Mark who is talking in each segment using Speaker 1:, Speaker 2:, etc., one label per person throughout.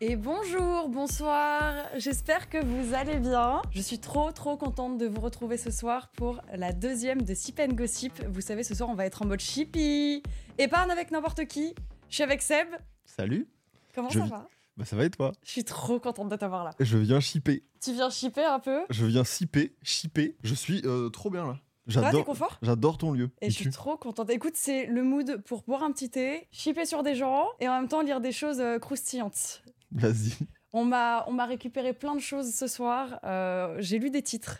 Speaker 1: Et bonjour, bonsoir, j'espère que vous allez bien. Je suis trop trop contente de vous retrouver ce soir pour la deuxième de Sip and Gossip. Vous savez, ce soir on va être en mode chippy, épargne avec n'importe qui. Je suis avec Seb,
Speaker 2: Salut.
Speaker 1: comment
Speaker 2: Je-
Speaker 1: ça va
Speaker 2: Bah ça va et toi
Speaker 1: Je suis trop contente de t'avoir là.
Speaker 2: Je viens shipper.
Speaker 1: Tu viens shipper un peu
Speaker 2: Je viens siper, shipper. Je suis euh, trop bien là.
Speaker 1: Toi, t'es
Speaker 2: J'adore.
Speaker 1: confort
Speaker 2: J'adore ton lieu.
Speaker 1: et je suis
Speaker 2: Michu.
Speaker 1: trop contente. Écoute, c'est le mood pour boire un petit thé, shipper sur des gens et en même temps lire des choses euh, croustillantes.
Speaker 2: Vas-y.
Speaker 1: On m'a, on m'a récupéré plein de choses ce soir. Euh, j'ai lu des titres.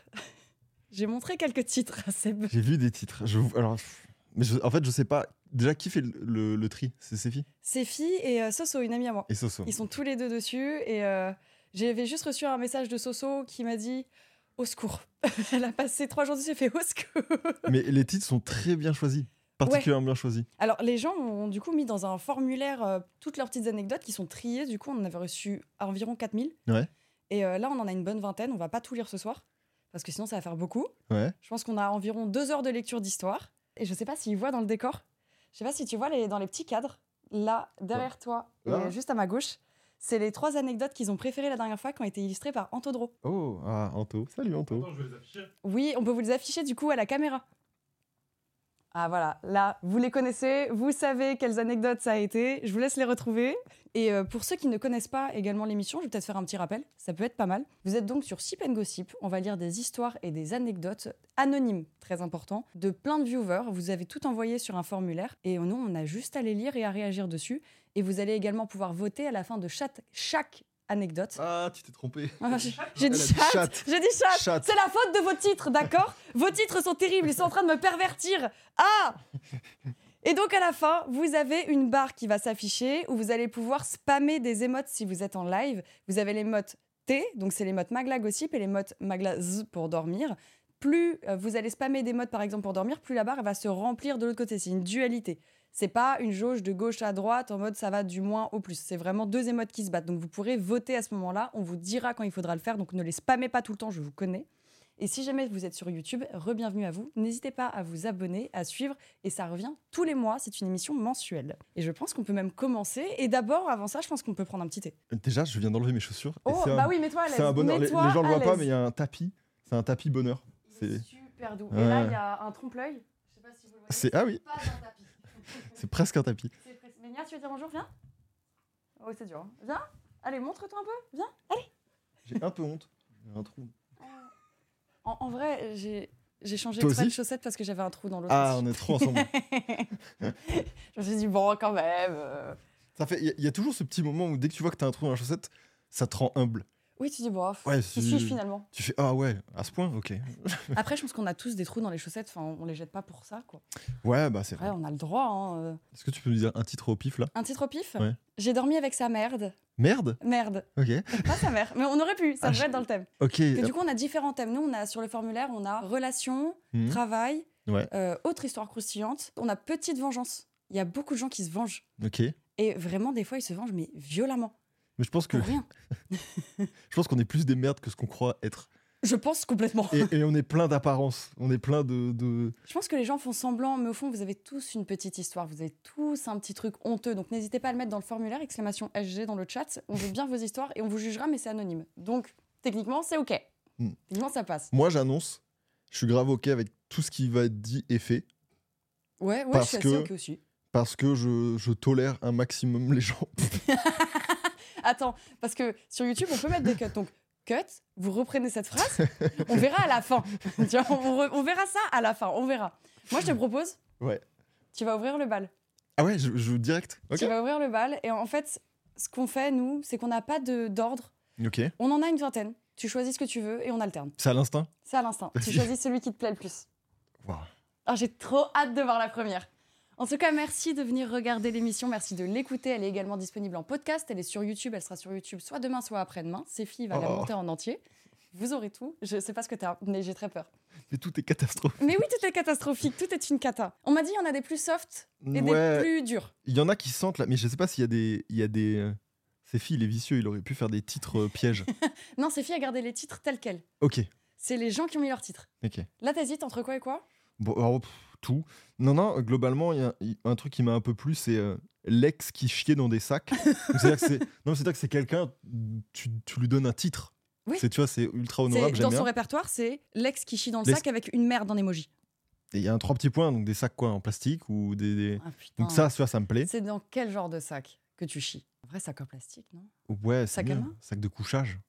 Speaker 1: j'ai montré quelques titres à Seb.
Speaker 2: J'ai vu des titres. Je... vous- Alors, pff, mais je- en fait, je sais pas. Déjà, qui fait le, le- le tri C'est Séphie
Speaker 1: Séphie et euh, Soso, une amie à moi.
Speaker 2: et Soso.
Speaker 1: Ils sont tous les deux dessus et euh, j'avais juste reçu un message de Soso qui m'a dit au secours. Elle a passé trois jours dessus, elle fait au secours.
Speaker 2: Mais les titres sont très bien choisis. Particulièrement bien choisis.
Speaker 1: Alors les gens ont du coup mis dans un formulaire euh, toutes leurs petites anecdotes qui sont triées. Du coup, on en avait reçu environ 4000.
Speaker 2: Ouais.
Speaker 1: Et euh, là, on en a une bonne vingtaine. On va pas tout lire ce soir parce que sinon, ça va faire beaucoup.
Speaker 2: Ouais.
Speaker 1: Je pense qu'on a environ deux heures de lecture d'histoire. Et je sais pas s'ils voient dans le décor. Je sais pas si tu vois les, dans les petits cadres, là, derrière toi,
Speaker 2: Là
Speaker 1: et juste à ma gauche. C'est les trois anecdotes qu'ils ont préférées la dernière fois qui ont été illustrées par Antodro.
Speaker 2: Oh, ah, Anto. Salut Anto.
Speaker 3: Attends, je vais les afficher.
Speaker 1: Oui, on peut vous les afficher du coup à la caméra. Ah voilà, là, vous les connaissez, vous savez quelles anecdotes ça a été, je vous laisse les retrouver. Et euh, pour ceux qui ne connaissent pas également l'émission, je vais peut-être faire un petit rappel, ça peut être pas mal. Vous êtes donc sur Sip and Gossip, on va lire des histoires et des anecdotes anonymes, très important, de plein de viewers. Vous avez tout envoyé sur un formulaire et nous, on a juste à les lire et à réagir dessus. Et vous allez également pouvoir voter à la fin de chaque, chaque anecdote.
Speaker 2: Ah, tu t'es trompé.
Speaker 1: J'ai dit
Speaker 2: Elle a dit
Speaker 1: chat.
Speaker 2: chatte.
Speaker 1: J'ai dit chat.
Speaker 2: Chatte.
Speaker 1: C'est la faute de vos titres, d'accord Vos titres sont terribles, ils sont en train de me pervertir. Ah Et donc à la fin, vous avez une barre qui va s'afficher où vous allez pouvoir spammer des émotes si vous êtes en live. Vous avez l'émote T, donc c'est l'émote Magla Gossip et l'émote Magla Z pour dormir. Plus euh, vous allez spammer des modes par exemple pour dormir, plus la barre elle va se remplir de l'autre côté. C'est une dualité. C'est pas une jauge de gauche à droite en mode ça va du moins au plus. C'est vraiment deux émotes qui se battent. Donc vous pourrez voter à ce moment-là. On vous dira quand il faudra le faire. Donc ne les spammez pas tout le temps, je vous connais. Et si jamais vous êtes sur YouTube, re-bienvenue à vous. N'hésitez pas à vous abonner, à suivre. Et ça revient tous les mois. C'est une émission mensuelle. Et je pense qu'on peut même commencer. Et d'abord, avant ça, je pense qu'on peut prendre un petit thé.
Speaker 2: Déjà, je viens d'enlever mes chaussures. et
Speaker 1: Oh,
Speaker 2: c'est un-
Speaker 1: bah oui, mets-toi à l'aise.
Speaker 2: C'est un bonheur. Les, les
Speaker 1: Mets-toi
Speaker 2: gens le
Speaker 1: à
Speaker 2: voient pas,
Speaker 1: l'aise.
Speaker 2: mais il y a un tapis. C'est un tapis bonheur.
Speaker 1: Il est
Speaker 2: C'est-
Speaker 1: super doux. Et
Speaker 2: Ouais.
Speaker 1: là, il y a un trompe-l'œil. Je sais pas si vous le voyez.
Speaker 2: C'est- ah oui.
Speaker 1: Pas un tapis.
Speaker 2: C'est presque un tapis.
Speaker 1: C'est précis. Mais Nia, tu veux dire bonjour Viens. Oh, c'est dur. hein. Viens. Allez, montre-toi un peu. Viens.
Speaker 2: J'ai un peu honte. J'ai un trou.
Speaker 1: En, en vrai, j'ai. J'ai changé
Speaker 2: Toi
Speaker 1: exprès de
Speaker 2: aussi
Speaker 1: chaussettes parce que j'avais un trou dans l'autre.
Speaker 2: Ah, on est trop ensemble.
Speaker 1: Je me suis dit, bon, quand même. euh.
Speaker 2: Ça fait, il y, a toujours ce petit moment où dès que tu vois que t'as un trou dans la chaussette, ça te rend humble.
Speaker 1: Oui, tu dis, bon, pff,
Speaker 2: Ouais,
Speaker 1: qui
Speaker 2: c'est-
Speaker 1: suis-je finalement
Speaker 2: Tu fais ah ouais, à ce point, ok.
Speaker 1: Après, je pense qu'on a tous des trous dans les chaussettes. Enfin, on les jette pas pour ça, quoi.
Speaker 2: Ouais, bah c'est
Speaker 1: Ouais,
Speaker 2: vrai.
Speaker 1: on a le droit. hein, euh.
Speaker 2: Est-ce que tu peux nous dire un titre au pif là
Speaker 1: Un titre au pif
Speaker 2: Ouais.
Speaker 1: J'ai dormi avec sa merde.
Speaker 2: Merde.
Speaker 1: Merde.
Speaker 2: Ok.
Speaker 1: Pas sa mère. Mais on aurait pu. Ça
Speaker 2: Ah,
Speaker 1: devrait
Speaker 2: je-
Speaker 1: être dans le thème.
Speaker 2: Ok.
Speaker 1: Que du coup, on a différents thèmes. Nous, on a sur le formulaire, on a relation,
Speaker 2: Mhm.
Speaker 1: travail,
Speaker 2: Ouais.
Speaker 1: euh, autre histoire croustillante. On a petite vengeance. Il y a beaucoup de gens qui se vengent.
Speaker 2: euh, Ok.
Speaker 1: Et vraiment, des fois, ils se vengent, mais violemment.
Speaker 2: Mais je pense que
Speaker 1: Pour rien.
Speaker 2: je pense qu'on est plus des merdes que ce qu'on croit être.
Speaker 1: Je pense complètement.
Speaker 2: Et, et on est plein d'apparences. On est plein de, de-
Speaker 1: Je pense que les gens font semblant, mais au fond, vous avez tous une petite histoire. Vous avez tous un petit truc honteux. Donc, n'hésitez pas à le mettre dans le formulaire, exclamation SG dans le chat. On veut bien vos histoires et on vous jugera, mais c'est anonyme. Donc, techniquement, c'est OK.
Speaker 2: Mhm.
Speaker 1: Techniquement, ça passe.
Speaker 2: Moi, j'annonce, je suis grave ok avec tout ce qui va être dit et fait
Speaker 1: Ouais, ouais, je
Speaker 2: Parce
Speaker 1: suis assez
Speaker 2: que-
Speaker 1: OK aussi.
Speaker 2: parce que je, je tolère un maximum les gens.
Speaker 1: Attends, parce que sur YouTube, on peut mettre des cuts. Donc, cut, vous reprenez cette phrase, on verra à la fin. Tu vois, on, re- on verra ça à la fin, on verra. Moi, je te propose.
Speaker 2: Ouais.
Speaker 1: Tu vas ouvrir le bal.
Speaker 2: Ah ouais, je, je direct. Ok.
Speaker 1: Tu vas ouvrir le bal. Et en fait, ce qu'on fait, nous, c'est qu'on n'a pas de- d'ordre.
Speaker 2: Ok.
Speaker 1: On en a une vingtaine. Tu choisis ce que tu veux et on alterne.
Speaker 2: C'est à l'instinct.
Speaker 1: C'est à l'instinct. Tu
Speaker 2: Vas-y.
Speaker 1: choisis celui qui te plaît le plus.
Speaker 2: Waouh.
Speaker 1: Ah, j'ai trop hâte de voir la première. En tout cas, merci de venir regarder l'émission, merci de l'écouter. Elle est également disponible en podcast, elle est sur YouTube, elle sera sur YouTube soit demain, soit après-demain. Séphie va la
Speaker 2: Oh.
Speaker 1: monter en entier. Vous aurez tout. Je sais pas ce que t'as, mais j'ai très peur.
Speaker 2: Mais tout est catastrophe.
Speaker 1: Mais oui, tout est catastrophique, tout est une cata. On m'a dit, il y en a des plus soft et des plus durs.
Speaker 2: Il y en a qui sentent là, mais je sais pas s'il y a des. Il y a des euh, ces filles, les vicieux, il aurait pu faire des titres euh, pièges.
Speaker 1: Non, Séphie a gardé les titres tels quels.
Speaker 2: Ok,
Speaker 1: C'est les gens qui ont mis leurs titres.
Speaker 2: ok.
Speaker 1: Là, t'hésites entre quoi et quoi
Speaker 2: Bon, alors, pff, tout. Non, non, globalement, il y a un- un truc qui m'a un peu plu, c'est euh, l'ex qui chiait dans des sacs. Donc, C'est-à-dire que c'est- non, mais c'est-à-dire que c'est quelqu'un, tu, tu lui donnes un titre.
Speaker 1: Oui.
Speaker 2: C'est, tu vois, c'est ultra
Speaker 1: C'est-
Speaker 2: honorable, j'aime
Speaker 1: Dans son
Speaker 2: bien.
Speaker 1: répertoire, c'est l'ex qui chie dans le
Speaker 2: L'ex-
Speaker 1: sac avec une merde en émoji.
Speaker 2: Et il y a un trois petits points, donc des sacs quoi, en plastique ou des. des-
Speaker 1: Ah, putain.
Speaker 2: Donc ça, ça, ça me plaît.
Speaker 1: C'est dans quel genre de sac que tu chies Un vrai sac en plastique, non
Speaker 2: Ouais, c'est
Speaker 1: Sac à
Speaker 2: bien.
Speaker 1: main
Speaker 2: Sac de couchage.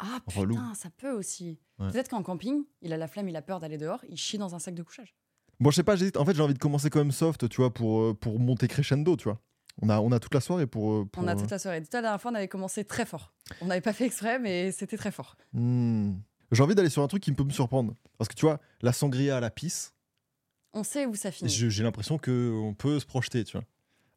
Speaker 1: Ah putain,
Speaker 2: Relou.
Speaker 1: ça peut aussi.
Speaker 2: Ouais.
Speaker 1: Peut-être qu'en camping, il a la flemme, il a peur d'aller dehors, il chie dans un sac de couchage.
Speaker 2: Bon, je sais pas, j'hésite. En fait, j'ai envie de commencer quand même soft, tu vois, pour, euh, pour monter crescendo, tu vois. On a, on a toute la soirée pour. euh, pour
Speaker 1: On a
Speaker 2: euh,
Speaker 1: toute la soirée. Dis-toi, la dernière fois, on avait commencé très fort. On n'avait pas fait exprès, mais c'était très fort.
Speaker 2: hmm. J'ai envie d'aller sur un truc qui peut me surprendre. Parce que tu vois, la sangria à la pisse,
Speaker 1: On sait où ça finit.
Speaker 2: je- j'ai l'impression qu'on peut se projeter, tu vois.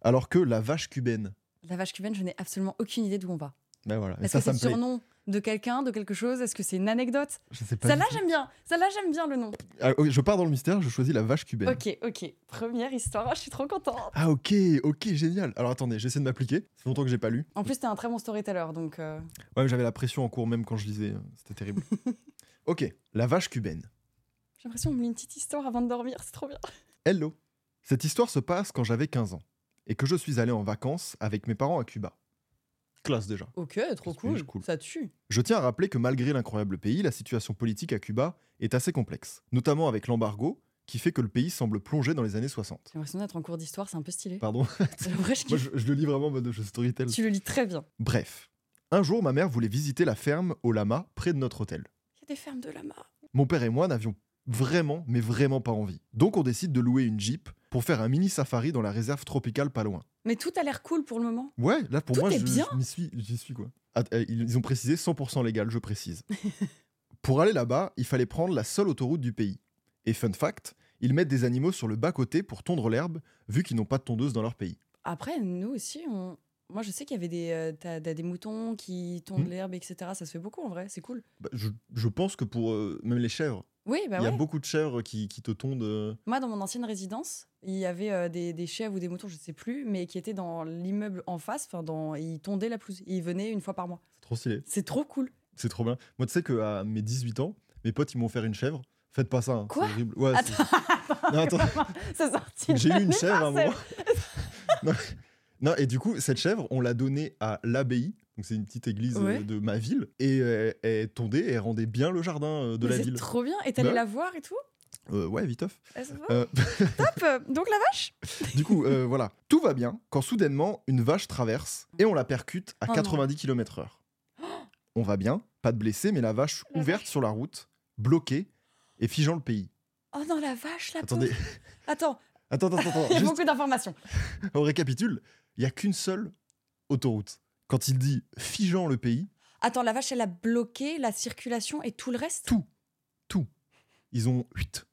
Speaker 2: Alors que la vache cubaine,
Speaker 1: La vache cubaine, je n'ai absolument aucune idée d'où on va.
Speaker 2: ben voilà. Et
Speaker 1: Est-ce
Speaker 2: ça,
Speaker 1: que
Speaker 2: ça
Speaker 1: c'est
Speaker 2: me
Speaker 1: le
Speaker 2: plaît.
Speaker 1: surnom de quelqu'un, de quelque chose Est-ce que c'est une anecdote
Speaker 2: Je sais pas. du
Speaker 1: Celle-là,
Speaker 2: tout.
Speaker 1: j'aime bien. Celle-là, j'aime bien le nom.
Speaker 2: Ah, oui, je pars dans le mystère, je choisis la vache cubaine.
Speaker 1: Ok, ok. Première histoire, Ah, je suis trop contente.
Speaker 2: Ah, ok, ok, génial. Alors attendez, j'essaie de m'appliquer. C'est longtemps que j'ai pas lu.
Speaker 1: En plus, t'es un très bon storyteller, donc. euh,
Speaker 2: Ouais, mais j'avais la pression en cours même quand je lisais. euh, C'était terrible. ok, la vache cubaine.
Speaker 1: J'ai l'impression qu'on me lit une petite histoire avant de dormir, c'est trop bien.
Speaker 2: Hello. Cette histoire se passe quand j'avais 15 ans et que je suis allé en vacances avec mes parents à Cuba. Classe déjà.
Speaker 1: Ok, trop
Speaker 2: Parce que je
Speaker 1: cool.
Speaker 2: suis cool.
Speaker 1: Ça tue.
Speaker 2: Je tiens à rappeler que malgré l'incroyable pays, la situation politique à Cuba est assez complexe, notamment avec l'embargo qui fait que le pays semble plonger dans les années 60.
Speaker 1: J'ai l'impression d'être en cours d'histoire, c'est un peu stylé.
Speaker 2: Pardon,
Speaker 1: C'est vrai, je
Speaker 2: moi
Speaker 1: kiffe.
Speaker 2: je, je le lis vraiment en mode je storytell.
Speaker 1: Tu le lis très bien.
Speaker 2: Bref, un jour ma mère voulait visiter la ferme au Lama près de notre hôtel.
Speaker 1: Il y a des fermes de lamas.
Speaker 2: Mon père et moi n'avions vraiment, mais vraiment pas envie. Donc on décide de louer une jeep pour faire un mini safari dans la réserve tropicale pas loin.
Speaker 1: Mais tout a l'air cool pour le moment.
Speaker 2: Ouais, là pour
Speaker 1: Tout
Speaker 2: moi,
Speaker 1: est
Speaker 2: je,
Speaker 1: bien.
Speaker 2: je m'y suis, j'y suis quoi. Ah, euh, ils ils ont précisé 100% légal, je précise. pour aller là-bas, il fallait prendre la seule autoroute du pays. Et fun fact, ils mettent des animaux sur le bas-côté pour tondre l'herbe, vu qu'ils n'ont pas de tondeuse dans leur pays.
Speaker 1: Après, nous aussi, on. Moi, je sais qu'il y avait des, euh, t'as- t'as des moutons qui tondent
Speaker 2: Hmm.
Speaker 1: l'herbe, etc. Ça se fait beaucoup en vrai, c'est cool.
Speaker 2: Bah, je, je pense que pour euh, même les chèvres,
Speaker 1: Oui, bah
Speaker 2: il y a
Speaker 1: ouais.
Speaker 2: beaucoup de chèvres qui, qui te tondent. euh,
Speaker 1: Moi, dans mon ancienne résidence, il y avait euh, des, des chèvres ou des moutons, je sais plus, mais qui étaient dans l'immeuble en face. Enfin, dans... ils tondaient la pelouse. Ils venaient une fois par mois.
Speaker 2: c'est trop stylé,
Speaker 1: C'est trop cool.
Speaker 2: c'est trop bien. Moi, tu sais qu'à mes 18 ans, mes potes, ils m'ont offert une chèvre. Faites pas ça, hein, c'est
Speaker 1: Quoi
Speaker 2: horrible. Ouais,
Speaker 1: Attends,
Speaker 2: c'est- Non, attends.
Speaker 1: ça sortit. de
Speaker 2: J'ai eu une
Speaker 1: nulle
Speaker 2: chèvre à un
Speaker 1: part, Ah, c'est-
Speaker 2: moment. non. Non, et du coup, cette chèvre, on l'a donnée à l'abbaye. Donc, c'est une petite église euh,
Speaker 1: Ouais.
Speaker 2: de ma ville. Et euh, elle tondait et elle rendait bien le jardin euh, de
Speaker 1: Mais
Speaker 2: la
Speaker 1: c'est
Speaker 2: ville.
Speaker 1: trop bien. Et t'allais
Speaker 2: Bah
Speaker 1: la voir et tout
Speaker 2: Euh, ouais, viteuf.
Speaker 1: Ah, ça va
Speaker 2: Euh,
Speaker 1: Top Donc la vache
Speaker 2: du coup, euh, voilà. Tout va bien quand soudainement, une vache traverse et on la percute à
Speaker 1: Oh non.
Speaker 2: 90 km/h. On va bien, pas de blessés, mais la vache
Speaker 1: La
Speaker 2: ouverte sur la route, bloquée et figeant le pays.
Speaker 1: Oh non, la vache, la
Speaker 2: Attendez,
Speaker 1: pauvre. Attends,
Speaker 2: attends, attends, attends.
Speaker 1: il y a
Speaker 2: juste-
Speaker 1: beaucoup d'informations.
Speaker 2: On récapitule, il n'y a qu'une seule autoroute. Quand il dit figeant le pays,
Speaker 1: Attends, la vache, elle a bloqué la circulation et tout le reste
Speaker 2: Tout. ils ont huit.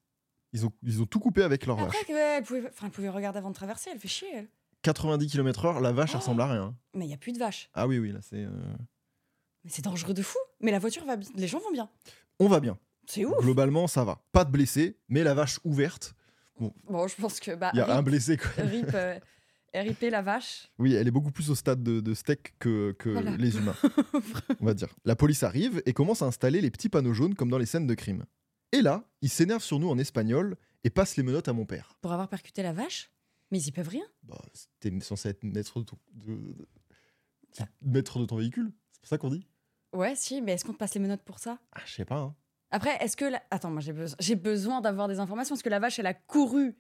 Speaker 2: Ils ont, ils ont tout coupé avec leur
Speaker 1: Après,
Speaker 2: vache.
Speaker 1: que- elle, pouvait... enfin, elle pouvait regarder avant de traverser, elle fait chier, elle.
Speaker 2: 90 km/h, la vache,
Speaker 1: Oh.
Speaker 2: elle ressemble à rien. hein.
Speaker 1: Mais il n'y a plus de vache.
Speaker 2: Ah oui, oui, là, c'est. euh,
Speaker 1: Mais c'est dangereux de fou. Mais la voiture va bien. Les gens vont bien.
Speaker 2: On va bien.
Speaker 1: C'est ouf.
Speaker 2: Globalement, ça va. Pas de blessés, mais la vache ouverte.
Speaker 1: Bon, je pense que. Bah,
Speaker 2: Il y a un
Speaker 1: rip,
Speaker 2: blessé, quoi.
Speaker 1: rip, euh, RIP la vache.
Speaker 2: Oui, elle est beaucoup plus au stade de, de steak que, que
Speaker 1: Voilà.
Speaker 2: les humains, on va dire. La police arrive et commence à installer les petits panneaux jaunes comme dans les scènes de crime. Et là, ils s'énervent sur nous en espagnol et passent les menottes à mon père.
Speaker 1: Pour avoir percuté la vache Mais ils y peuvent rien.
Speaker 2: Bah, t'es censé être maître de ton, de- de- maître de ton véhicule. C'est pour ça qu'on dit
Speaker 1: Ouais, si, mais est-ce qu'on te passe les menottes pour ça
Speaker 2: Ah, je sais pas. hein.
Speaker 1: Après, est-ce que. la- Attends, moi j'ai besoin, j'ai besoin d'avoir des informations. Parce que la vache, elle a couru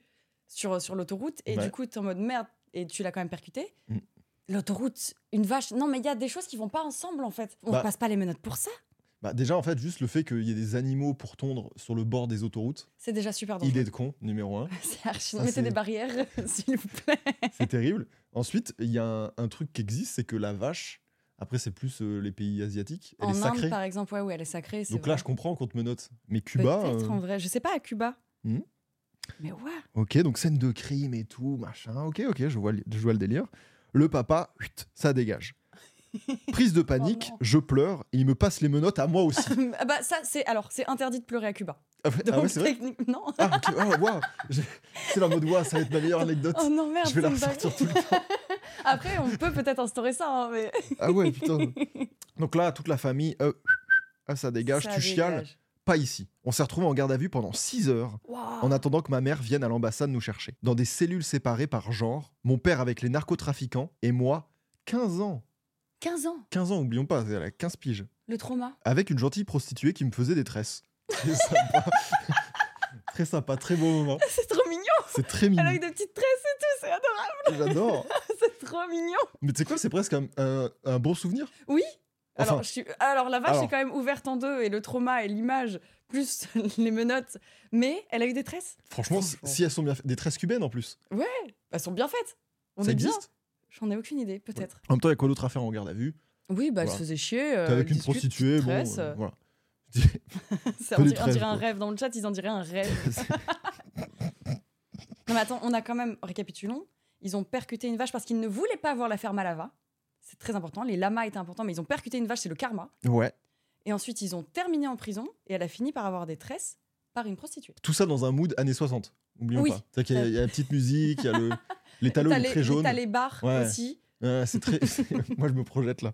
Speaker 1: sur, sur l'autoroute et
Speaker 2: Ouais.
Speaker 1: du coup, t'es en mode merde et tu l'as quand même percutée.
Speaker 2: Mm.
Speaker 1: L'autoroute, une vache. Non, mais il y a des choses qui vont pas ensemble en fait. On
Speaker 2: Bah.
Speaker 1: te passe pas les menottes pour ça.
Speaker 2: Bah, déjà, en fait, juste le fait qu'il y ait des animaux pour tondre sur le bord des autoroutes,
Speaker 1: C'est déjà super dangereux.
Speaker 2: idée de con, numéro un.
Speaker 1: C'est archi.
Speaker 2: Ça,
Speaker 1: Mettez
Speaker 2: c'est-
Speaker 1: des barrières, s'il vous plaît.
Speaker 2: C'est terrible. Ensuite, il y a un, un truc qui existe, c'est que la vache, après, c'est plus euh, les pays asiatiques, elle
Speaker 1: en
Speaker 2: est
Speaker 1: Inde,
Speaker 2: sacrée.
Speaker 1: par exemple, ouais, ouais, elle est sacrée. c'est
Speaker 2: Donc
Speaker 1: vrai.
Speaker 2: là, je comprends qu'on te menote. Mais Cuba.
Speaker 1: Peut-être
Speaker 2: euh,
Speaker 1: en vrai. Je sais pas à Cuba.
Speaker 2: Hmm.
Speaker 1: Mais ouais.
Speaker 2: Ok, donc scène de crime et tout, machin. Ok, ok, je vois, le- je vois le délire. Le papa, huit, ça dégage. Prise de panique,
Speaker 1: non.
Speaker 2: je pleure, et il me passe les menottes à moi aussi.
Speaker 1: ah bah ça, c'est. Alors, c'est interdit de pleurer à Cuba.
Speaker 2: Ah ouais,
Speaker 1: Donc,
Speaker 2: ah ouais, c'est vrai
Speaker 1: techniquement- Non.
Speaker 2: Ah, ok, oh, waouh J'ai- C'est la mode, waouh, ça va être ma meilleure anecdote.
Speaker 1: Oh non, merde,
Speaker 2: je vais
Speaker 1: ça me
Speaker 2: la ressortir tout le temps.
Speaker 1: Après, on peut peut-être instaurer ça, hein, mais.
Speaker 2: Ah ouais, putain. Donc là, toute la famille, euh, ah, ça dégage,
Speaker 1: Ça
Speaker 2: tu chiales.
Speaker 1: dégage.
Speaker 2: Pas ici. On s'est retrouvés en garde à vue pendant 6 heures,
Speaker 1: Waouh.
Speaker 2: en attendant que ma mère vienne à l'ambassade nous chercher. Dans des cellules séparées par genre, mon père avec les narcotrafiquants et moi, 15 ans.
Speaker 1: 15 ans,
Speaker 2: 15 ans, oublions pas, elle a 15 piges.
Speaker 1: le trauma.
Speaker 2: Avec une gentille prostituée qui me faisait des tresses. Très sympa. très sympa, très beau moment.
Speaker 1: C'est trop mignon,
Speaker 2: C'est très mignon.
Speaker 1: avec des petites tresses et tout, c'est adorable,
Speaker 2: J'adore.
Speaker 1: c'est trop mignon.
Speaker 2: Mais tu sais quoi, c'est presque un, un- un bon souvenir.
Speaker 1: Oui. Alors,
Speaker 2: Enfin-
Speaker 1: je suis... alors la vache
Speaker 2: Alors.
Speaker 1: est quand même ouverte en deux et le trauma et l'image plus les menottes. Mais elle a eu des tresses.
Speaker 2: Franchement,
Speaker 1: Franchement.
Speaker 2: si elles sont bien faites, des tresses cubaines en plus,
Speaker 1: Elles sont bien faites. On
Speaker 2: ça
Speaker 1: est bien.
Speaker 2: existe.
Speaker 1: J'en ai aucune idée, peut-être.
Speaker 2: En même temps, il y a quoi d'autre à faire en garde à vue
Speaker 1: Oui, bah elle
Speaker 2: Voilà.
Speaker 1: se faisait chier. euh,
Speaker 2: T'es avec
Speaker 1: elle
Speaker 2: une
Speaker 1: discute,
Speaker 2: prostituée, bon,
Speaker 1: stress,
Speaker 2: euh,
Speaker 1: euh,
Speaker 2: voilà.
Speaker 1: ça,
Speaker 2: peu
Speaker 1: on,
Speaker 2: des
Speaker 1: dirait, on
Speaker 2: tresses,
Speaker 1: dirait un
Speaker 2: quoi.
Speaker 1: rêve dans le chat. Ils en diraient un rêve. non mais attends, on a quand même récapitulons. Ils ont percuté une vache parce qu'ils ne voulaient pas avoir la ferme à lava. C'est très important. Les lamas étaient importants, mais ils ont percuté une vache, c'est le karma.
Speaker 2: ouais.
Speaker 1: Et ensuite, ils ont terminé en prison et elle a fini par avoir des tresses par une prostituée.
Speaker 2: Tout ça dans un mood années 60. Oublions
Speaker 1: Oui.
Speaker 2: pas. C'est qu'il y, a- il y a la petite musique, il y a le... les talons
Speaker 1: T'as
Speaker 2: il est
Speaker 1: les-
Speaker 2: très jaunes.
Speaker 1: T'as les bars
Speaker 2: Ouais.
Speaker 1: aussi.
Speaker 2: Ouais, c'est très. c'est- Moi, je me projette là.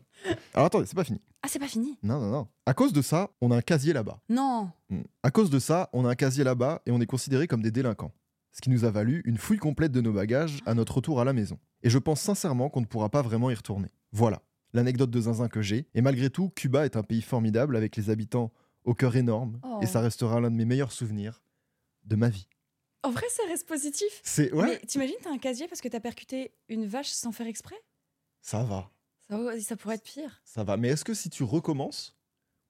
Speaker 2: Alors attendez, c'est pas fini.
Speaker 1: Ah, c'est pas fini.
Speaker 2: Non, non, non. À cause de ça, on a un casier là-bas.
Speaker 1: Non.
Speaker 2: Mm. À cause de ça, on a un casier là-bas et on est considéré comme des délinquants. Ce qui nous a valu une fouille complète de nos bagages à notre retour à la maison. Et je pense sincèrement qu'on ne pourra pas vraiment y retourner. Voilà, l'anecdote de Zinzin que j'ai. Et malgré tout, Cuba est un pays formidable avec les habitants au cœur énorme.
Speaker 1: Oh.
Speaker 2: Et ça restera l'un de mes meilleurs souvenirs de ma vie.
Speaker 1: En vrai, ça reste positif.
Speaker 2: C'est. Ouais,
Speaker 1: Mais t'imagines, t'as un casier parce que t'as percuté une vache sans faire exprès
Speaker 2: ça va,
Speaker 1: ça, va- ça pourrait être pire.
Speaker 2: ça va. Mais est-ce que si tu recommences,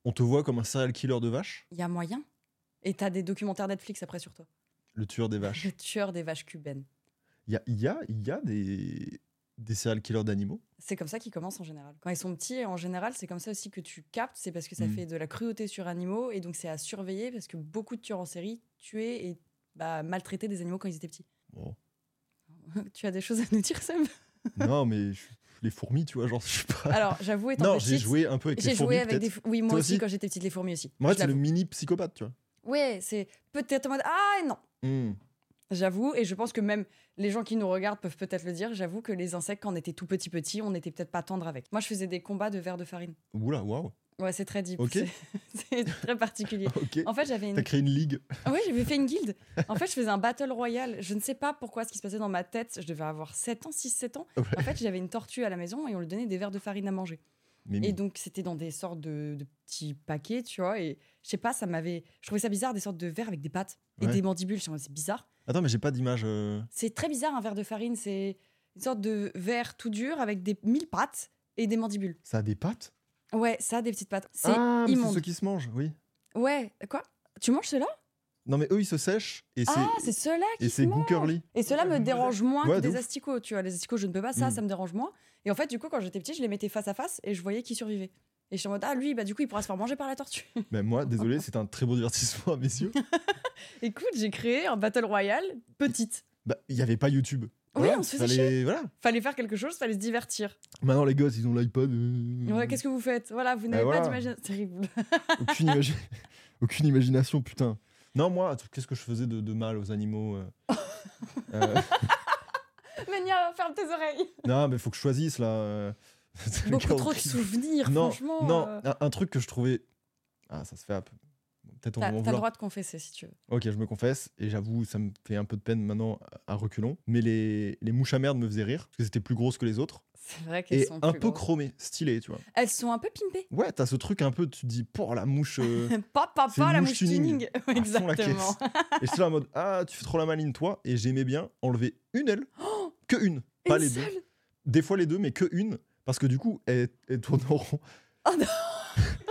Speaker 2: on te voit comme un serial killer de vaches
Speaker 1: Il y a moyen. Et t'as des documentaires Netflix après sur toi.
Speaker 2: Le tueur des vaches.
Speaker 1: Le tueur des vaches cubaines.
Speaker 2: Il y a, il y a, il y a des, des serial killers d'animaux.
Speaker 1: C'est comme ça qu'ils commencent en général. Quand ils sont petits, en général, c'est comme ça aussi que tu captes. C'est parce que ça
Speaker 2: Mhm.
Speaker 1: fait de la cruauté sur animaux et donc c'est à surveiller parce que beaucoup de tueurs en série tuaient et bah, maltraitaient des animaux quand ils étaient petits.
Speaker 2: Bon.
Speaker 1: tu as des choses à nous dire, Sam
Speaker 2: non, mais je- les fourmis, tu vois, genre, je suis pas.
Speaker 1: Alors, j'avoue, étant
Speaker 2: non, j'ai
Speaker 1: petite,
Speaker 2: joué un peu avec
Speaker 1: j'ai
Speaker 2: les
Speaker 1: joué
Speaker 2: fourmis.
Speaker 1: avec
Speaker 2: peut-être.
Speaker 1: des. fou- Oui, moi
Speaker 2: Toi
Speaker 1: aussi,
Speaker 2: aussi
Speaker 1: quand j'étais petite, les fourmis aussi.
Speaker 2: Mais en
Speaker 1: Je
Speaker 2: fait, c'est le
Speaker 1: l'avoue.
Speaker 2: mini psychopathe, tu vois. Mmh.
Speaker 1: Ouais, c'est peut-être en mode ah non. J'avoue, et je pense que même les gens qui nous regardent peuvent peut-être le dire, j'avoue que les insectes, quand on était tout petit petit, on n'était peut-être pas tendre avec. Moi, je faisais des combats de verre de farine.
Speaker 2: Oula, waouh.
Speaker 1: Ouais, c'est très deep.
Speaker 2: Ok.
Speaker 1: c'est- C'est très particulier.
Speaker 2: Ok.
Speaker 1: En fait, j'avais une...
Speaker 2: T'as créé une ligue.
Speaker 1: Ah ouais, j'avais fait une guilde. En fait, je faisais un battle royal. Je ne sais pas pourquoi ce qui se passait dans ma tête. Je devais avoir 7 ans, 6-7 ans.
Speaker 2: Ah Ouais.
Speaker 1: En fait, j'avais une tortue à la maison et on lui donnait des verres de farine à manger.
Speaker 2: Mais
Speaker 1: Et donc, c'était dans des sortes de, de petits paquets, tu vois. Et je sais pas, ça m'avait. Je trouvais ça bizarre, des sortes de verres avec des pattes et
Speaker 2: Ouais.
Speaker 1: des mandibules. Je suis en mode, C'est bizarre.
Speaker 2: Attends, mais j'ai pas d'image. euh.
Speaker 1: C'est très bizarre, un verre de farine. C'est une sorte de verre tout dur avec des mille pattes et des mandibules.
Speaker 2: Ça a des pattes
Speaker 1: Ouais, ça, des petites pattes. C'est
Speaker 2: Ah, mais c'est
Speaker 1: immonde.
Speaker 2: ceux qui se mangent, oui.
Speaker 1: Ouais, quoi Tu manges ceux-là
Speaker 2: Non, mais eux, ils se sèchent et
Speaker 1: Ah, c'est
Speaker 2: c'est.
Speaker 1: ceux-là qui
Speaker 2: Et
Speaker 1: se
Speaker 2: c'est
Speaker 1: mangent.
Speaker 2: Gookerly.
Speaker 1: Et cela me dérange moins
Speaker 2: Ouais,
Speaker 1: que
Speaker 2: de
Speaker 1: des
Speaker 2: ouf.
Speaker 1: asticots, tu vois. Les asticots, je ne peux pas, ça,
Speaker 2: Mm.
Speaker 1: ça me dérange moins. Et en fait, du coup, quand j'étais petite, je les mettais face à face et je voyais qui survivait. Et je suis en mode, ah lui, bah du coup, il pourra se faire manger par la tortue.
Speaker 2: Mais Ben, moi, désolé, c'est un très beau divertissement à mes yeux.
Speaker 1: Écoute, j'ai créé un battle royal petite.
Speaker 2: Bah, il y avait pas YouTube. Voilà,
Speaker 1: on se faisait
Speaker 2: fallait- Voilà.
Speaker 1: Fallait faire quelque chose, fallait se divertir.
Speaker 2: Maintenant, les gosses, ils ont l'iPod. euh.
Speaker 1: Ouais, Qu'est-ce que vous faites Voilà, vous n'avez
Speaker 2: Bah,
Speaker 1: pas
Speaker 2: voilà.
Speaker 1: d'imagination. Terrible.
Speaker 2: Aucune, imagi- Aucune imagination, putain. Non, moi, t- qu'est-ce que je faisais de, de mal aux animaux euh Euh,
Speaker 1: Mania, ferme tes oreilles.
Speaker 2: Non, mais faut que je choisisse, là. euh. C'est le
Speaker 1: Beaucoup
Speaker 2: cas
Speaker 1: trop de
Speaker 2: horrible.
Speaker 1: souvenirs,
Speaker 2: Non,
Speaker 1: franchement.
Speaker 2: non
Speaker 1: euh,
Speaker 2: un, un truc que je trouvais... Ah, ça se fait un peu... Peut-être on va
Speaker 1: T'as
Speaker 2: m'en
Speaker 1: t'as le
Speaker 2: vouloir.
Speaker 1: droit de confesser si tu veux.
Speaker 2: Ok, je me confesse, et j'avoue, ça me fait un peu de peine maintenant à reculons. Mais les, les mouches à merde me faisaient rire, parce que c'était plus grosses que les autres.
Speaker 1: C'est vrai qu'elles
Speaker 2: Et
Speaker 1: sont
Speaker 2: un
Speaker 1: plus
Speaker 2: peu
Speaker 1: grosses.
Speaker 2: chromées, stylées, tu vois.
Speaker 1: Elles sont un peu pimpées.
Speaker 2: Ouais, t'as ce truc un peu, tu te dis, pour la mouche... euh,
Speaker 1: Pas, pas,
Speaker 2: C'est une
Speaker 1: pas la
Speaker 2: mouche
Speaker 1: mouche
Speaker 2: tuning.
Speaker 1: tuning.
Speaker 2: à fond la caisse.
Speaker 1: Exactement.
Speaker 2: Et j'étais là en mode Ah, tu fais trop la maline, toi. Et j'aimais bien enlever une aile, que une, pas
Speaker 1: Une
Speaker 2: les
Speaker 1: seule
Speaker 2: deux. Des fois les deux, mais que une, parce que du coup, elle, elle tournait en rond.
Speaker 1: Oh non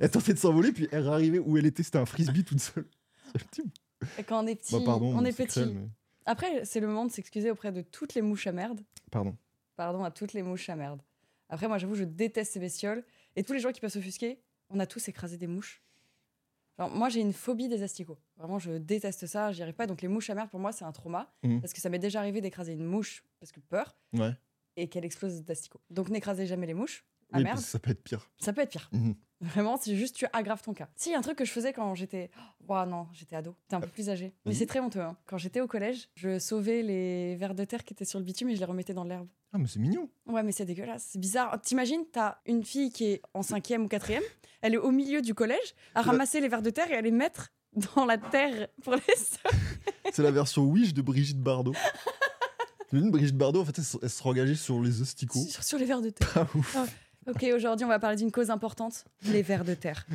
Speaker 2: elle tentait de s'envoler, puis elle arrivait où elle était, c'était un frisbee toute seule. C'est le type.
Speaker 1: Et Quand on est petit,
Speaker 2: Bah, pardon,
Speaker 1: on est
Speaker 2: c'est
Speaker 1: petit.
Speaker 2: cruel, mais-
Speaker 1: Après, c'est le moment de s'excuser auprès de toutes les mouches à merde.
Speaker 2: Pardon.
Speaker 1: Pardon à toutes les mouches à merde. Après, moi, j'avoue, je déteste ces bestioles. Et tous les gens qui peuvent s'offusquer, on a tous écrasé des mouches. Alors, moi, j'ai une phobie des asticots. Vraiment, je déteste ça, j'y arrive pas. Donc, les mouches à merde, pour moi, c'est un trauma.
Speaker 2: Mhm.
Speaker 1: Parce que ça m'est déjà arrivé d'écraser une mouche, parce que peur,
Speaker 2: Ouais.
Speaker 1: et qu'elle explose d'asticots. Donc, n'écrasez jamais les mouches. Ah
Speaker 2: oui,
Speaker 1: merde,
Speaker 2: parce que ça peut être pire.
Speaker 1: ça peut être pire.
Speaker 2: Mhm.
Speaker 1: Vraiment, c'est juste tu aggraves ton cas. Si, il y a un truc que je faisais quand j'étais. Ouah, non, j'étais ado. T'es un peu plus âgé. Mais
Speaker 2: Vas-y.
Speaker 1: c'est très honteux. hein. Quand j'étais au collège, je sauvais les vers de terre qui étaient sur le bitume et je les remettais dans l'herbe.
Speaker 2: Ah, mais c'est mignon.
Speaker 1: Ouais, mais c'est dégueulasse, c'est bizarre. T'imagines, t'as une fille qui est en cinquième ou quatrième, elle est au milieu du collège, à
Speaker 2: Là.
Speaker 1: ramasser les vers de terre et à les mettre dans la terre pour les sauver.
Speaker 2: C'est la version Wish de Brigitte Bardot. T'imagines, Brigitte Bardot, en fait, elle, se- elle se engagée sur les hosticos.
Speaker 1: Sur, sur les vers de terre.
Speaker 2: Pas ouf.
Speaker 1: Ok, aujourd'hui, on va parler d'une cause importante, les vers de terre.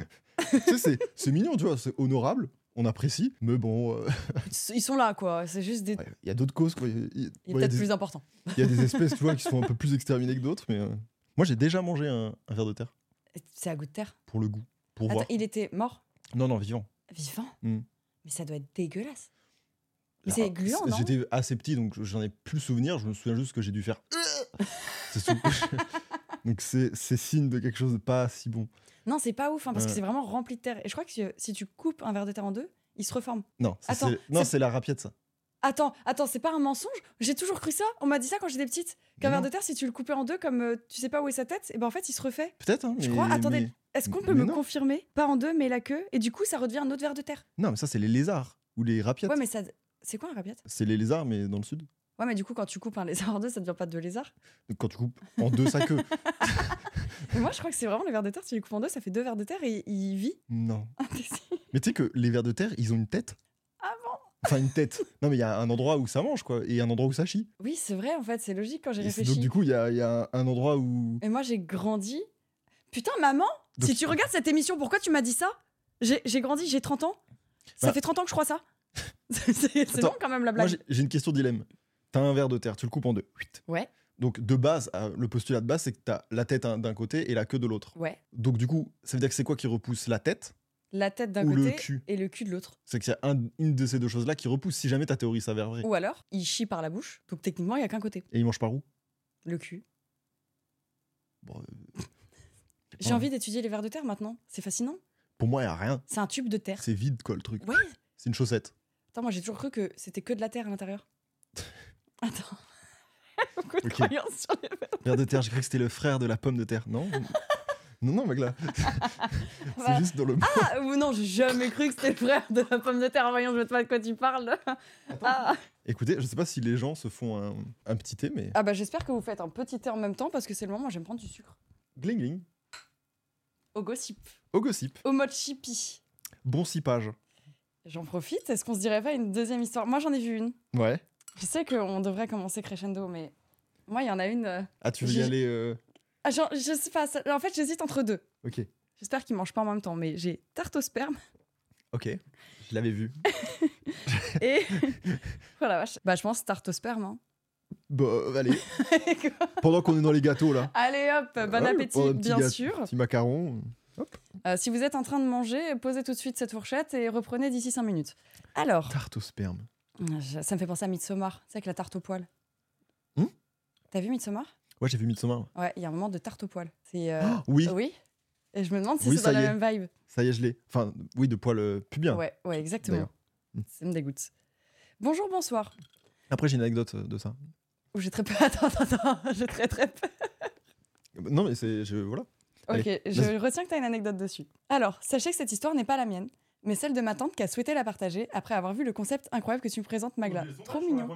Speaker 2: tu sais, c'est- c'est mignon, tu vois, c'est honorable, on apprécie, mais bon, euh, ouais,
Speaker 1: Ils sont là, quoi. C'est juste des.
Speaker 2: il y a d'autres causes, quoi. Il y,
Speaker 1: Il est
Speaker 2: ouais, il y a
Speaker 1: peut-être
Speaker 2: des-
Speaker 1: plus important.
Speaker 2: il y a des espèces, tu vois, qui sont un peu plus exterminées que d'autres, mais. euh, Moi, j'ai déjà mangé un, un ver de terre,
Speaker 1: C'est à goût de terre.
Speaker 2: pour le goût, pour
Speaker 1: Attends,
Speaker 2: voir.
Speaker 1: il était mort
Speaker 2: Non, non, vivant.
Speaker 1: Vivant
Speaker 2: Hmm.
Speaker 1: Mais ça doit être dégueulasse. Mais
Speaker 2: Ah,
Speaker 1: c'est gluant,
Speaker 2: c-
Speaker 1: non
Speaker 2: J'étais assez petit, donc j'en ai plus le souvenir. Je me souviens juste que j'ai dû faire. C'est tout. donc c'est c'est signe de quelque chose de pas si bon.
Speaker 1: Non, c'est pas ouf, hein, parce que
Speaker 2: Ouais.
Speaker 1: c'est vraiment rempli de terre. Et je crois que si- si tu coupes un verre de terre en deux, il se reforme.
Speaker 2: Non, ça,
Speaker 1: Attends,
Speaker 2: c'est non,
Speaker 1: c'est-
Speaker 2: c'est la rapiette ça.
Speaker 1: Attends, attends, c'est pas un mensonge J'ai toujours cru ça. On m'a dit ça quand j'étais petite. Qu'un
Speaker 2: Mais
Speaker 1: verre
Speaker 2: non.
Speaker 1: de terre, si tu le coupais en deux, comme euh, tu sais pas où est sa tête, et ben en fait, il se refait.
Speaker 2: Peut-être. hein,
Speaker 1: Je
Speaker 2: mais-
Speaker 1: crois. Attendez.
Speaker 2: mais-
Speaker 1: Est-ce qu'on peut
Speaker 2: Mais
Speaker 1: me
Speaker 2: non.
Speaker 1: confirmer Pas en deux, mais la queue. Et du coup, ça redevient un autre verre de terre.
Speaker 2: Non, mais ça c'est les lézards ou les rapiettes.
Speaker 1: Ouais, mais ça. C'est quoi un rabiate
Speaker 2: C'est les lézards, mais dans le sud.
Speaker 1: Ouais, mais du coup, quand tu coupes un lézard en deux, ça devient pas deux lézards.
Speaker 2: Donc, quand tu coupes en deux sa queue.
Speaker 1: Et moi, je crois que c'est vraiment le verre de terre. Si tu le coupes en deux, ça fait deux verres de terre et il vit.
Speaker 2: Non.
Speaker 1: Ah, mais si.
Speaker 2: Mais tu sais que les vers de terre, ils ont une tête.
Speaker 1: Ah
Speaker 2: bon Enfin une tête. Non, mais il y a un endroit où ça mange quoi, et un endroit où ça chie.
Speaker 1: oui, c'est vrai, en fait, c'est logique quand j'ai
Speaker 2: Et c'est-
Speaker 1: réfléchi.
Speaker 2: donc du coup, il y a, il y a un endroit où.
Speaker 1: Et moi, j'ai grandi. Putain, maman,
Speaker 2: Donc-
Speaker 1: si tu regardes cette émission, pourquoi tu m'as dit ça J'ai j'ai grandi, j'ai 30 ans. Ça
Speaker 2: Bah-
Speaker 1: fait 30 ans que je crois ça. C'est- C'est c'est
Speaker 2: Attends,
Speaker 1: long quand même la
Speaker 2: Moi,
Speaker 1: blague.
Speaker 2: j'ai j'ai une question dilemme. T'as un verre de terre, tu le coupes en deux. Huit.
Speaker 1: Ouais.
Speaker 2: Donc, de base, euh, le postulat de base, c'est que t'as la tête hein, d'un côté et la queue de l'autre.
Speaker 1: ouais,
Speaker 2: Donc, du coup, ça veut dire que c'est quoi qui repousse La tête
Speaker 1: la tête d'un
Speaker 2: Ou le
Speaker 1: côté
Speaker 2: cul.
Speaker 1: et le cul de l'autre.
Speaker 2: C'est qu'il y a un- une de ces deux choses-là qui repousse si jamais ta théorie s'avère vraie.
Speaker 1: Ou alors, il chie par la bouche. Donc techniquement, il n'y a qu'un côté,
Speaker 2: Et il mange par où
Speaker 1: le cul.
Speaker 2: Bon, euh,
Speaker 1: J'ai
Speaker 2: Ouais.
Speaker 1: envie d'étudier les vers de terre maintenant. C'est fascinant.
Speaker 2: Pour moi, il a rien.
Speaker 1: C'est un tube de terre.
Speaker 2: C'est vide, quoi, le truc.
Speaker 1: Ouais.
Speaker 2: C'est une chaussette.
Speaker 1: Attends, moi j'ai toujours cru que c'était que de la terre à l'intérieur. Attends. Beaucoup de
Speaker 2: Ok.
Speaker 1: croyances sur les vers.
Speaker 2: Verre de terre, j'ai cru que c'était le frère de la pomme de terre. Non Non, non, mec, là.
Speaker 1: Voilà.
Speaker 2: C'est juste dans le.
Speaker 1: Ah, ou non, j'ai jamais cru que c'était le frère de la pomme de terre. Voyons, je vois pas de quoi tu parles. Ah.
Speaker 2: Écoutez, je sais pas si les gens se font un, un petit thé, mais.
Speaker 1: Ah bah j'espère que vous faites un petit thé en même temps parce que c'est le moment où j'aime prendre du sucre.
Speaker 2: Gling gling.
Speaker 1: Au gossip.
Speaker 2: Au gossip.
Speaker 1: Au mode chippy.
Speaker 2: Bon sipage.
Speaker 1: J'en profite, est-ce qu'on se dirait pas une deuxième histoire Moi j'en ai vu une.
Speaker 2: Ouais.
Speaker 1: Je sais qu'on devrait commencer crescendo mais moi il y en a une... euh,
Speaker 2: Ah, tu veux y
Speaker 1: J'ai-
Speaker 2: aller euh,
Speaker 1: Ah, genre, je sais pas, ça- en fait j'hésite entre deux.
Speaker 2: Ok.
Speaker 1: J'espère qu'ils mangent pas en même temps mais j'ai tarte au sperme
Speaker 2: Ok, je l'avais vu.
Speaker 1: et... voilà vache. Bah je pense tarte au sperme. hein.
Speaker 2: Bon, euh, allez,
Speaker 1: Quoi
Speaker 2: pendant qu'on est dans les gâteaux là,
Speaker 1: Allez hop, Euh, Ah, bon
Speaker 2: Ouais,
Speaker 1: appétit
Speaker 2: pour un petit
Speaker 1: bien
Speaker 2: gâteau.
Speaker 1: sûr.
Speaker 2: petit macaron.
Speaker 1: Euh, si vous êtes en train de manger, posez tout de suite cette fourchette et reprenez d'ici 5 minutes. Alors...
Speaker 2: Tarte au sperme.
Speaker 1: Je- Ça me fait penser à Midsommar, c'est avec la tarte au poil.
Speaker 2: Hmm
Speaker 1: T'as vu Midsommar
Speaker 2: Ouais, j'ai vu Midsommar.
Speaker 1: Ouais, il y a un moment de tarte au poil. C'est euh,
Speaker 2: Oh, oui,
Speaker 1: oui. Et je me demande si
Speaker 2: Oui,
Speaker 1: c'est
Speaker 2: ça
Speaker 1: dans
Speaker 2: y
Speaker 1: la
Speaker 2: est.
Speaker 1: même vibe.
Speaker 2: ça y est, je l'ai. Enfin, oui, de poil euh, pubien.
Speaker 1: Ouais, ouais, exactement.
Speaker 2: d'ailleurs. Hmm.
Speaker 1: Ça me dégoûte. Bonjour, bonsoir.
Speaker 2: Après, j'ai une anecdote euh, de ça.
Speaker 1: Ou j'ai très peur. Attends, attends, attends. J'ai très très peur.
Speaker 2: Euh, Non, mais c'est. Je, voilà.
Speaker 1: Ok,
Speaker 2: Allez,
Speaker 1: je
Speaker 2: vas-y.
Speaker 1: retiens que t'as une anecdote dessus. Alors, sachez que cette histoire n'est pas la mienne, mais celle de ma tante qui a souhaité la partager après avoir vu le concept incroyable que tu me présentes, Magla. Ah, Trop mignon.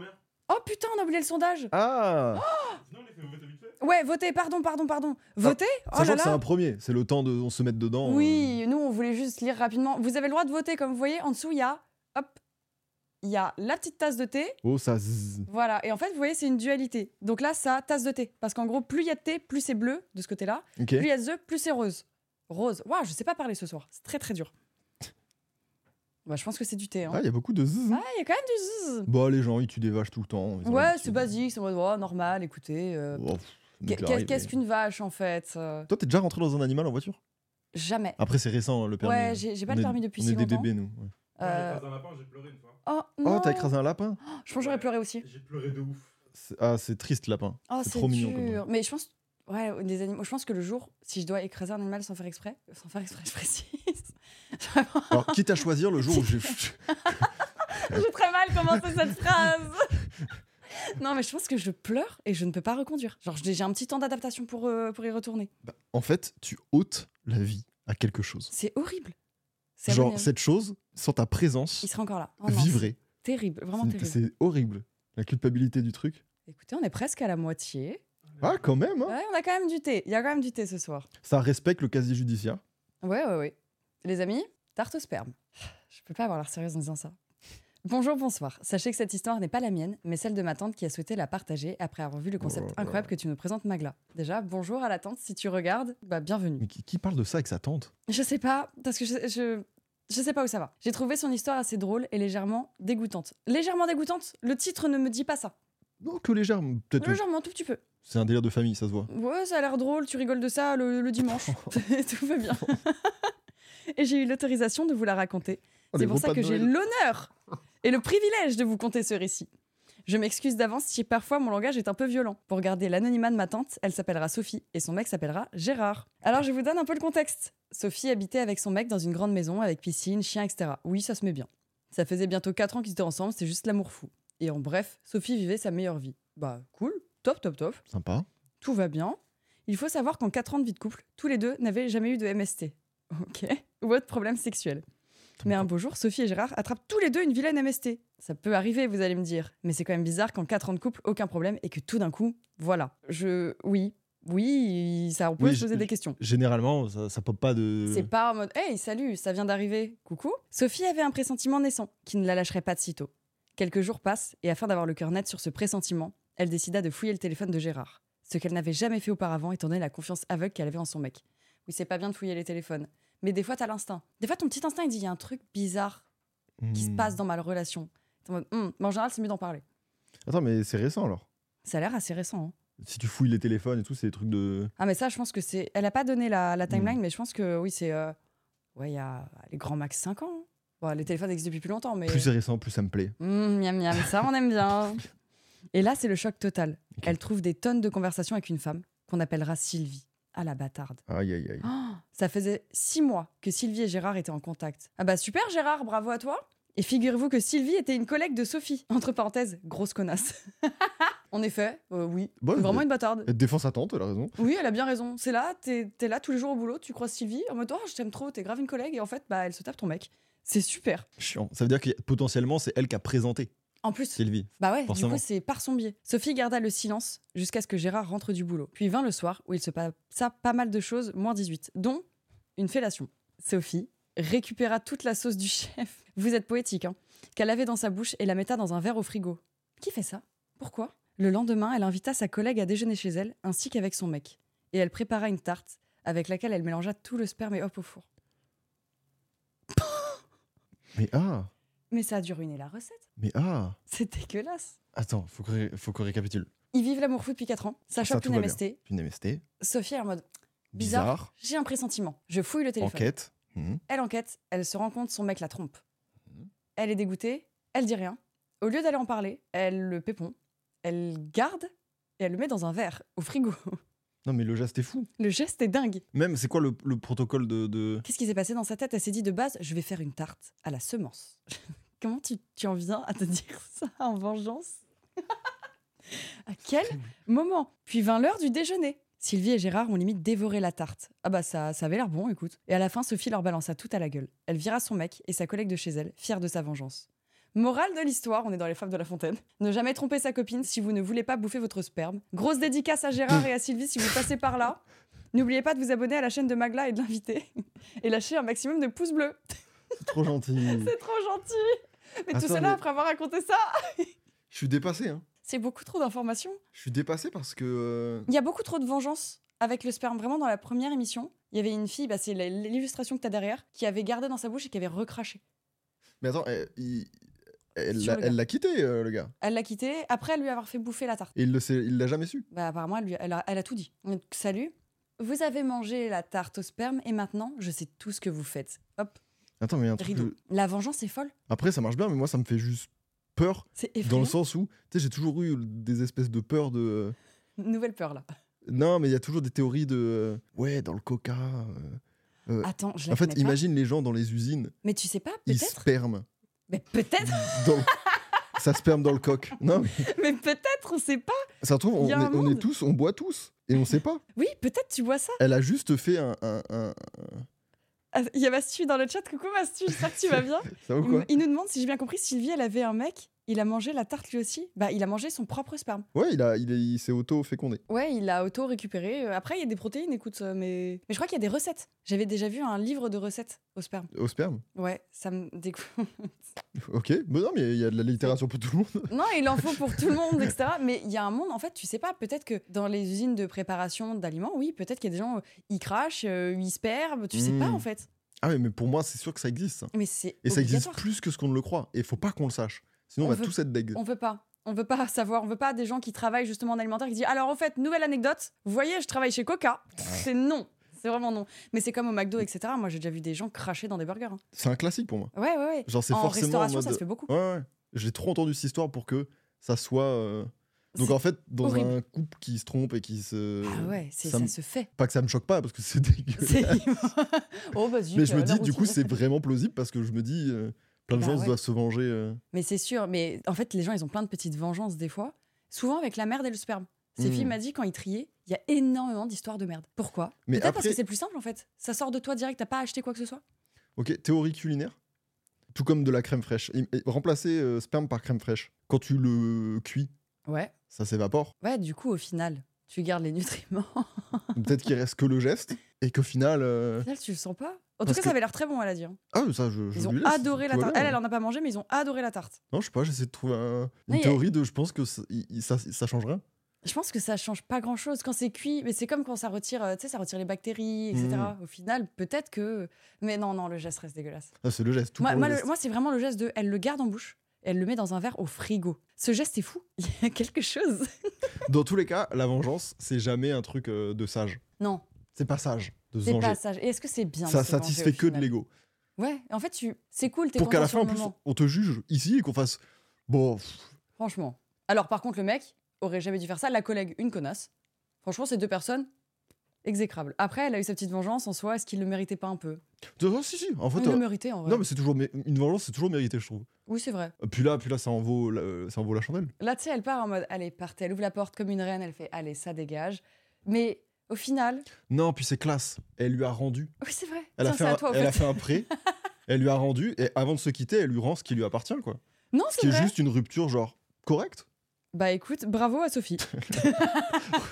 Speaker 1: Oh putain, on a oublié le sondage.
Speaker 2: Ah
Speaker 1: Ouais, votez, pardon, pardon, pardon. Votez Oh
Speaker 2: Sachant
Speaker 1: là
Speaker 2: que
Speaker 1: là.
Speaker 2: Ah, c'est un premier, c'est le temps de on se mettre dedans.
Speaker 1: Oui,
Speaker 2: Oh.
Speaker 1: nous, on voulait juste lire rapidement. Vous avez le droit de voter, comme vous voyez. En dessous, il y a, hop, il y a la petite tasse de thé.
Speaker 2: euh. Oh, ça zzz.
Speaker 1: Voilà. Et en fait, vous voyez, c'est une dualité. Donc là, ça, tasse de thé. Parce qu'en gros, plus il y a de thé, plus c'est bleu de ce côté-là.
Speaker 2: Ok.
Speaker 1: Plus il y a de œufs, plus c'est rose. Rose. Waouh, je sais pas parler ce soir. C'est très, très dur. Bah, je pense que c'est du thé. hein.
Speaker 2: Ah, il y a beaucoup de zzz.
Speaker 1: Ah, il y a quand même du zzzz.
Speaker 2: Bon, les gens, ils tuent des vaches tout le temps. ils ont
Speaker 1: Ouais,
Speaker 2: l'habitude.
Speaker 1: c'est basique, c'est en mode, oh, normal, écoutez. euh,
Speaker 2: Oh, pff,
Speaker 1: qu'est-
Speaker 2: donc,
Speaker 1: qu'est-
Speaker 2: arrive,
Speaker 1: Qu'est-ce
Speaker 2: mais-
Speaker 1: qu'une vache, en fait euh,
Speaker 2: Toi, t'es déjà rentré dans un animal en voiture
Speaker 1: Jamais.
Speaker 2: Après, c'est récent hein, le permis.
Speaker 1: Ouais, j'ai j'ai pas
Speaker 2: On
Speaker 1: le
Speaker 2: est-
Speaker 1: permis depuis
Speaker 2: on
Speaker 1: si
Speaker 2: est des
Speaker 1: longtemps.
Speaker 2: bébés, nous. ouais.
Speaker 1: Euh,
Speaker 3: J'ai écrasé un lapin, j'ai pleuré une fois.
Speaker 1: Oh,
Speaker 2: Oh,
Speaker 1: non.
Speaker 2: t'as écrasé un lapin
Speaker 1: Je pense que j'aurais pleuré aussi.
Speaker 3: J'ai pleuré de ouf.
Speaker 2: C'est- Ah, c'est triste, lapin.
Speaker 1: Oh,
Speaker 2: C'est
Speaker 1: c'est
Speaker 2: trop mignon, comme
Speaker 1: dur. Mais je pense, ouais, des animaux. Je pense que le jour, si je dois écraser un animal sans faire exprès, sans faire exprès, je précise. Vraiment,
Speaker 2: Alors, quitte à choisir le jour où j'ai.
Speaker 1: J'ai très mal commencé cette phrase. Non, mais je pense que je pleure et je ne peux pas reconduire. Genre, j'ai j'ai un petit temps d'adaptation pour, euh, pour y retourner.
Speaker 2: Bah, en fait, tu ôtes la vie à quelque chose.
Speaker 1: C'est horrible. C'est hein.
Speaker 2: Genre,
Speaker 1: abominable.
Speaker 2: cette chose, sans ta présence,
Speaker 1: Il serait encore là. Oh non,
Speaker 2: vivrait.
Speaker 1: c'est Terrible, vraiment
Speaker 2: C'est-
Speaker 1: terrible.
Speaker 2: C'est horrible. La culpabilité du truc.
Speaker 1: Écoutez, on est presque à la moitié.
Speaker 2: Ah, quand même, hein.
Speaker 1: Ouais, on a quand même du thé. Il y a quand même du thé ce soir.
Speaker 2: Ça respecte le casier judiciaire.
Speaker 1: Ouais, ouais, ouais. Les amis, tarte au sperme. Je peux pas avoir l'air sérieuse en disant ça. Bonjour, bonsoir. Sachez que cette histoire n'est pas la mienne, mais celle de ma tante qui a souhaité la partager après avoir vu le concept
Speaker 2: Oh là là.
Speaker 1: incroyable que tu nous présentes, Magla. Déjà, bonjour à la tante, si tu regardes, bah bienvenue.
Speaker 2: Mais qui, qui parle de ça avec sa tante
Speaker 1: Je sais pas, parce que je, je, je sais pas où ça va. J'ai trouvé son histoire assez drôle et légèrement dégoûtante. Légèrement dégoûtante Le titre ne me dit pas ça.
Speaker 2: Non, que légèrement. Peut-être.
Speaker 1: Légèrement, tout petit peu.
Speaker 2: C'est un délire de famille, ça se voit.
Speaker 1: Ouais, ça a l'air drôle, tu rigoles de ça le, le dimanche. tout va bien. et j'ai eu l'autorisation de vous la raconter.
Speaker 2: Oh, les
Speaker 1: C'est pour ça
Speaker 2: repas
Speaker 1: que
Speaker 2: de
Speaker 1: j'ai
Speaker 2: Noël.
Speaker 1: l'honneur et le privilège de vous conter ce récit. Je m'excuse d'avance si parfois mon langage est un peu violent. Pour garder l'anonymat de ma tante, elle s'appellera Sophie et son mec s'appellera Gérard. Alors je vous donne un peu le contexte. Sophie habitait avec son mec dans une grande maison avec piscine, chien, etc. Oui, ça se met bien. Ça faisait bientôt 4 ans qu'ils étaient ensemble, c'était juste l'amour fou. Et en bref, Sophie vivait sa meilleure vie. Bah cool, top, top, top
Speaker 2: Sympa.
Speaker 1: tout va bien. Il faut savoir qu'en 4 ans de vie de couple, tous les deux n'avaient jamais eu de MST. Ok. Ou autre problème sexuel. Mais un beau jour, Sophie et Gérard attrapent tous les deux une vilaine MST. Ça peut arriver, vous allez me dire. Mais c'est quand même bizarre qu'en 4 ans de couple, aucun problème et que tout d'un coup, voilà. Je. Oui. Oui, ça, on peut
Speaker 2: Oui,
Speaker 1: se poser
Speaker 2: je-
Speaker 1: des questions.
Speaker 2: Généralement, ça, ça pop pas de.
Speaker 1: C'est pas en mode Hey, salut, ça vient d'arriver, coucou. Sophie avait un pressentiment naissant qui ne la lâcherait pas de sitôt. Quelques jours passent et afin d'avoir le cœur net sur ce pressentiment, elle décida de fouiller le téléphone de Gérard. Ce qu'elle n'avait jamais fait auparavant étant donné la confiance aveugle qu'elle avait en son mec. Oui, c'est pas bien de fouiller les téléphones. Mais des fois, t'as l'instinct. Des fois, ton petit instinct, il dit il y a un truc bizarre qui se
Speaker 2: Hmm.
Speaker 1: passe dans ma relation. T'es en mode, Hmm, mais en général, c'est mieux d'en parler.
Speaker 2: Attends, mais c'est récent alors.
Speaker 1: Ça a l'air assez récent. hein.
Speaker 2: Si tu fouilles les téléphones et tout, c'est des trucs de.
Speaker 1: Ah, mais ça, je pense que c'est. Elle a pas donné la, la
Speaker 2: Mm.
Speaker 1: timeline, mais je pense que oui, c'est. euh, Ouais, il y a les grands max 5 ans. hein. Bon, les téléphones existent depuis plus longtemps, mais.
Speaker 2: Plus c'est récent, plus ça me plaît.
Speaker 1: Hum, miam miam, ça on aime bien. Et là, c'est le choc total.
Speaker 2: Ok.
Speaker 1: Elle trouve des tonnes de conversations avec une femme qu'on appellera Sylvie. Ah la bâtarde.
Speaker 2: Aïe, aïe, aïe.
Speaker 1: Oh, ça faisait six mois que Sylvie et Gérard étaient en contact. Ah bah super Gérard, bravo à toi. Et figurez-vous que Sylvie était une collègue de Sophie. Entre parenthèses, grosse connasse. en effet, euh, oui.
Speaker 2: Ouais,
Speaker 1: C'est vraiment
Speaker 2: mais-
Speaker 1: une bâtarde.
Speaker 2: Elle défend sa tante, elle a raison.
Speaker 1: Oui, elle a bien raison. C'est là, t'es t'es là tous les jours au boulot, tu croises Sylvie en mode oh, je t'aime trop, t'es grave une collègue. Et en fait, bah elle se tape ton mec. C'est super.
Speaker 2: Chiant. Ça veut dire que potentiellement, c'est elle qui a présenté
Speaker 1: En plus,
Speaker 2: Sylvie.
Speaker 1: Bah ouais,
Speaker 2: Forcément.
Speaker 1: du coup, c'est par son biais. Sophie garda le silence jusqu'à ce que Gérard rentre du boulot. Puis vint le soir où il se passa pas mal de choses, moins 18, dont une fellation. Sophie récupéra toute la sauce du chef. Vous êtes poétique, hein Qu'elle avait dans sa bouche et la metta dans un verre au frigo. Qui fait ça Pourquoi Le lendemain, elle invita sa collègue à déjeuner chez elle, ainsi qu'avec son mec. Et elle prépara une tarte avec laquelle elle mélangea tout le sperme et hop au four.
Speaker 2: Mais ah
Speaker 1: Mais ça a dû ruiner la recette.
Speaker 2: Mais ah
Speaker 1: C'est dégueulasse.
Speaker 2: Attends, faut qu'on ré- faut qu'on récapitule.
Speaker 1: Ils vivent l'amour fou depuis 4 ans. Ça
Speaker 2: Ça,
Speaker 1: chope
Speaker 2: tout
Speaker 1: une
Speaker 2: va bien.
Speaker 1: MST.
Speaker 2: Une MST.
Speaker 1: Sophie est en mode Bizarre.
Speaker 2: Bizarre.
Speaker 1: J'ai un pressentiment. Je fouille le téléphone.
Speaker 2: enquête. Mhm.
Speaker 1: Elle enquête, elle se rend compte, son mec la trompe.
Speaker 2: Mhm.
Speaker 1: Elle est dégoûtée, elle dit rien. Au lieu d'aller en parler, elle le pépon, elle garde et elle le met dans un verre au frigo.
Speaker 2: Non, mais le geste est fou.
Speaker 1: Le geste est dingue.
Speaker 2: Même, c'est quoi le, le protocole de. de-
Speaker 1: Qu'est-ce qui s'est passé dans sa tête Elle s'est dit de base, je vais faire une tarte à la semence. Comment tu, tu en viens à te dire ça en vengeance À quel moment Puis vint l'heure du déjeuner. Sylvie et Gérard ont limite dévoré la tarte. Ah bah ça, ça avait l'air bon, écoute. Et à la fin, Sophie leur balança tout à la gueule. Elle vira son mec et sa collègue de chez elle, fière de sa vengeance. Morale de l'histoire, on est dans les fables de la fontaine. Ne jamais tromper sa copine si vous ne voulez pas bouffer votre sperme. Grosse dédicace à Gérard et à Sylvie si vous passez par là. N'oubliez pas de vous abonner à la chaîne de Magla et de l'inviter. Et lâcher un maximum de pouces bleus.
Speaker 2: C'est trop gentil.
Speaker 1: C'est trop gentil Mais tout
Speaker 2: Mm. Attends,
Speaker 1: cela
Speaker 2: mais-
Speaker 1: après avoir raconté ça
Speaker 2: Je suis dépassé, hein.
Speaker 1: C'est beaucoup trop d'informations.
Speaker 2: Je suis dépassé parce que. euh,
Speaker 1: Il y a beaucoup trop de vengeance avec le sperme. Vraiment, dans la première émission, il y avait une fille, bah, c'est la- l'illustration que t'as derrière, qui avait gardé dans sa bouche et qui avait recraché.
Speaker 2: Mais attends, elle, il- elle
Speaker 1: Sur
Speaker 2: l'a-
Speaker 1: le gars.
Speaker 2: elle l'a quitté, euh, le gars.
Speaker 1: Elle l'a quitté après lui avoir fait bouffer la tarte.
Speaker 2: Et il le sait- il l'a jamais su.
Speaker 1: Bah, apparemment, elle, lui- elle a, elle a tout dit. Donc, salut, vous avez mangé la tarte au sperme et maintenant, je sais tout ce que vous faites. Hop,
Speaker 2: Attends, mais un truc.
Speaker 1: rideau.
Speaker 2: que-
Speaker 1: La vengeance est folle.
Speaker 2: Après, ça marche bien, mais moi, ça me fait juste peur.
Speaker 1: C'est
Speaker 2: Dans
Speaker 1: effrayant.
Speaker 2: le sens où, tu sais, j'ai toujours eu des espèces de peurs de. euh,
Speaker 1: Nouvelle peur, là.
Speaker 2: Non, mais il y a toujours des théories de. euh, Ouais, dans le coca. euh, euh,
Speaker 1: Attends, je la hein.
Speaker 2: En fait,
Speaker 1: connais pas.
Speaker 2: imagine les gens dans les usines,
Speaker 1: Mais tu sais pas,
Speaker 2: ils
Speaker 1: peut-être
Speaker 2: sperment.
Speaker 1: Mais peut-être
Speaker 2: dans le- ça sperme dans le coq. Non, mais
Speaker 1: Mais peut-être, on sait pas.
Speaker 2: ça se trouve, on,
Speaker 1: Il y a un
Speaker 2: est, on est
Speaker 1: monde.
Speaker 2: tous, on boit tous. Et on sait pas.
Speaker 1: Oui, peut-être tu vois ça.
Speaker 2: Elle a juste fait un. un- un-
Speaker 1: Ah, Il y a Mastu dans le chat. Coucou Mastu, j'espère que tu vas bien.
Speaker 2: Ça vaut
Speaker 1: Il
Speaker 2: quoi
Speaker 1: m- Il nous demande si j'ai bien compris, Sylvie, elle avait un mec, il a mangé la tarte lui aussi. Bah, il a mangé son propre sperme.
Speaker 2: Ouais, il, a, il, est- il s'est auto-fécondé.
Speaker 1: Ouais, il l'a auto-récupéré. Euh, Après, il y a des protéines, écoute, euh, mais... Mais je crois qu'il y a des recettes. J'avais déjà vu un livre de recettes au sperme.
Speaker 2: Au sperme.
Speaker 1: Ouais, ça me dégoûte.
Speaker 2: Ok. Mais non, mais il y a de la littérature pour tout le monde.
Speaker 1: non, il en faut pour tout le monde, etc. Mais il y a un monde, en fait, tu sais pas, peut-être que dans les usines de préparation d'aliments, oui, peut-être qu'il y a des gens, euh, ils crachent, euh, ils sperment, tu sais pas,
Speaker 2: Mm.
Speaker 1: en fait.
Speaker 2: Ah, mais, mais pour moi, c'est sûr que ça existe. ça.
Speaker 1: Mais c'est
Speaker 2: Et ça existe
Speaker 1: obligatoire.
Speaker 2: plus que ce qu'on ne le croit. Et faut pas qu'on le sache. Sinon, on,
Speaker 1: On
Speaker 2: va
Speaker 1: veut-
Speaker 2: tous être deg.
Speaker 1: On veut pas. On veut pas savoir. On veut pas des gens qui travaillent justement en alimentaire qui disent alors en fait nouvelle anecdote. Vous voyez, je travaille chez Coca. C'est non. C'est vraiment non. Mais c'est comme au McDo, etc. Moi, j'ai déjà vu des gens cracher dans des burgers. hein.
Speaker 2: C'est un classique pour moi.
Speaker 1: Ouais, ouais, ouais.
Speaker 2: Genre, c'est
Speaker 1: En
Speaker 2: forcément en
Speaker 1: restauration,
Speaker 2: mode.
Speaker 1: ça se fait beaucoup.
Speaker 2: Ouais, ouais. J'ai trop entendu cette histoire pour que ça soit. euh, Donc
Speaker 1: C'est
Speaker 2: en fait, dans
Speaker 1: horrible.
Speaker 2: un couple qui se trompe et qui se.
Speaker 1: Ah ouais, c'est-
Speaker 2: euh, ça
Speaker 1: ça,
Speaker 2: me-
Speaker 1: se fait.
Speaker 2: Pas que ça me choque pas parce que c'est dégueulasse.
Speaker 1: C'est- oh bah zut,
Speaker 2: Mais je me
Speaker 1: euh,
Speaker 2: dis,
Speaker 1: leur
Speaker 2: du coup,
Speaker 1: routine.
Speaker 2: c'est vraiment plausible parce que je me dis, euh, plein de
Speaker 1: Bah
Speaker 2: gens
Speaker 1: ouais.
Speaker 2: doivent se venger. euh.
Speaker 1: Mais c'est sûr. Mais en fait, les gens, ils ont plein de petites vengeances des fois. Souvent avec la merde et le sperme. Ces
Speaker 2: Mm.
Speaker 1: filles m'a dit quand ils triaient, il y a énormément d'histoires de merde. Pourquoi
Speaker 2: Mais
Speaker 1: Peut-être parce
Speaker 2: après-
Speaker 1: que c'est plus simple en fait. Ça sort de toi direct. T'as pas acheté quoi que ce soit.
Speaker 2: Ok, théorie culinaire, tout comme de la crème fraîche. Et- et remplacer euh, sperme par crème fraîche. Quand tu le cuis,
Speaker 1: Ouais.
Speaker 2: ça s'évapore.
Speaker 1: Ouais. Du coup, au final, tu gardes les nutriments.
Speaker 2: Peut-être qu'il reste que le geste et qu'au final. euh,
Speaker 1: Au final, tu le sens pas En tout
Speaker 2: Parce
Speaker 1: cas,
Speaker 2: que-
Speaker 1: ça avait l'air très bon, elle a dit. hein.
Speaker 2: Ah, ça, je, je
Speaker 1: Ils
Speaker 2: lui
Speaker 1: ont
Speaker 2: laisse,
Speaker 1: adoré la
Speaker 2: tout à
Speaker 1: tarte.
Speaker 2: l'heure.
Speaker 1: Elle, elle en a pas mangé, mais ils ont adoré la tarte.
Speaker 2: Non, je sais pas, j'essaie de trouver un- une
Speaker 1: Non, il y a-
Speaker 2: théorie de je pense que ça, il- il- ça, ça change rien.
Speaker 1: Je pense que ça change pas grand chose quand c'est cuit, mais c'est comme quand ça retire, euh, tu sais, ça retire les bactéries, etc.
Speaker 2: Mm.
Speaker 1: Au final, peut-être que. Mais non, non, le geste reste dégueulasse.
Speaker 2: Ah, c'est le geste. Tout
Speaker 1: Moi,
Speaker 2: pour
Speaker 1: moi,
Speaker 2: le
Speaker 1: le-
Speaker 2: geste.
Speaker 1: moi, c'est vraiment le geste de. Elle le garde en bouche, elle le met dans un verre au frigo. Ce geste est fou. Il y a quelque chose.
Speaker 2: Dans tous les cas, la vengeance, c'est jamais un truc euh, de sage.
Speaker 1: Non,
Speaker 2: C'est pas sage de se
Speaker 1: c'est
Speaker 2: venger.
Speaker 1: pas sage. Et est-ce que c'est bien de
Speaker 2: Ça
Speaker 1: se venger
Speaker 2: satisfait
Speaker 1: au
Speaker 2: que de
Speaker 1: final
Speaker 2: l'ego.
Speaker 1: Ouais, en fait, tu... c'est cool, t'es
Speaker 2: Pour qu'à
Speaker 1: content
Speaker 2: la
Speaker 1: sur
Speaker 2: fin,
Speaker 1: le
Speaker 2: en plus,
Speaker 1: moment.
Speaker 2: on te juge ici et qu'on fasse. Bon, pff,
Speaker 1: Franchement. Alors, par contre, le mec aurait jamais dû faire ça. La collègue, une connasse. Franchement, ces deux personnes, exécrables. Après, elle a eu sa petite vengeance en soi. Est-ce qu'il le méritait pas un peu
Speaker 2: de- oh, si, si, en fait.
Speaker 1: Il
Speaker 2: euh,
Speaker 1: le méritait en vrai.
Speaker 2: Non, mais c'est toujours. mé- Une vengeance, c'est toujours mérité, je trouve. Euh,
Speaker 1: Oui, c'est vrai.
Speaker 2: Puis là, puis là ça, en vaut la... euh, ça en vaut la chandelle.
Speaker 1: Là, tu sais, elle part en mode Allez, partez. Elle ouvre la porte comme une reine. Elle fait Allez, ça dégage. Mais au final.
Speaker 2: Non, puis c'est classe. Elle lui a rendu.
Speaker 1: Oui, c'est vrai.
Speaker 2: Elle, a
Speaker 1: Tiens,
Speaker 2: fait,
Speaker 1: c'est
Speaker 2: un...
Speaker 1: à toi, au
Speaker 2: elle
Speaker 1: fait.
Speaker 2: a fait un prêt. elle lui a rendu. Et avant de se quitter, elle lui rend ce qui lui appartient, quoi.
Speaker 1: Non,
Speaker 2: Ce qui
Speaker 1: c'est
Speaker 2: est
Speaker 1: vrai.
Speaker 2: juste une rupture, genre, correcte.
Speaker 1: Bah écoute, bravo à Sophie.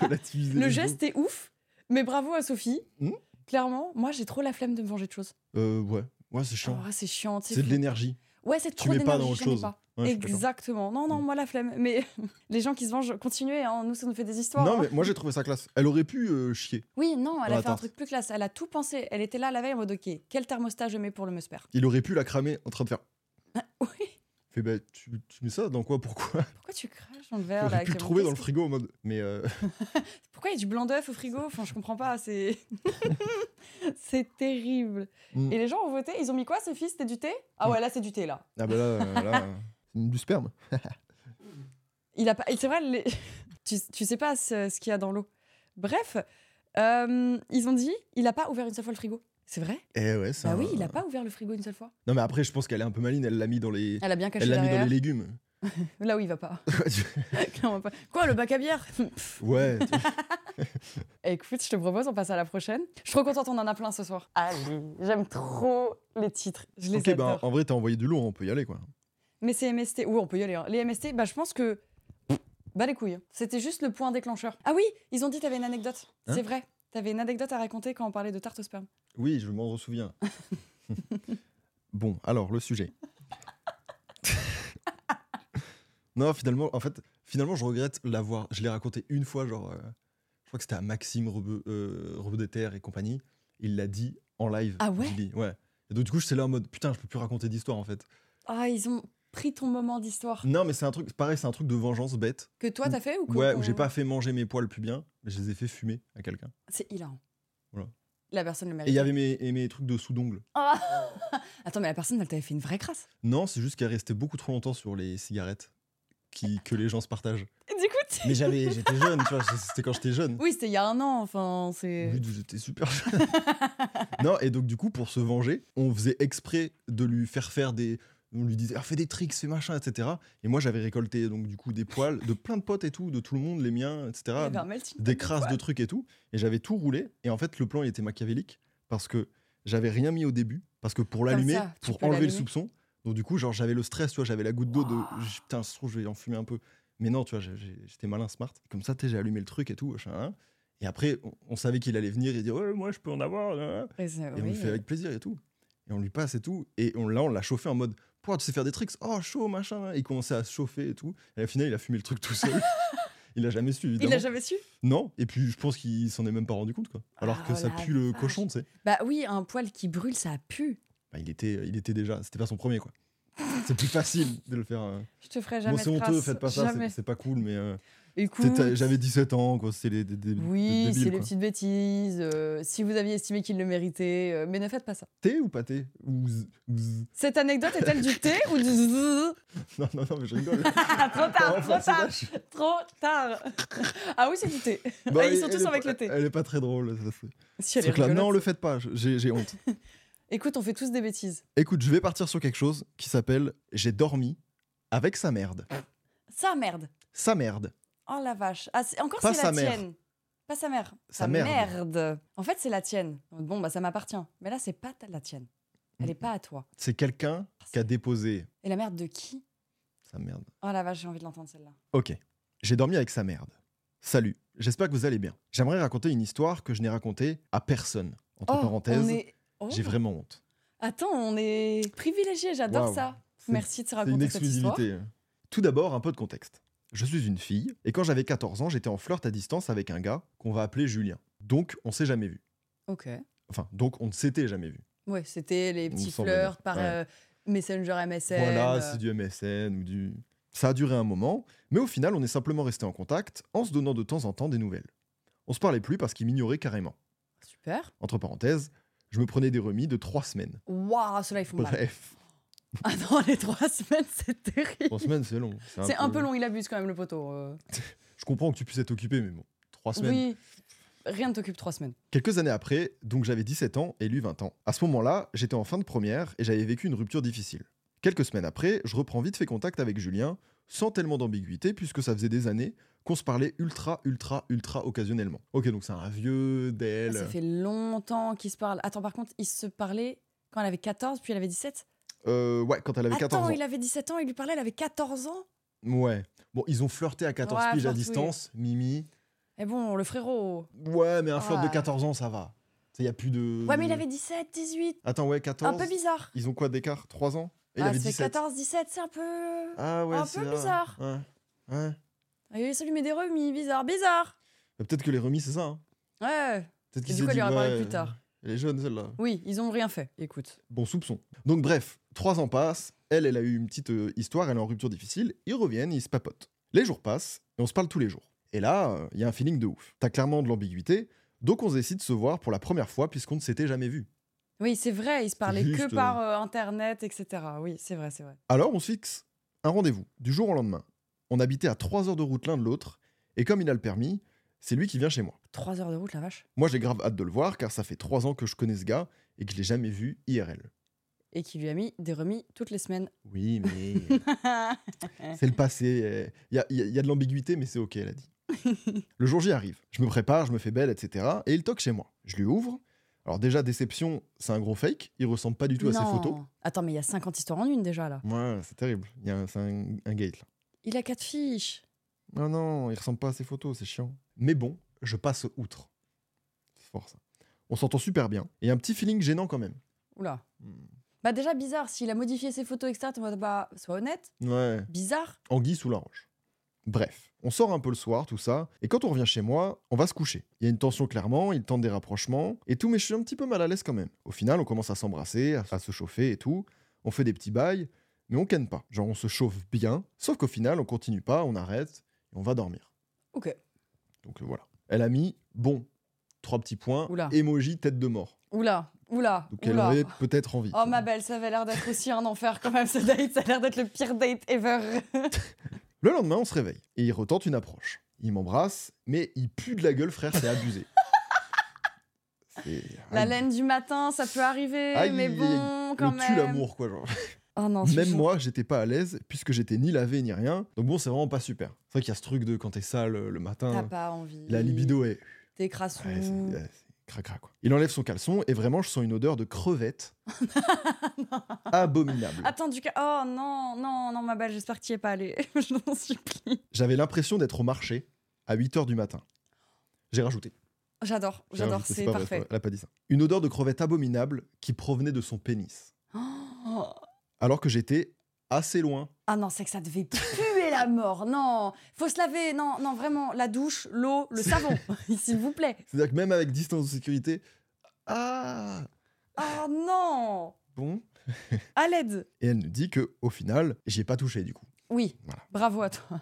Speaker 2: Relativiser
Speaker 1: le
Speaker 2: les
Speaker 1: geste est ouf, mais bravo à Sophie.
Speaker 2: Hmm.
Speaker 1: Clairement, moi, j'ai trop la flemme de me venger de choses.
Speaker 2: choses. Euh, ouais. Ouais, c'est chiant.
Speaker 1: Oh, c'est chiant. tu sais,
Speaker 2: c'est de
Speaker 1: faut-
Speaker 2: l'énergie.
Speaker 1: Ouais, c'est
Speaker 2: Tu
Speaker 1: trop
Speaker 2: mets pas dans
Speaker 1: d'énergie.
Speaker 2: autre
Speaker 1: j'en ai
Speaker 2: chose.
Speaker 1: pas.
Speaker 2: Ouais, je suis d'accord.
Speaker 1: Exactement. Non, non,
Speaker 2: Mm.
Speaker 1: moi la flemme. Mais les gens qui se vengent, continuez. hein, Nous, ça nous fait des histoires.
Speaker 2: Non,
Speaker 1: hein.
Speaker 2: mais moi j'ai trouvé ça classe. Elle aurait pu euh, chier.
Speaker 1: Oui, non, elle
Speaker 2: Dans
Speaker 1: a
Speaker 2: la
Speaker 1: fait un
Speaker 2: tarte.
Speaker 1: truc plus classe. Elle a tout pensé. Elle était là la veille en mode OK, quel thermostat je mets pour le meusper
Speaker 2: Il aurait pu la cramer en train de faire.
Speaker 1: Oui.
Speaker 2: Fait, bah, tu, tu mets ça dans quoi Pourquoi
Speaker 1: Pourquoi tu craches dans le
Speaker 2: Il
Speaker 1: verre là,
Speaker 2: aurait pu le
Speaker 1: Clément
Speaker 2: trouver dans
Speaker 1: Ah,
Speaker 2: le
Speaker 1: bah, Qu'est-ce
Speaker 2: frigo en mode. Mais euh,
Speaker 1: que- Pourquoi il y a du blanc d'œuf au frigo Enfin, je comprends pas. C'est c'est terrible.
Speaker 2: Mm.
Speaker 1: Et les gens ont voté. Ils ont mis quoi, Sophie C'était du thé Ah ouais, là c'est du thé là.
Speaker 2: ah bah là, euh, là, euh, c'est du sperme.
Speaker 1: Il a pas. et C'est vrai, les- tu, tu sais pas ce, ce qu'il y a dans l'eau. Bref, euh, ils ont dit, il a pas ouvert une seule fois le frigo. C'est vrai
Speaker 2: Eh ouais, ça.
Speaker 1: Bah oui, il a pas ouvert le frigo une seule fois.
Speaker 2: Non mais après, je pense qu'elle est un peu maline. Elle l'a mis dans les.
Speaker 1: Elle a bien caché
Speaker 2: Elle l'a mis dans
Speaker 1: Ah, derrière.
Speaker 2: les légumes.
Speaker 1: Là où il va pas. Clairement pas. Quoi, le bac à bière Pff.
Speaker 2: ouais. tu-
Speaker 1: Écoute, je te propose, on passe à la prochaine. Je suis trop contente, on en a plein ce soir. Allez, j'aime trop les titres. Je les
Speaker 2: ok, bah
Speaker 1: adore.
Speaker 2: en vrai, t'as envoyé du lourd, on peut y aller quoi.
Speaker 1: Mais c'est MST. Oui, on peut y aller. hein. Les MST, bah je pense que. Bah les couilles. C'était juste le point déclencheur. Ah oui, ils ont dit t'avais une anecdote.
Speaker 2: Hein
Speaker 1: c'est vrai. T'avais une anecdote à raconter quand on parlait de tarte au sperme.
Speaker 2: Oui, je m'en souviens. bon, alors le sujet. non, finalement, en fait, finalement, je regrette l'avoir. Je l'ai raconté une fois, genre, euh, je crois que c'était à Maxime Rebeu, euh, Rebeu des Terres et compagnie. Il l'a dit en live.
Speaker 1: Ah ouais
Speaker 2: Gilly, Ouais. Et donc du coup, j'étais là en mode putain, je peux plus raconter d'histoire en fait.
Speaker 1: Ah, ils ont pris ton moment d'histoire.
Speaker 2: Non, mais c'est un truc, pareil, c'est un truc de vengeance bête.
Speaker 1: Que toi, t'as fait ou quoi
Speaker 2: ouais, où j'ai pas fait manger mes poils plus bien, mais je les ai fait fumer à quelqu'un.
Speaker 1: C'est hilarant.
Speaker 2: Voilà.
Speaker 1: La personne le mérite.
Speaker 2: Et il y avait mes, et mes trucs de sous d'ongles.
Speaker 1: Ah Attends, mais la personne, elle t'avait fait une vraie crasse.
Speaker 2: Non, c'est juste qu'elle restait beaucoup trop longtemps sur les cigarettes qui, que les gens se partagent.
Speaker 1: Et Du coup, tu-
Speaker 2: Mais j'avais, j'étais jeune, tu vois, c'était quand j'étais jeune.
Speaker 1: Oui, c'était il y a un an, enfin, c'est.
Speaker 2: Oui, vous étiez super jeune. non, et donc du coup, pour se venger, on faisait exprès de lui faire faire des on lui disait ah, fais des tricks, fais machin, etc. Et moi j'avais récolté donc du coup des poils de plein de potes et tout, de tout le monde, les miens,
Speaker 1: Il y
Speaker 2: etc.
Speaker 1: avait un melting pot
Speaker 2: des crasses de
Speaker 1: poils.
Speaker 2: trucs et tout. Et j'avais tout roulé. Et en fait, le plan, il était machiavélique parce que j'avais rien mis au début. Parce que pour l'allumer,
Speaker 1: ça, tu
Speaker 2: pour
Speaker 1: peux
Speaker 2: enlever le
Speaker 1: l'allumer.
Speaker 2: soupçon, donc du coup, genre, j'avais le stress, tu vois, j'avais la goutte d'eau de
Speaker 1: Waouh.
Speaker 2: J- putain, ça se trouve, je vais en fumer un peu. Mais non, tu vois, j'ai- j'ai- j'étais malin, smart. Comme ça, tu sais, j'ai allumé le truc et tout. machin. hein. Et après, on, on savait qu'il allait venir et dire, ouais, moi, je peux en avoir. là, là.
Speaker 1: Et c'est-
Speaker 2: Et on le
Speaker 1: oui.
Speaker 2: fait avec plaisir et tout. Et on lui passe et tout. Et on, là, on l'a chauffé en mode, Pouah, tu sais faire des tricks, oh, chaud, machin. Et il commençait à se chauffer et tout. Et au final, il a fumé le truc tout seul. il a jamais su,
Speaker 1: Il
Speaker 2: évidemment.
Speaker 1: l'a jamais su
Speaker 2: Non, et puis je pense qu'il s'en est même pas rendu compte, quoi. Alors que
Speaker 1: Oh
Speaker 2: ça
Speaker 1: la
Speaker 2: pue le
Speaker 1: vache.
Speaker 2: cochon, tu sais.
Speaker 1: Bah oui, un poil qui brûle, ça pue.
Speaker 2: Bah, il, était, il était déjà, c'était pas son premier, quoi. C'est plus facile de le faire. euh.
Speaker 1: Je te ferai jamais
Speaker 2: Bon,
Speaker 1: de
Speaker 2: c'est honteux,
Speaker 1: traces.
Speaker 2: faites pas ça,
Speaker 1: Jamais.
Speaker 2: c'est- c'est pas cool, mais euh,
Speaker 1: Écoute,
Speaker 2: t'étais- j'avais 17 ans, quoi. C'est les, des, des- des
Speaker 1: oui,
Speaker 2: débiles,
Speaker 1: c'est les
Speaker 2: quoi.
Speaker 1: petites bêtises. euh, si vous aviez estimé qu'il le méritait, euh, mais ne faites pas ça.
Speaker 2: Thé ou pas thé Ou z- ou z-
Speaker 1: Cette anecdote est-elle du thé ou du zzzz
Speaker 2: Non, non, non, mais je rigole.
Speaker 1: Ah, trop tard, trop
Speaker 2: Enfin, Oh, c'est
Speaker 1: tard,
Speaker 2: vache.
Speaker 1: trop tard. Ah oui, c'est du thé.
Speaker 2: Bon,
Speaker 1: Ah, ils
Speaker 2: elle-
Speaker 1: sont
Speaker 2: elle
Speaker 1: tous
Speaker 2: est
Speaker 1: avec
Speaker 2: pas-
Speaker 1: le thé.
Speaker 2: Elle est pas très drôle, ça, c'est-
Speaker 1: Si, elle
Speaker 2: ce
Speaker 1: est
Speaker 2: truc-là. Non,
Speaker 1: rigolote.
Speaker 2: le faites pas, je- j'ai j'ai honte.
Speaker 1: Écoute, on fait tous des bêtises.
Speaker 2: Écoute, je vais partir sur quelque chose qui s'appelle J'ai dormi avec sa merde.
Speaker 1: Ça, merde.
Speaker 2: Sa merde.
Speaker 1: Oh la vache. Ah, c'est- encore,
Speaker 2: Pas
Speaker 1: c'est la
Speaker 2: sa mère.
Speaker 1: tienne. Pas sa mère.
Speaker 2: Sa merde.
Speaker 1: En fait, c'est la tienne. Bon, bah ça m'appartient. Mais là, c'est pas ta- la tienne. Elle
Speaker 2: Mm.
Speaker 1: est pas à toi.
Speaker 2: C'est quelqu'un qui a déposé
Speaker 1: Et la merde de qui
Speaker 2: sa merde.
Speaker 1: Oh la vache, j'ai envie de l'entendre celle-là.
Speaker 2: Ok, j'ai dormi avec sa merde. Salut, j'espère que vous allez bien. J'aimerais raconter une histoire que je n'ai racontée à personne. Entre
Speaker 1: Oh,
Speaker 2: parenthèses,
Speaker 1: on est- Oh.
Speaker 2: j'ai vraiment honte.
Speaker 1: Attends, on est privilégié, j'adore
Speaker 2: Waouh.
Speaker 1: ça.
Speaker 2: C'est-
Speaker 1: Merci de se
Speaker 2: C'est une
Speaker 1: raconter cette histoire.
Speaker 2: exclusivité. Tout d'abord, un peu de contexte. Je suis une fille, et quand j'avais 14 ans, j'étais en flirt à distance avec un gars qu'on va appeler Julien. Donc, on s'est jamais vu.
Speaker 1: Ok.
Speaker 2: Enfin, donc, on ne s'était jamais vu.
Speaker 1: Ouais, c'était les
Speaker 2: On
Speaker 1: petits
Speaker 2: s'en
Speaker 1: flirts
Speaker 2: va.
Speaker 1: par
Speaker 2: Ouais.
Speaker 1: euh, Messenger MSN.
Speaker 2: Voilà,
Speaker 1: euh,
Speaker 2: c'est du MSN ou du. Ça a duré un moment, mais au final, on est simplement resté en contact en se donnant de temps en temps des nouvelles. On se parlait plus parce qu'il m'ignorait carrément.
Speaker 1: Super.
Speaker 2: Entre parenthèses, je me prenais des remis de trois semaines.
Speaker 1: Waouh, ceux-là, ils font mal.
Speaker 2: Bref.
Speaker 1: Ah non, les trois semaines, c'est terrible.
Speaker 2: Trois semaines, c'est long.
Speaker 1: C'est un peu long, il abuse quand même, le poteau. euh.
Speaker 2: Je comprends que tu puisses être occupé, mais bon, trois semaines.
Speaker 1: Oui, rien ne t'occupe trois semaines.
Speaker 2: Quelques années après, donc j'avais 17 ans et lui 20 ans. À ce moment-là, j'étais en fin de première et j'avais vécu une rupture difficile. Quelques semaines après, je reprends vite fait contact avec Julien, sans tellement d'ambiguïté, puisque ça faisait des années qu'on se parlait ultra, ultra, ultra occasionnellement. Ok, donc c'est un vieux
Speaker 1: Ah,
Speaker 2: d'elle.
Speaker 1: Ça fait longtemps qu'ils se parlent. Attends, par contre, ils se parlaient quand elle avait 14, puis elle avait 17.
Speaker 2: Euh, ouais, quand elle avait 14
Speaker 1: Attends,
Speaker 2: ans.
Speaker 1: il avait 17 ans, il lui parlait, elle avait 14 ans.
Speaker 2: Ouais. Bon, ils ont flirté à 14
Speaker 1: Ouais,
Speaker 2: piges
Speaker 1: flirt,
Speaker 2: à
Speaker 1: oui.
Speaker 2: distance, Mimi.
Speaker 1: Et Eh bon, le frérot.
Speaker 2: Ouais, mais un flirt
Speaker 1: Ouais.
Speaker 2: de 14 ans, ça va. Il n'y a plus de.
Speaker 1: Ouais, mais il avait 17, 18.
Speaker 2: Attends, ouais, 14.
Speaker 1: Un peu bizarre.
Speaker 2: Ils ont quoi d'écart 3 ans Et
Speaker 1: Ah, c'est 14, 17, c'est un peu.
Speaker 2: Ah ouais,
Speaker 1: un
Speaker 2: c'est
Speaker 1: peu
Speaker 2: vrai.
Speaker 1: bizarre.
Speaker 2: Ouais. Ouais.
Speaker 1: Et ça lui met des remis, bizarre, bizarre.
Speaker 2: Mais Peut-être que les remis, c'est ça. hein.
Speaker 1: Ouais.
Speaker 2: Peut-être
Speaker 1: Et
Speaker 2: qu'il
Speaker 1: du
Speaker 2: s'est
Speaker 1: coup, elle
Speaker 2: dit,
Speaker 1: lui en a parlé
Speaker 2: ouais,
Speaker 1: plus tard.
Speaker 2: Elle est jeune, celle-là.
Speaker 1: Oui, ils ont rien fait. Écoute.
Speaker 2: Bon soupçon. Donc bref, trois ans passent, elle, elle a eu une petite euh, histoire, elle est en rupture difficile, ils reviennent, ils se papotent. Les jours passent, et on se parle tous les jours. Et là, il y a un feeling de ouf. T'as clairement de l'ambiguïté, donc on décide de se voir pour la première fois puisqu'on ne s'était jamais vu.
Speaker 1: Oui, c'est vrai, ils se parlaient
Speaker 2: Juste,
Speaker 1: que par euh, Internet, etc. Oui, c'est vrai, c'est vrai.
Speaker 2: Alors on se fixe un rendez-vous, du jour au lendemain. On habitait à trois heures de route l'un de l'autre, et comme il a le permis, c'est lui qui vient chez moi.
Speaker 1: Trois heures de route, la vache.
Speaker 2: Moi, j'ai grave hâte de le voir car ça fait trois ans que je connais ce gars et que je l'ai jamais vu IRL.
Speaker 1: Et qui lui a mis des remis toutes les semaines.
Speaker 2: Oui, mais c'est le passé. Il y a, y a- y a de l'ambiguïté, mais c'est ok, elle a dit. le jour J arrive. Je me prépare, je me fais belle, etc. Et il toque chez moi. Je lui ouvre. Alors déjà, déception, c'est un gros fake. Il ressemble pas du tout à ses
Speaker 1: Non.
Speaker 2: photos.
Speaker 1: Attends, mais il y a 50 histoires en une déjà là.
Speaker 2: Ouais, c'est terrible. Il y a un- C'est un, un gate là.
Speaker 1: Il a quatre fiches.
Speaker 2: Non, non, il ressemble pas à ses photos, c'est chiant. Mais bon, je passe outre. C'est fort ça. On s'entend super bien. Et un petit feeling gênant quand même.
Speaker 1: Oula.
Speaker 2: Hmm.
Speaker 1: Bah déjà bizarre, s'il a modifié ses photos, etc. t'es en mode, bah, sois honnête,
Speaker 2: Ouais.
Speaker 1: bizarre.
Speaker 2: Anguille sous la roche. Bref, on sort un peu le soir, tout ça, et quand on revient chez moi, on va se coucher. Il y a une tension clairement, il tente des rapprochements, et tout, mais je suis un petit peu mal à l'aise quand même. Au final, on commence à s'embrasser, à, à se chauffer et tout, on fait des petits bails, mais on canne pas. Genre, on se chauffe bien, sauf qu'au final, on continue pas, on arrête, et on va dormir.
Speaker 1: Ok.
Speaker 2: Donc euh, voilà. Elle a mis, bon, trois petits points,
Speaker 1: Oula.
Speaker 2: emoji tête de mort.
Speaker 1: Oula, oula,
Speaker 2: Donc elle
Speaker 1: oula.
Speaker 2: aurait peut-être envie.
Speaker 1: Oh ma belle, ça avait l'air d'être aussi un enfer quand même ce date, ça a l'air d'être le pire date ever.
Speaker 2: Le lendemain, on se réveille et il retente une approche. Il m'embrasse, mais il pue de la gueule, frère, c'est abusé. C'est-
Speaker 1: La
Speaker 2: aïe,
Speaker 1: laine du matin, ça peut arriver,
Speaker 2: aïe,
Speaker 1: mais
Speaker 2: aïe, aïe,
Speaker 1: bon, quand
Speaker 2: on
Speaker 1: même.
Speaker 2: tue l'amour, quoi. Genre.
Speaker 1: Ah non, c'est
Speaker 2: Même
Speaker 1: chaud.
Speaker 2: moi, j'étais pas à l'aise puisque j'étais ni lavé ni rien. Donc bon, c'est vraiment pas super. C'est vrai qu'il y a ce truc de quand t'es sale euh, le
Speaker 1: T'as
Speaker 2: matin,
Speaker 1: pas envie.
Speaker 2: la libido est.
Speaker 1: T'es crassou.
Speaker 2: Ouais, c'est- ouais, c'est cracra, quoi. Il enlève son caleçon et vraiment, je sens une odeur de crevette abominable.
Speaker 1: Attends, du cas. Oh non, non, non, ma belle, j'espère que tu y es pas allé. Je t'en supplie.
Speaker 2: J'avais l'impression d'être au marché à 8 h du matin. J'ai rajouté.
Speaker 1: J'adore,
Speaker 2: J'ai
Speaker 1: j'adore,
Speaker 2: rajouté,
Speaker 1: c'est
Speaker 2: pas vrai,
Speaker 1: parfait.
Speaker 2: vrai, Elle a pas dit ça. Une odeur de crevette abominable qui provenait de son pénis.
Speaker 1: Oh.
Speaker 2: Alors que j'étais assez loin.
Speaker 1: Ah non, c'est que ça devait puer la mort. Non, faut se laver. Non, non, vraiment, la douche, l'eau, le savon, s'il vous plaît.
Speaker 2: C'est-à-dire que même avec distance de sécurité. Ah
Speaker 1: Oh non,
Speaker 2: Bon.
Speaker 1: à l'aide.
Speaker 2: Et elle nous dit que au final, j'y ai pas touché du coup.
Speaker 1: Oui,
Speaker 2: Voilà.
Speaker 1: bravo à toi.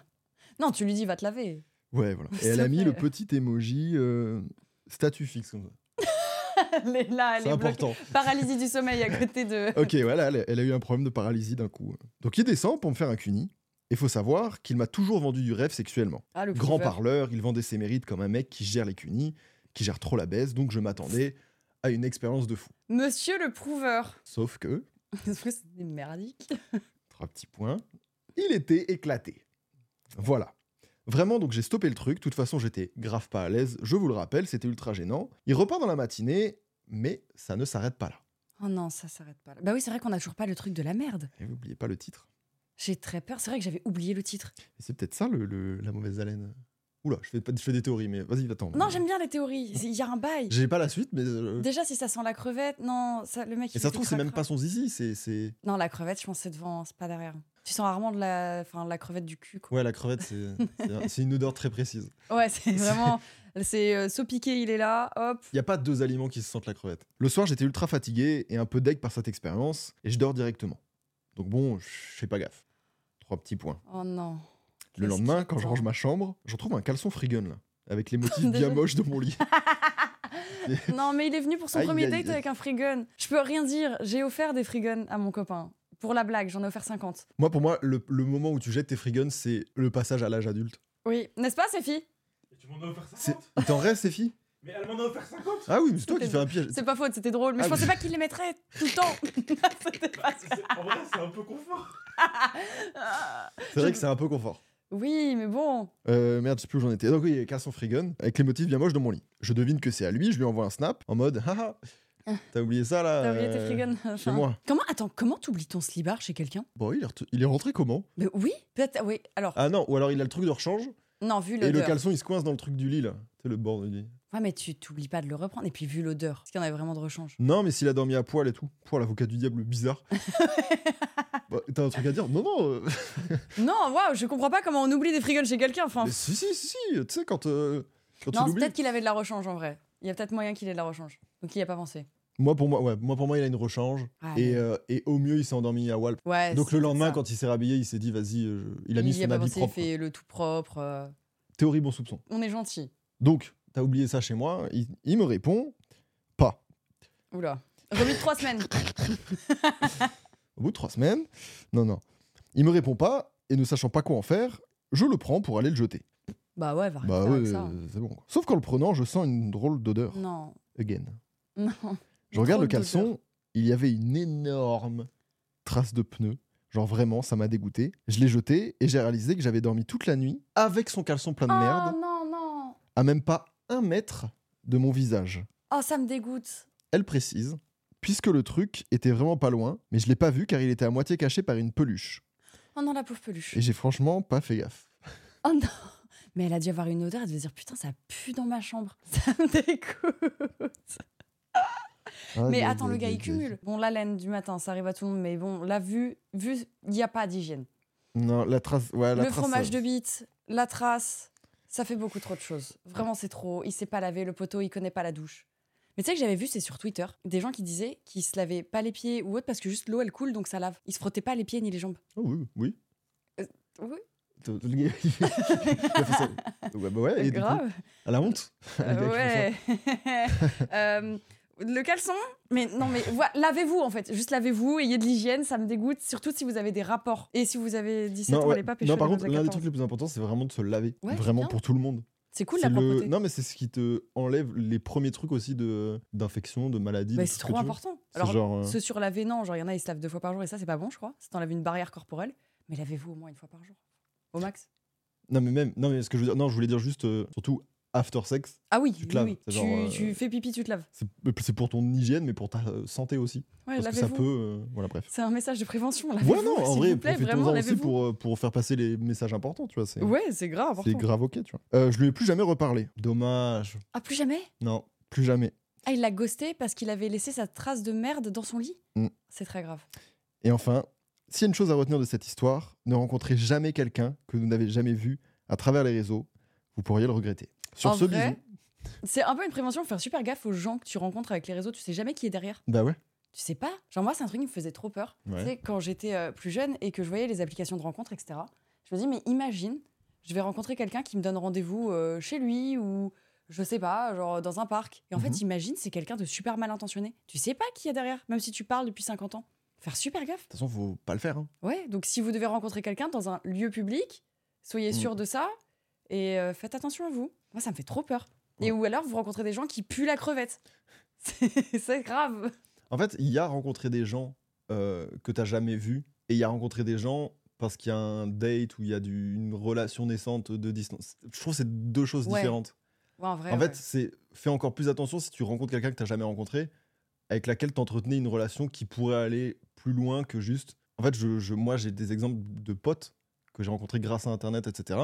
Speaker 1: Non, tu lui dis, va te laver.
Speaker 2: Ouais, voilà. Et
Speaker 1: Ça
Speaker 2: elle a mis
Speaker 1: fait-
Speaker 2: le petit emoji euh, statut fixe comme ça.
Speaker 1: Elle est là, elle
Speaker 2: C'est
Speaker 1: est bloquée.
Speaker 2: important.
Speaker 1: Paralysie du sommeil à côté de.
Speaker 2: Ok, voilà, elle, elle a eu un problème de paralysie d'un coup. Donc il descend pour me faire un cuni. Et faut savoir qu'il m'a toujours vendu du rêve sexuellement.
Speaker 1: Ah, le
Speaker 2: Grand
Speaker 1: pauvre.
Speaker 2: parleur, il vendait ses mérites comme un mec qui gère les cunis, qui gère trop la baisse, donc je m'attendais à une expérience de fou.
Speaker 1: Monsieur le prouveur.
Speaker 2: Sauf que,
Speaker 1: Parce que c'est des merdiques.
Speaker 2: trois petits points, il était éclaté. Voilà. Vraiment, donc j'ai stoppé le truc, de toute façon j'étais grave pas à l'aise, je vous le rappelle, c'était ultra gênant. Il repart dans la matinée, mais ça ne s'arrête pas là.
Speaker 1: Oh non, ça s'arrête pas. là. Bah oui, c'est vrai qu'on a toujours pas le truc de la merde.
Speaker 2: Et n'oubliez pas le titre.
Speaker 1: J'ai très peur. C'est vrai que j'avais oublié le titre.
Speaker 2: Et C'est peut-être ça le, le- la mauvaise haleine. Oula, je fais, pas- je fais des théories, mais vas-y, attends.
Speaker 1: Non, j'aime bien les théories. Il y a un bail.
Speaker 2: J'ai pas la suite, mais. euh,
Speaker 1: Déjà, si ça sent la crevette, non, ça, le mec.
Speaker 2: Et
Speaker 1: il
Speaker 2: ça
Speaker 1: fait
Speaker 2: se trouve, c'est même
Speaker 1: cracra.
Speaker 2: pas son zizi, c'est- c'est.
Speaker 1: Non, la crevette, je pense que c'est devant, c'est pas derrière. Tu sens rarement de la, enfin, la crevette du cul, quoi.
Speaker 2: Ouais, la crevette, c'est- c'est c'est une odeur très précise.
Speaker 1: Ouais, c'est vraiment. C'est euh, saut piqué, il est là, hop.
Speaker 2: Il n'y a pas deux aliments qui se sentent la crevette. Le soir, j'étais ultra fatigué et un peu deg par cette expérience, et je dors directement. Donc bon, je fais pas gaffe. Trois petits points.
Speaker 1: Oh non. Qu'est-ce
Speaker 2: Le lendemain,
Speaker 1: qu'il
Speaker 2: quand je
Speaker 1: tend
Speaker 2: range ma chambre, je retrouve un caleçon frigun, là, avec les motifs
Speaker 1: Déjà.
Speaker 2: bien moches de mon lit.
Speaker 1: Non, mais il est venu pour son
Speaker 2: Aïe,
Speaker 1: premier
Speaker 2: aïe,
Speaker 1: date
Speaker 2: aïe.
Speaker 1: avec un free gun. Je peux rien dire. J'ai offert des free guns à mon copain. Pour la blague, j'en ai offert 50.
Speaker 2: Moi, pour moi, le, le moment où tu jettes tes friguns, c'est le passage à l'âge adulte.
Speaker 1: Oui, n'est-ce pas, Séphie
Speaker 3: Et tu m'en as offert
Speaker 2: C'est-
Speaker 3: 50
Speaker 2: Il t'en reste, ces filles
Speaker 3: Mais elle m'en a offert 50
Speaker 2: Ah oui, mais c'est toi qui fais un piège.
Speaker 1: C'est pas faute, c'était drôle, mais
Speaker 2: Ah
Speaker 1: je pensais
Speaker 2: oui.
Speaker 1: pas qu'il les mettrait tout le temps. C'était pas
Speaker 3: Bah, c'est- En vrai, c'est un peu confort.
Speaker 1: ça.
Speaker 2: C'est vrai que c'est un peu confort.
Speaker 1: Ah. Oui, mais bon.
Speaker 2: Euh, merde, je sais plus où j'en étais. Donc oui, il y a Carson Frigun avec les motifs bien moches dans mon lit. Je devine que c'est à lui, je lui envoie un snap en mode Haha, t'as oublié ça là
Speaker 1: Ah. T'as oublié tes
Speaker 2: euh,
Speaker 1: free guns.
Speaker 2: Chez
Speaker 1: enfin.
Speaker 2: moi.
Speaker 1: Comment, attends, comment t'oublies ton slibard chez quelqu'un
Speaker 2: Bon, il est, ret- il est rentré comment
Speaker 1: Mais oui, peut-être, oui. Alors,
Speaker 2: Ah non, ou alors il a le truc de rechange
Speaker 1: non, vu
Speaker 2: et le
Speaker 1: l'odeur.
Speaker 2: caleçon il se coince dans le truc du lit là. C'est le bord du lit.
Speaker 1: Ouais, mais tu t'oublies pas de le reprendre. Et puis, vu l'odeur, est-ce qu'il y en avait vraiment de rechange
Speaker 2: Non, mais s'il a dormi à poil et tout. Pour l'avocat du diable bizarre. Bah, T'as un truc à dire Non, non. euh,
Speaker 1: Non, waouh, je comprends pas comment on oublie des frigoles chez quelqu'un. Enfin,
Speaker 2: mais si, si, si, si, Tu sais, quand, euh, quand tu
Speaker 1: non, c'est
Speaker 2: l'oublies.
Speaker 1: peut-être qu'il avait de la rechange en vrai. Il y a peut-être moyen qu'il ait de la rechange. Donc, il y a pas pensé.
Speaker 2: Moi pour moi, ouais, moi, pour moi, il a une rechange.
Speaker 1: Ah,
Speaker 2: Et,
Speaker 1: mais-
Speaker 2: euh, et au mieux, il s'est endormi à Wall.
Speaker 1: ouais,
Speaker 2: Donc
Speaker 1: c'est
Speaker 2: le
Speaker 1: peut-être
Speaker 2: lendemain,
Speaker 1: Eh, ça.
Speaker 2: quand il s'est rhabillé, il s'est dit Vas-y, euh, je- il a mis
Speaker 1: y a
Speaker 2: son
Speaker 1: pas
Speaker 2: habit
Speaker 1: pensé, il
Speaker 2: propre.
Speaker 1: fait le tout propre. euh,
Speaker 2: Théorie bon soupçon.
Speaker 1: On est gentil.
Speaker 2: Donc, t'as oublié ça chez moi Il, il me répond pas.
Speaker 1: Oula. Remis de trois semaines.
Speaker 2: Au bout de trois semaines, non, non. Il me répond pas, et ne sachant pas quoi en faire, je le prends pour aller le jeter.
Speaker 1: Bah ouais, va rien
Speaker 2: bah
Speaker 1: faire
Speaker 2: ouais,
Speaker 1: avec ça. hein.
Speaker 2: euh, c'est bon. quoi. Sauf qu'en le prenant, je sens une drôle d'odeur.
Speaker 1: Non,
Speaker 2: Again.
Speaker 1: non.
Speaker 2: Je regarde
Speaker 1: Trop
Speaker 2: le
Speaker 1: de
Speaker 2: caleçon,
Speaker 1: douleur.
Speaker 2: il y avait une énorme trace de pneu. Genre vraiment, ça m'a dégoûté. Je l'ai jeté et j'ai réalisé que j'avais dormi toute la nuit avec son caleçon plein de
Speaker 1: Oh
Speaker 2: merde,
Speaker 1: non, non.
Speaker 2: à même pas un mètre de mon visage.
Speaker 1: Oh, ça me dégoûte.
Speaker 2: Elle précise, puisque le truc était vraiment pas loin, mais je l'ai pas vu car il était à moitié caché par une peluche.
Speaker 1: Oh non, la pauvre peluche.
Speaker 2: Et j'ai franchement pas fait gaffe.
Speaker 1: Oh non Mais elle a dû avoir une odeur, elle devait se dire putain, ça pue dans ma chambre. Ça me dégoûte.
Speaker 2: Aïe,
Speaker 1: Mais
Speaker 2: aïe,
Speaker 1: attends, le
Speaker 2: aïe,
Speaker 1: gars,
Speaker 2: aïe,
Speaker 1: il
Speaker 2: aïe.
Speaker 1: cumule. Bon, la laine du matin, ça arrive à tout le monde, mais bon, la vue, vu, il n'y a pas d'hygiène.
Speaker 2: Non, la trace. Ouais, la
Speaker 1: Le
Speaker 2: trace,
Speaker 1: fromage
Speaker 2: euh,
Speaker 1: de bite, la trace, ça fait beaucoup trop de choses. Vraiment, c'est trop. Il s'est pas lavé, le poteau, il connaît pas la douche. Mais tu sais que j'avais vu, c'est sur Twitter, des gens qui disaient qu'ils se lavaient pas les pieds ou autre parce que juste l'eau, elle coule, donc ça lave. Ils se frottaient pas les pieds ni les jambes.
Speaker 2: oh oui, oui.
Speaker 1: Oui,
Speaker 2: Le gars, il a fait ça. Ouais, bah ouais, et du coup,
Speaker 1: grave.
Speaker 2: à la honte. Le gars qui fait ça.
Speaker 1: ouais. Euh, le caleçon Mais non, mais voilà, lavez-vous en fait. Juste lavez-vous, ayez de l'hygiène, ça me dégoûte. Surtout si vous avez des rapports. Et si vous avez 17 ans,
Speaker 2: ouais.
Speaker 1: allez pas pécho.
Speaker 2: Non, par
Speaker 1: les meufs
Speaker 2: contre,
Speaker 1: de
Speaker 2: l'un des
Speaker 1: 14.
Speaker 2: trucs les plus importants, c'est vraiment de se laver.
Speaker 1: Ouais,
Speaker 2: vraiment
Speaker 1: bien.
Speaker 2: pour tout le monde.
Speaker 1: C'est cool
Speaker 2: C'est
Speaker 1: la
Speaker 2: le-
Speaker 1: propreté.
Speaker 2: Non, mais c'est ce qui te enlève les premiers trucs aussi de d'infection, de maladie. de
Speaker 1: Mais Bah,
Speaker 2: tout
Speaker 1: c'est
Speaker 2: ce
Speaker 1: trop
Speaker 2: que tu veux.
Speaker 1: important.
Speaker 2: C'est
Speaker 1: Alors,
Speaker 2: genre. euh,
Speaker 1: ceux sur laver, non, genre il y en a, ils se lavent deux fois par jour et ça, c'est pas bon, je crois. Si t'enlèves une barrière corporelle, mais lavez-vous au moins une fois par jour. Au max.
Speaker 2: Non, mais même. Non, mais ce que je veux dire. Non, je voulais dire juste. euh, surtout after sex.
Speaker 1: Ah oui,
Speaker 2: Tu te
Speaker 1: oui,
Speaker 2: laves,
Speaker 1: oui.
Speaker 2: c'est
Speaker 1: Tu,
Speaker 2: genre, euh,
Speaker 1: tu fais pipi, tu te laves.
Speaker 2: C'est euh, c'est pour ton hygiène, mais pour ta euh, santé aussi.
Speaker 1: Ouais,
Speaker 2: Parce que ça peut.
Speaker 1: lavez-vous.
Speaker 2: euh, voilà, bref.
Speaker 1: C'est un message de prévention.
Speaker 2: Ouais,
Speaker 1: lavez-vous,
Speaker 2: non, en
Speaker 1: s'il
Speaker 2: vrai,
Speaker 1: vous plaît, vraiment,
Speaker 2: profitons-en aussi
Speaker 1: lavez-vous.
Speaker 2: pour, euh, pour faire passer les messages importants, tu vois. C'est
Speaker 1: Ouais, c'est grave.
Speaker 2: c'est
Speaker 1: important.
Speaker 2: grave ok, tu vois. Euh, je lui ai plus jamais reparlé. Dommage.
Speaker 1: Ah, plus jamais
Speaker 2: Non, plus jamais.
Speaker 1: Ah, il l'a ghosté parce qu'il avait laissé sa trace de merde dans son lit
Speaker 2: Mm.
Speaker 1: C'est très grave.
Speaker 2: Et enfin, s'il y a une chose à retenir de cette histoire, ne rencontrez jamais quelqu'un que vous n'avez jamais vu à travers les réseaux. Vous pourriez le regretter. Sur
Speaker 1: En
Speaker 2: ce
Speaker 1: vrai,
Speaker 2: bisou.
Speaker 1: C'est un peu une prévention, faire super gaffe aux gens que tu rencontres avec les réseaux, tu sais jamais qui est derrière.
Speaker 2: Bah ouais.
Speaker 1: Tu sais pas Genre, moi, c'est un truc qui me faisait trop peur.
Speaker 2: Ouais.
Speaker 1: Tu sais, quand j'étais euh, plus jeune et que je voyais les applications de rencontres, etc., je me dis, mais imagine, je vais rencontrer quelqu'un qui me donne rendez-vous euh, chez lui ou je sais pas, genre dans un parc. Et en
Speaker 2: Mhm.
Speaker 1: fait, imagine, c'est quelqu'un de super mal intentionné. Tu sais pas qui est derrière, même si tu parles depuis 50 ans. Faire super gaffe.
Speaker 2: De toute façon, faut pas le faire. hein.
Speaker 1: Ouais, donc si vous devez rencontrer quelqu'un dans un lieu public, soyez
Speaker 2: Mm.
Speaker 1: sûr de ça et euh, faites attention à vous. Moi, ça me fait trop peur.
Speaker 2: Ouais.
Speaker 1: Et ou alors, vous rencontrez des gens qui puent la crevette. C'est c'est grave.
Speaker 2: En fait, il y a rencontré des gens euh, que t'as jamais vus et il y a rencontré des gens parce qu'il y a un date ou il y a du- une relation naissante de distance. Je trouve que c'est deux choses
Speaker 1: Ouais.
Speaker 2: différentes.
Speaker 1: Ouais, en vrai,
Speaker 2: en
Speaker 1: ouais.
Speaker 2: fait, c'est fais encore plus attention si tu rencontres quelqu'un que t'as jamais rencontré avec laquelle t'entretenais une relation qui pourrait aller plus loin que juste. En fait, je, je- moi, j'ai des exemples de potes que j'ai rencontrés grâce à Internet, etc.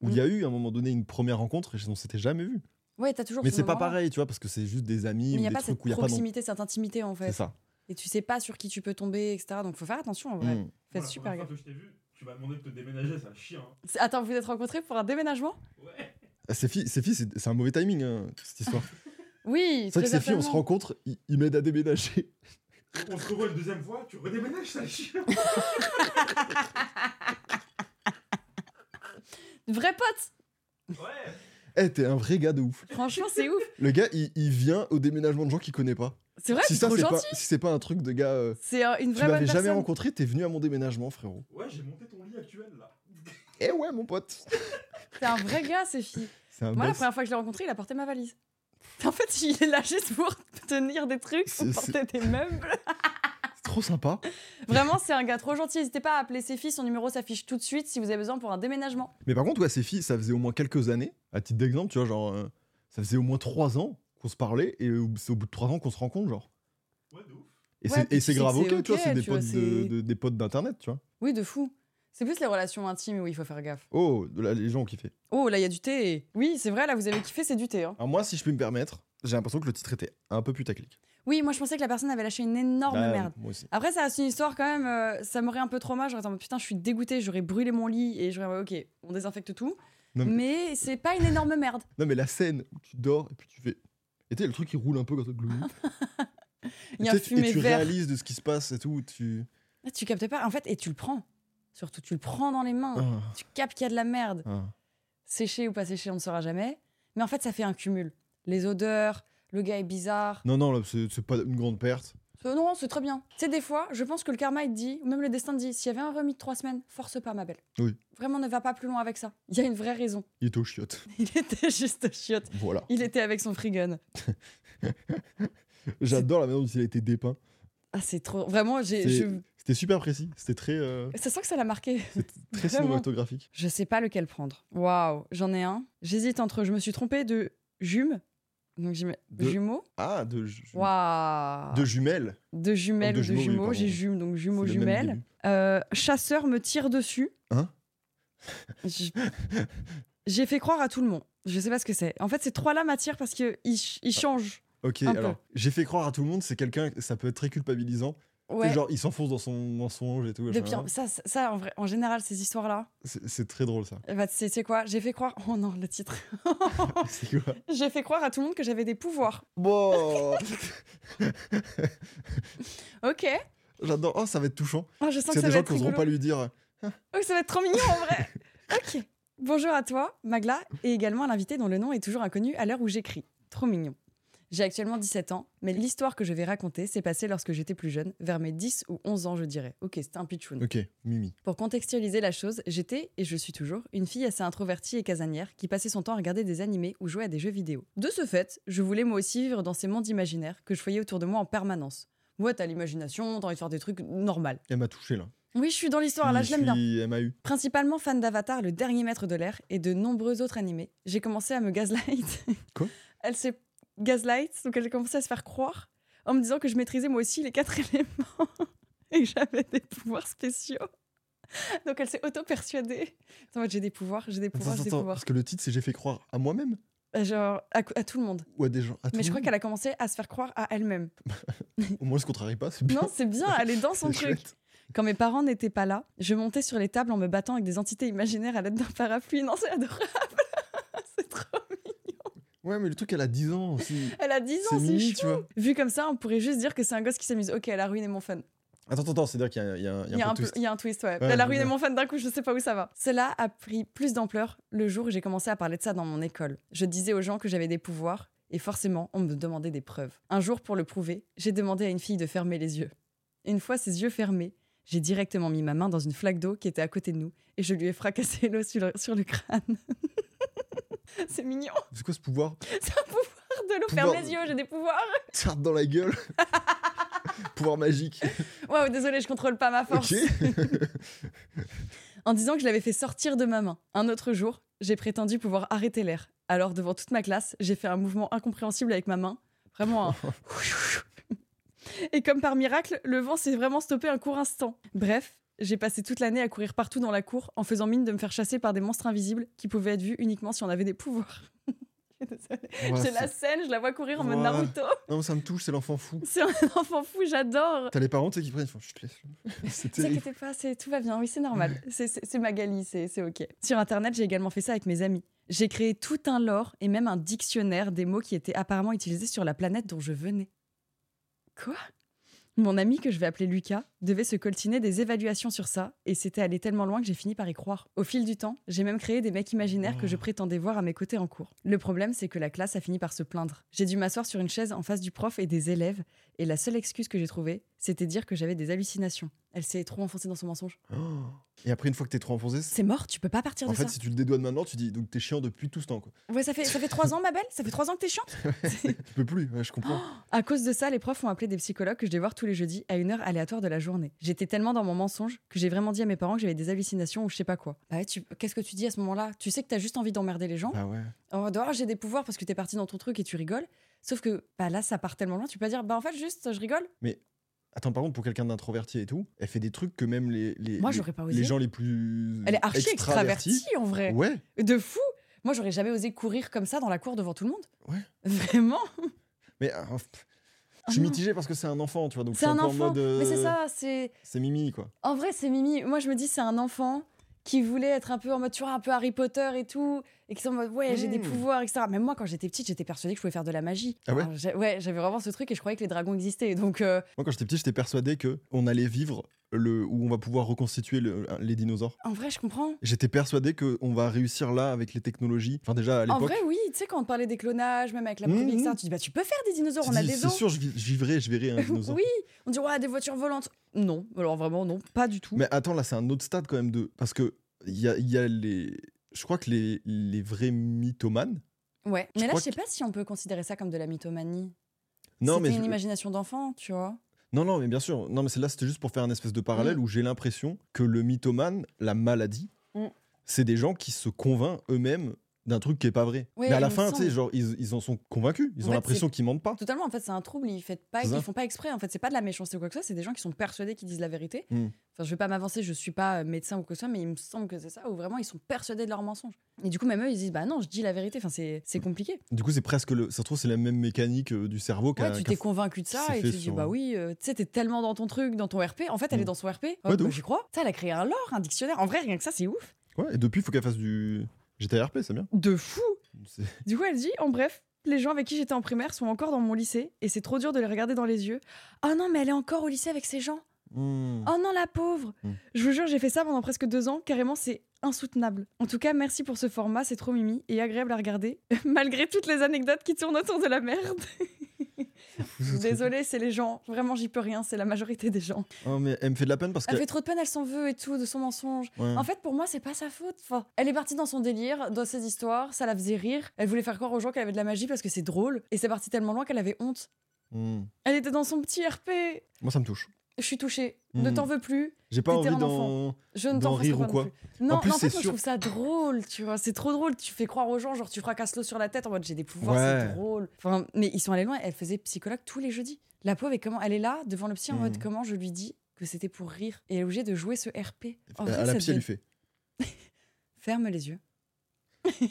Speaker 2: Où il y a eu à un moment donné une première rencontre et on s'était jamais vu.
Speaker 1: Ouais, t'as toujours
Speaker 2: Mais
Speaker 1: ce
Speaker 2: c'est pas
Speaker 1: moment-là.
Speaker 2: pareil, tu vois, parce que c'est juste des amis
Speaker 1: Mais il
Speaker 2: ou
Speaker 1: n'y a
Speaker 2: des
Speaker 1: pas cette
Speaker 2: trucs où il y a pas. d'en-
Speaker 1: proximité, cette intimité en
Speaker 2: C'est
Speaker 1: fait.
Speaker 2: ça.
Speaker 1: Et tu sais pas sur qui tu peux tomber, etc. Donc faut faire attention en vrai.
Speaker 2: Mm.
Speaker 1: Faites
Speaker 3: Moi, la
Speaker 1: super
Speaker 3: première fois
Speaker 1: gaffe.
Speaker 3: que je t'ai vu, tu m'as demandé de te déménager, ça chie, hein.
Speaker 1: C'est- Attends, vous êtes rencontrés pour un déménagement
Speaker 3: Ouais.
Speaker 2: C'est fi- c'est fi- Ah, c'est c'est un mauvais timing, hein, cette histoire.
Speaker 1: Oui,
Speaker 2: c'est vrai que
Speaker 1: Ah, très
Speaker 2: ces filles, on se
Speaker 1: certainement.
Speaker 2: rencontre, ils, ils m'aident à déménager.
Speaker 3: On se revoit une deuxième fois, tu redéménages, ça chie.
Speaker 1: Vrai pote
Speaker 3: Ouais.
Speaker 2: Eh, t'es un vrai gars de ouf.
Speaker 1: Franchement, c'est ouf.
Speaker 2: Le gars, il, il vient au déménagement de gens qu'il connaît pas.
Speaker 1: C'est vrai,
Speaker 2: si
Speaker 1: c'est
Speaker 2: ça,
Speaker 1: trop
Speaker 2: c'est pas,
Speaker 1: gentil.
Speaker 2: si c'est pas un truc de gars. euh,
Speaker 1: C'est euh, une
Speaker 2: tu
Speaker 1: vraie bonne
Speaker 2: m'avais jamais
Speaker 1: personne.
Speaker 2: rencontré, t'es venu à mon déménagement, frérot.
Speaker 3: Ouais, j'ai monté ton lit actuel là.
Speaker 2: Eh ouais, mon pote.
Speaker 1: C'est un vrai gars, ces filles.
Speaker 2: C'est un
Speaker 1: Moi, la
Speaker 2: boss.
Speaker 1: première fois que je l'ai rencontré, il a porté ma valise. En fait, il est là juste pour tenir des trucs, pour
Speaker 2: C'est-
Speaker 1: porter des meubles.
Speaker 2: C'est trop sympa.
Speaker 1: Vraiment, c'est un gars trop gentil. N'hésitez pas à appeler ses filles. Son numéro s'affiche tout de suite si vous avez besoin pour un déménagement.
Speaker 2: Mais par contre, ouais, ces filles, ça faisait au moins quelques années. À titre d'exemple, tu vois, genre, euh, ça faisait au moins trois ans qu'on se parlait et euh, c'est au bout de trois ans qu'on se rencontre, genre.
Speaker 3: Ouais, de ouf.
Speaker 2: Et
Speaker 1: Ouais,
Speaker 2: c'est-
Speaker 1: puis
Speaker 2: et
Speaker 1: tu
Speaker 2: c'est
Speaker 1: sais
Speaker 2: grave
Speaker 1: que
Speaker 2: ok,
Speaker 1: c'est
Speaker 2: tu vois,
Speaker 1: ok,
Speaker 2: c'est des,
Speaker 1: tu vois,
Speaker 2: potes de-
Speaker 1: c'est-
Speaker 2: de- des potes d'internet, tu vois.
Speaker 1: Oui, de fou. C'est plus les relations intimes où il faut faire gaffe.
Speaker 2: Oh, là, les gens ont kiffé.
Speaker 1: Oh, là, il y a du thé. Oui, c'est vrai, là, vous avez kiffé, c'est du thé. hein.
Speaker 2: Alors moi, si je peux me permettre, j'ai l'impression que le titre était un peu putaclic.
Speaker 1: Oui, moi, je pensais que la personne avait lâché une énorme
Speaker 2: Bah,
Speaker 1: Oh, merde.
Speaker 2: Moi aussi.
Speaker 1: Après, ça reste une histoire quand même. euh, ça m'aurait un peu trauma. J'aurais été en mode, putain, je suis dégoûtée. J'aurais brûlé mon lit et j'aurais ok, on désinfecte tout.
Speaker 2: Non,
Speaker 1: Mais c'est pas une énorme merde.
Speaker 2: Non, mais la scène où tu dors et puis tu fais... Et tu sais, le truc qui roule un peu comme ça. glou.
Speaker 1: Ah, Il y
Speaker 2: Et
Speaker 1: a un
Speaker 2: tu sais, tu-
Speaker 1: fumé
Speaker 2: Et tu
Speaker 1: vert.
Speaker 2: réalises de ce qui se passe et tout. Tu...
Speaker 1: Ah, tu captes pas, en fait, et tu le prends. Surtout, tu le prends dans les mains.
Speaker 2: Ah,
Speaker 1: Tu captes qu'il y a de la merde.
Speaker 2: ah.
Speaker 1: Séché ou pas séché, on ne saura jamais. Mais en fait, ça fait un cumul. Les odeurs, le gars est bizarre.
Speaker 2: Non, non, là, c'est c'est pas une grande perte.
Speaker 1: Euh, Non, c'est très bien. Tu sais, des fois, je pense que le karma, il te dit, ou même le destin te dit, s'il y avait un remis de trois semaines, force pas, ma belle.
Speaker 2: Oui.
Speaker 1: Vraiment, ne va pas plus loin avec ça. Il y a une vraie raison.
Speaker 2: Il est au chiotte.
Speaker 1: Il était juste chiotte.
Speaker 2: Voilà.
Speaker 1: Il était avec son free gun.
Speaker 2: J'adore la manière dont il a été dépeint.
Speaker 1: Ah, c'est trop. Vraiment, j'ai.
Speaker 2: C'est-
Speaker 1: je-
Speaker 2: C'était super précis. C'était très, euh,
Speaker 1: Ça sent que ça l'a marqué.
Speaker 2: très
Speaker 1: Vraiment.
Speaker 2: cinématographique.
Speaker 1: Je sais pas lequel prendre. Waouh, j'en ai un. J'hésite entre je me suis trompée de jume, donc j'y mets-
Speaker 2: De-
Speaker 1: jumeau.
Speaker 2: Ah, de, ju-
Speaker 1: Waouh.
Speaker 2: de jumelles.
Speaker 1: De jumelles
Speaker 2: De
Speaker 1: ou de
Speaker 2: jumeaux, oui,
Speaker 1: jumeaux.
Speaker 2: pardon.
Speaker 1: J'ai jume, donc jumeau,
Speaker 2: C'est le même
Speaker 1: jumelle.
Speaker 2: début.
Speaker 1: Euh, chasseur me tire dessus.
Speaker 2: Hein
Speaker 1: J- J'ai fait croire à tout le monde. Je sais pas ce que c'est. En fait, ces trois-là m'attirent parce qu'ils
Speaker 2: Ah.
Speaker 1: ils changent.
Speaker 2: Ok,
Speaker 1: Un peu.
Speaker 2: alors, j'ai fait croire à tout le monde, c'est quelqu'un, ça peut être très culpabilisant. C'est
Speaker 1: Ouais.
Speaker 2: Genre, hein il s'enfonce dans son mensonge et tout.
Speaker 1: De
Speaker 2: machin.
Speaker 1: pire, ça, ça- ça, en, vrai, en général, ces histoires-là,
Speaker 2: C'est c'est très drôle ça.
Speaker 1: eh ben, tu sais tu sais quoi J'ai fait croire. Oh non, le titre.
Speaker 2: C'est quoi
Speaker 1: J'ai fait croire à tout le monde que j'avais des pouvoirs.
Speaker 2: Bon
Speaker 1: Ok.
Speaker 2: J'adore. Oh, ça va être touchant.
Speaker 1: Ah, je sens
Speaker 2: C'est
Speaker 1: que ça
Speaker 2: des
Speaker 1: va
Speaker 2: gens
Speaker 1: être
Speaker 2: qui n'oseront
Speaker 1: rigolo.
Speaker 2: pas lui dire. euh,
Speaker 1: Oh, ça va être trop mignon en vrai. ok. Bonjour à toi, Magla, et également à l'invité dont le nom est toujours inconnu à l'heure où j'écris. Trop mignon. J'ai actuellement 17 ans, mais l'histoire que je vais raconter s'est passée lorsque j'étais plus jeune, vers mes 10 ou 11 ans, je dirais. Ok, c'était un pitchoun.
Speaker 2: Ok, Mimi.
Speaker 1: Pour contextualiser la chose, j'étais, et je suis toujours, une fille assez introvertie et casanière qui passait son temps à regarder des animés ou jouer à des jeux vidéo. De ce fait, je voulais moi aussi vivre dans ces mondes imaginaires que je voyais autour de moi en permanence. ouais, t'as l'imagination, t'as envie de faire des trucs normaux.
Speaker 2: Elle m'a touché là.
Speaker 1: Oui, je suis dans l'histoire, Ah, là, je l'aime bien.
Speaker 2: suis MAU.
Speaker 1: Principalement fan d'Avatar, le dernier maître de l'air, et de nombreux autres animés, j'ai commencé à me gaslight.
Speaker 2: Quoi
Speaker 1: Elle s'est gaslight, donc elle a commencé à se faire croire en me disant que je maîtrisais moi aussi les quatre éléments et que j'avais des pouvoirs spéciaux. Donc elle s'est auto-persuadée. En mode, j'ai des pouvoirs, j'ai des pouvoirs, j'ai des pouvoirs.
Speaker 2: parce que le titre c'est J'ai fait croire à moi-même
Speaker 1: Euh, Genre, à, cou- à tout le monde.
Speaker 2: ou à des gens. à tout
Speaker 1: Mais je
Speaker 2: le
Speaker 1: crois qu'elle a commencé à se faire croire à elle-même.
Speaker 2: monde Au moins, elle se contrarie pas, c'est bien.
Speaker 1: Non, c'est bien, elle est dans son
Speaker 2: C'est
Speaker 1: truc.
Speaker 2: chouette.
Speaker 1: Quand mes parents n'étaient pas là, je montais sur les tables en me battant avec des entités imaginaires à l'aide d'un parapluie. Non, c'est adorable. c'est trop.
Speaker 2: Ouais, mais le truc, elle a 10 ans aussi.
Speaker 1: Elle a 10
Speaker 2: C'est
Speaker 1: ans, c'est
Speaker 2: mimi,
Speaker 1: chou.
Speaker 2: tu vois.
Speaker 1: Vu comme ça, on pourrait juste dire que c'est un gosse qui s'amuse. Ok, elle a ruiné mon fun.
Speaker 2: Attends, attends, attends, c'est-à-dire qu'il y a, il y a un- il y a un
Speaker 1: peu-
Speaker 2: peu de twist.
Speaker 1: il y a un twist, ouais.
Speaker 2: Ouais,
Speaker 1: elle a
Speaker 2: je
Speaker 1: ruiné
Speaker 2: vois.
Speaker 1: mon fan d'un coup, je sais pas où ça va. Cela a pris plus d'ampleur le jour où j'ai commencé à parler de ça dans mon école. Je disais aux gens que j'avais des pouvoirs et forcément, on me demandait des preuves. Un jour, pour le prouver, j'ai demandé à une fille de fermer les yeux. Une fois ses yeux fermés, j'ai directement mis ma main dans une flaque d'eau qui était à côté de nous et je lui ai fracassé l'eau sur le, sur le crâne. C'est mignon,
Speaker 2: C'est quoi ce pouvoir
Speaker 1: c'est un pouvoir de l'eau.
Speaker 2: Pouvoir-
Speaker 1: Ferme les yeux, j'ai des pouvoirs.
Speaker 2: Tarte dans la gueule Pouvoir magique.
Speaker 1: Waouh, désolé, je contrôle pas ma force.
Speaker 2: Ok.
Speaker 1: en disant que je l'avais fait sortir de ma main. Un autre jour, j'ai prétendu pouvoir arrêter l'air. Alors, devant toute ma classe, j'ai fait un mouvement incompréhensible avec ma main. Vraiment un. Et comme par miracle, le vent s'est vraiment stoppé un court instant. Bref, j'ai passé toute l'année à courir partout dans la cour en faisant mine de me faire chasser par des monstres invisibles qui pouvaient être vus uniquement si on avait des pouvoirs. Je suis désolée.
Speaker 2: Ouais,
Speaker 1: J'ai la
Speaker 2: ça-
Speaker 1: scène, je la vois courir en mode
Speaker 2: Ouais.
Speaker 1: Naruto.
Speaker 2: Non, mais ça me touche, c'est l'enfant fou.
Speaker 1: C'est un enfant fou, j'adore.
Speaker 2: T'as les parents, tu sais, qui prennent, ils font, je te laisse. là. C'est
Speaker 1: Ne
Speaker 2: terrible.
Speaker 1: t'inquiète pas, c'est- tout va bien, oui, c'est normal. C'est- C'est c'est Magali, c'est c'est OK. Sur Internet, j'ai également fait ça avec mes amis. J'ai créé tout un lore et même un dictionnaire des mots qui étaient apparemment utilisés sur la planète dont je venais. Quoi Mon ami, que je vais appeler Lucas, devait se coltiner des évaluations sur ça, et c'était allé tellement loin que j'ai fini par y croire. Au fil du temps, j'ai même créé des mecs imaginaires
Speaker 2: Oh.
Speaker 1: que je prétendais voir à mes côtés en cours. Le problème, c'est que la classe a fini par se plaindre. J'ai dû m'asseoir sur une chaise en face du prof et des élèves, et la seule excuse que j'ai trouvée, c'était dire que j'avais des hallucinations. Elle s'est trop enfoncée dans son mensonge.
Speaker 2: Oh. Et après, une fois que t'es trop enfoncé, c'est-
Speaker 1: C'est mort, tu peux pas partir
Speaker 2: en
Speaker 1: de
Speaker 2: fait,
Speaker 1: ça.
Speaker 2: si tu le dédouanes maintenant, tu dis, donc t'es chiant depuis tout ce temps, quoi.
Speaker 1: Ouais, ça fait, ça fait trois ans, ma belle Ça fait trois ans que t'es chiante C'est-
Speaker 2: Tu peux plus, ouais, je comprends.
Speaker 1: À cause de ça, les profs ont appelé des psychologues que je devais voir tous les jeudis à une heure aléatoire de la journée. J'étais tellement dans mon mensonge que j'ai vraiment dit à mes parents que j'avais des hallucinations ou je sais pas quoi. Bah ouais, tu- qu'est-ce que tu dis à ce moment-là Tu sais que t'as juste envie d'emmerder les gens.
Speaker 2: Ah ouais.
Speaker 1: En mode, oh, j'ai des pouvoirs parce que t'es parti dans ton truc et tu rigoles. Sauf que bah là, ça part tellement loin, tu peux pas dire, bah en fait, juste, je rigole.
Speaker 2: Attends, par contre, pour quelqu'un d'introverti et tout, elle fait des trucs que même les, les,
Speaker 1: Moi,
Speaker 2: les-
Speaker 1: j'aurais pas osé.
Speaker 2: les gens les plus.
Speaker 1: Elle est archi
Speaker 2: extravertis-
Speaker 1: extravertie en vrai.
Speaker 2: Ouais.
Speaker 1: De fou Moi, j'aurais jamais osé courir comme ça dans la cour devant tout le monde.
Speaker 2: Ouais.
Speaker 1: Vraiment Ah
Speaker 2: Mais euh, pff, je suis
Speaker 1: non.
Speaker 2: mitigé parce que c'est un enfant, tu vois. Donc je
Speaker 1: C'est
Speaker 2: suis
Speaker 1: un
Speaker 2: peu en
Speaker 1: enfant.
Speaker 2: mode. euh,
Speaker 1: Mais c'est ça, c'est...
Speaker 2: C'est Mimi, quoi.
Speaker 1: En vrai, c'est Mimi. Moi, je me dis, c'est un enfant qui voulait être un peu en mode, tu vois, un peu Harry Potter et tout, et qui sont en mode, ouais, j'ai des
Speaker 2: Mm.
Speaker 1: pouvoirs, etc. Même moi, quand j'étais petite, j'étais persuadée que je pouvais faire de la magie.
Speaker 2: Ah ouais
Speaker 1: Alors, j'ai- Ouais, j'avais vraiment ce truc et je croyais que les dragons existaient. Donc, euh,
Speaker 2: Moi, quand j'étais petit, j'étais persuadé que on allait vivre le où on va pouvoir reconstituer le- les dinosaures.
Speaker 1: en vrai, je comprends.
Speaker 2: J'étais persuadé que on va réussir là avec les technologies. Enfin déjà à
Speaker 1: En
Speaker 2: l'époque.
Speaker 1: vrai, oui, tu sais, quand on parlait des clonages, même avec la
Speaker 2: Mm,
Speaker 1: première, etc.,
Speaker 2: mm.
Speaker 1: tu dis, bah, tu peux faire des dinosaures,
Speaker 2: tu
Speaker 1: on a
Speaker 2: dis,
Speaker 1: des
Speaker 2: c'est
Speaker 1: os.
Speaker 2: sûr, je, vi- je vivrai, je verrai un dinosaure.
Speaker 1: oui, on dit, ouais, des voitures volantes. Non, alors vraiment, non, pas du tout.
Speaker 2: Mais attends, là, c'est un autre stade quand même de parce que il y a, il y a les. Je crois que les, les vrais mythomanes.
Speaker 1: Ouais,
Speaker 2: Je
Speaker 1: mais là,
Speaker 2: crois
Speaker 1: je sais pas si on peut considérer ça comme de la mythomanie.
Speaker 2: Non
Speaker 1: C'était
Speaker 2: mais
Speaker 1: une
Speaker 2: je-
Speaker 1: imagination d'enfant, tu vois.
Speaker 2: non non mais bien sûr. Non mais c'est là c'était juste pour faire un espèce de parallèle où j'ai l'impression que le mythomane, la maladie,
Speaker 1: Mm.
Speaker 2: c'est des gens qui se convainquent eux-mêmes d'un truc qui est pas vrai.
Speaker 1: Ouais,
Speaker 2: mais à
Speaker 1: il
Speaker 2: la
Speaker 1: me
Speaker 2: fin, tu sais,
Speaker 1: semble.
Speaker 2: genre ils, ils en sont convaincus. Ils
Speaker 1: En
Speaker 2: ont
Speaker 1: fait,
Speaker 2: l'impression qu'ils mentent pas.
Speaker 1: Totalement, en fait, c'est un trouble, ils, fait pas,
Speaker 2: C'est ça.
Speaker 1: ils font pas exprès, en fait, c'est pas de la méchanceté ou quoi que ce soit, c'est des gens qui sont persuadés qu'ils disent la vérité.
Speaker 2: Mm.
Speaker 1: Enfin, je vais pas m'avancer, je suis pas euh, médecin ou quoi que ce soit, mais il me semble que c'est ça, où vraiment ils sont persuadés de leur mensonge. Et du coup, même eux, ils disent, bah non, je dis la vérité, enfin, c'est c'est compliqué.
Speaker 2: Du coup, c'est presque le. Ça se trouve, c'est la même mécanique euh, du cerveau qu'un.
Speaker 1: Ouais, tu
Speaker 2: qu'un
Speaker 1: t'es convaincu de
Speaker 2: qui
Speaker 1: ça
Speaker 2: s'est
Speaker 1: et tu
Speaker 2: fait
Speaker 1: te dis,
Speaker 2: sur-
Speaker 1: bah oui, euh, tu sais, t'es tellement dans ton truc, dans ton RP. En fait, elle
Speaker 2: Mm.
Speaker 1: est dans son RP. Oh,
Speaker 2: de
Speaker 1: bah,
Speaker 2: ouf.
Speaker 1: J'y crois. Ça, elle a créé un lore, un dictionnaire. En vrai, rien que ça, c'est ouf.
Speaker 2: Ouais, et depuis, il faut qu'elle fasse du GTRP, c'est bien.
Speaker 1: De fou.
Speaker 2: C'est-
Speaker 1: Du coup, elle dit, en bref, les gens avec qui j'étais en primaire sont encore dans mon lycée et c'est trop dur de les regarder dans les yeux. Oh non, mais elle est encore au lycée avec ces gens.
Speaker 2: Hmm.
Speaker 1: Oh non, la pauvre
Speaker 2: Mm.
Speaker 1: Je vous jure, j'ai fait ça pendant presque deux ans. Carrément, c'est insoutenable. En tout cas, merci pour ce format, c'est trop mimi et agréable à regarder, malgré toutes les anecdotes qui tournent autour de la merde. Désolée, c'est les gens. Vraiment, j'y peux rien, c'est la majorité des gens.
Speaker 2: Oh, mais elle me fait de la peine parce que. Mm.
Speaker 1: Elle fait trop de peine, elle s'en veut et tout, de son mensonge.
Speaker 2: Ouais.
Speaker 1: En fait, pour moi, c'est pas sa faute. Enfin, elle est partie dans son délire, dans ses histoires, ça la faisait rire. Elle voulait faire croire aux gens qu'elle avait de la magie parce que c'est drôle. Et c'est parti tellement loin qu'elle avait honte.
Speaker 2: Hmm.
Speaker 1: Elle était dans son petit RP.
Speaker 2: Moi, ça me touche.
Speaker 1: Je suis touchée. Ne
Speaker 2: Mm.
Speaker 1: t'en veux plus.
Speaker 2: J'ai pas
Speaker 1: T'étais
Speaker 2: envie
Speaker 1: un
Speaker 2: d'en.
Speaker 1: enfant. Je ne
Speaker 2: D'en
Speaker 1: t'en
Speaker 2: rire ou
Speaker 1: pas non
Speaker 2: quoi
Speaker 1: plus. Non,
Speaker 2: En plus,
Speaker 1: mais en fait,
Speaker 2: c'est
Speaker 1: moi,
Speaker 2: sûr.
Speaker 1: je trouve ça drôle, tu vois. C'est trop drôle. Tu fais croire aux gens, genre, tu fracasses l'eau sur la tête en mode j'ai des pouvoirs,
Speaker 2: Ouais.
Speaker 1: c'est drôle. Enfin, mais ils sont allés loin. Elle faisait psychologue tous les jeudis. La pauvre, et comment elle est là devant le psy en mode
Speaker 2: Mm.
Speaker 1: comment je lui dis que c'était pour rire. Et elle est obligée de jouer ce RP. En vrai,
Speaker 2: à
Speaker 1: ça
Speaker 2: la psy, elle
Speaker 1: devait-
Speaker 2: lui fait.
Speaker 1: Ferme les yeux.
Speaker 2: Mm,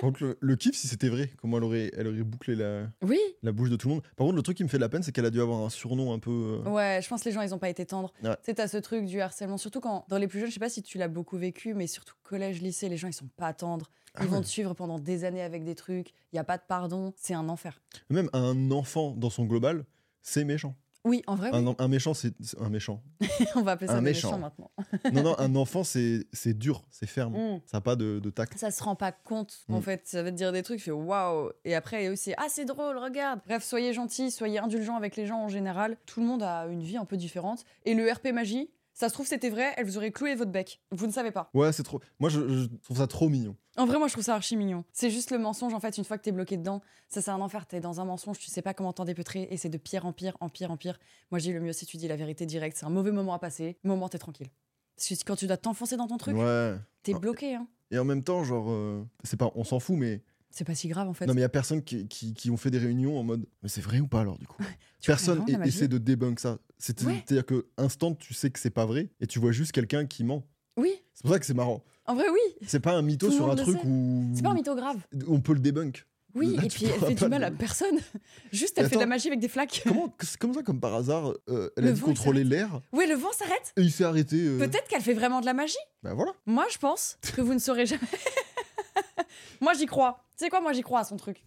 Speaker 2: Donc, le, le kiff, si c'était vrai, comment elle aurait, elle aurait bouclé la,
Speaker 1: Oui.
Speaker 2: la bouche de tout le monde. Par contre, le truc qui me fait de la peine, c'est qu'elle a dû avoir un surnom un peu. euh,
Speaker 1: Ouais, je pense que les gens, ils ont pas été tendres.
Speaker 2: Ouais.
Speaker 1: C'est à ce truc du harcèlement, surtout quand dans les plus jeunes, je sais pas si tu l'as beaucoup vécu, mais surtout collège, lycée, les gens, ils sont pas tendres. Ils
Speaker 2: Ah
Speaker 1: vont
Speaker 2: ouais.
Speaker 1: te suivre pendant des années avec des trucs. Il y a pas de pardon. C'est un enfer.
Speaker 2: Même un enfant dans son global, c'est méchant.
Speaker 1: Oui, en vrai, Ah oui.
Speaker 2: Un, en- un méchant, c'est c'est- un méchant.
Speaker 1: on va appeler ça
Speaker 2: un
Speaker 1: des
Speaker 2: méchant.
Speaker 1: méchants maintenant.
Speaker 2: non, non, un enfant, c'est c'est dur, c'est ferme.
Speaker 1: Mm.
Speaker 2: Ça n'a pas de, de tact.
Speaker 1: Ça se rend pas compte, en
Speaker 2: Mm.
Speaker 1: fait. Ça va te dire des trucs, tu fais waouh. Et après, eux, c'est ah, c'est drôle, regarde. Bref, soyez gentils, soyez indulgents avec les gens en général. Tout le monde a une vie un peu différente. Et le RP magie, ça se trouve, c'était vrai, elle vous aurait cloué votre bec. Vous ne savez pas.
Speaker 2: Ouais, c'est trop. Moi, je, je trouve ça trop mignon.
Speaker 1: En vrai, moi, je trouve ça archi mignon. C'est juste le mensonge, en fait, une fois que t'es bloqué dedans. Ça, c'est un enfer. T'es dans un mensonge, tu sais pas comment t'en dépêtrer. Et c'est de pire en pire, en pire en pire. Moi, je dis le mieux si tu dis la vérité directe. C'est un mauvais moment à passer. Moment, t'es tranquille. Parce que quand tu dois t'enfoncer dans ton truc,
Speaker 2: Ouais.
Speaker 1: t'es
Speaker 2: Ah.
Speaker 1: bloqué, hein.
Speaker 2: Et en même temps, genre, euh, c'est pas, on s'en fout, mais
Speaker 1: C'est pas si grave, en fait.
Speaker 2: non, mais il y a personne qui, qui, qui ont fait des réunions en mode, mais c'est vrai ou pas alors du coup.
Speaker 1: Tu comprends
Speaker 2: Personne
Speaker 1: la
Speaker 2: et-
Speaker 1: magie
Speaker 2: essaie de débunk ça. C'est-
Speaker 1: Ouais.
Speaker 2: C'est-à-dire que instant, tu sais que c'est pas vrai et tu vois juste quelqu'un qui ment.
Speaker 1: Oui,
Speaker 2: C'est pour ça que c'est marrant.
Speaker 1: en vrai, oui.
Speaker 2: C'est pas un mytho
Speaker 1: Tout le
Speaker 2: sur un
Speaker 1: monde le
Speaker 2: truc
Speaker 1: sait.
Speaker 2: où
Speaker 1: C'est pas un mytho grave.
Speaker 2: on peut le débunk.
Speaker 1: Oui,
Speaker 2: Là,
Speaker 1: et
Speaker 2: Bah, tu
Speaker 1: puis elle
Speaker 2: pourras
Speaker 1: fait
Speaker 2: pas
Speaker 1: du mal
Speaker 2: le-
Speaker 1: à personne. Juste, elle
Speaker 2: Mais
Speaker 1: fait de la
Speaker 2: attends.
Speaker 1: magie avec des flaques.
Speaker 2: Comment, c'est comme ça, comme par hasard, euh, elle a
Speaker 1: Le
Speaker 2: dû
Speaker 1: vent, il
Speaker 2: contrôler l'air
Speaker 1: Ouais, le vent s'arrête.
Speaker 2: et il s'est arrêté. euh,
Speaker 1: Peut-être qu'elle fait vraiment de la magie.
Speaker 2: Bah voilà.
Speaker 1: Moi, je pense que vous ne saurez jamais. moi, j'y crois. Tu sais quoi, moi, j'y crois à son truc.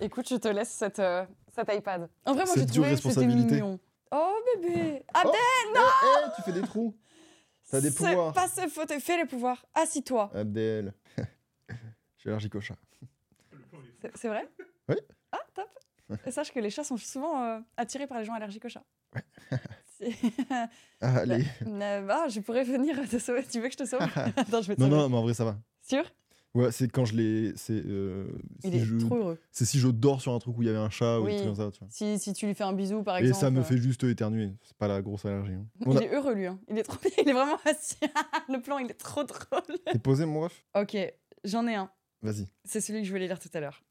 Speaker 1: Écoute, je te laisse cette, euh, cet iPad. En vrai, moi, j'ai
Speaker 2: Cette dure
Speaker 1: trouvé que c'était
Speaker 2: responsabilité.
Speaker 1: mignon. Oh, bébé. Ah,
Speaker 2: Oh,
Speaker 1: ben,
Speaker 2: Eh, eh, tu fais des trous. t'as des
Speaker 1: c'est
Speaker 2: pouvoirs.
Speaker 1: Pas ce fauteuil. Fais les pouvoirs. Assis-toi.
Speaker 2: Abdel. Je suis allergique au chat.
Speaker 3: Le plan, il est fou.
Speaker 1: C'est- C'est vrai
Speaker 2: Oui.
Speaker 1: Ah, top. Et sache que les chats sont souvent euh, attirés par les gens allergiques aux chats. C'est-
Speaker 2: Ah, allez.
Speaker 1: Euh, bah, je pourrais venir te sauver. Tu veux que je te sauve Attends, je vais te
Speaker 2: Non,
Speaker 1: sauver.
Speaker 2: non, mais en vrai, ça va.
Speaker 1: Sûr
Speaker 2: Ouais, c'est quand je les. C'est euh,
Speaker 1: Il
Speaker 2: si
Speaker 1: est
Speaker 2: je-
Speaker 1: trop heureux.
Speaker 2: c'est si je dors sur un truc où il y avait un chat ou
Speaker 1: Oui.
Speaker 2: des trucs comme ça. Tu vois.
Speaker 1: Si, si tu lui fais un bisou, par
Speaker 2: Et
Speaker 1: exemple.
Speaker 2: ça me
Speaker 1: euh,
Speaker 2: fait juste éternuer. C'est pas la grosse allergie. hein. On
Speaker 1: Il
Speaker 2: a...
Speaker 1: est heureux, lui. hein. Il est trop bien. Il est vraiment assis. Le plan, il est trop drôle.
Speaker 2: T'es posé, mon ref
Speaker 1: Ok, j'en ai un.
Speaker 2: Vas-y.
Speaker 1: C'est celui que je voulais lire tout à l'heure.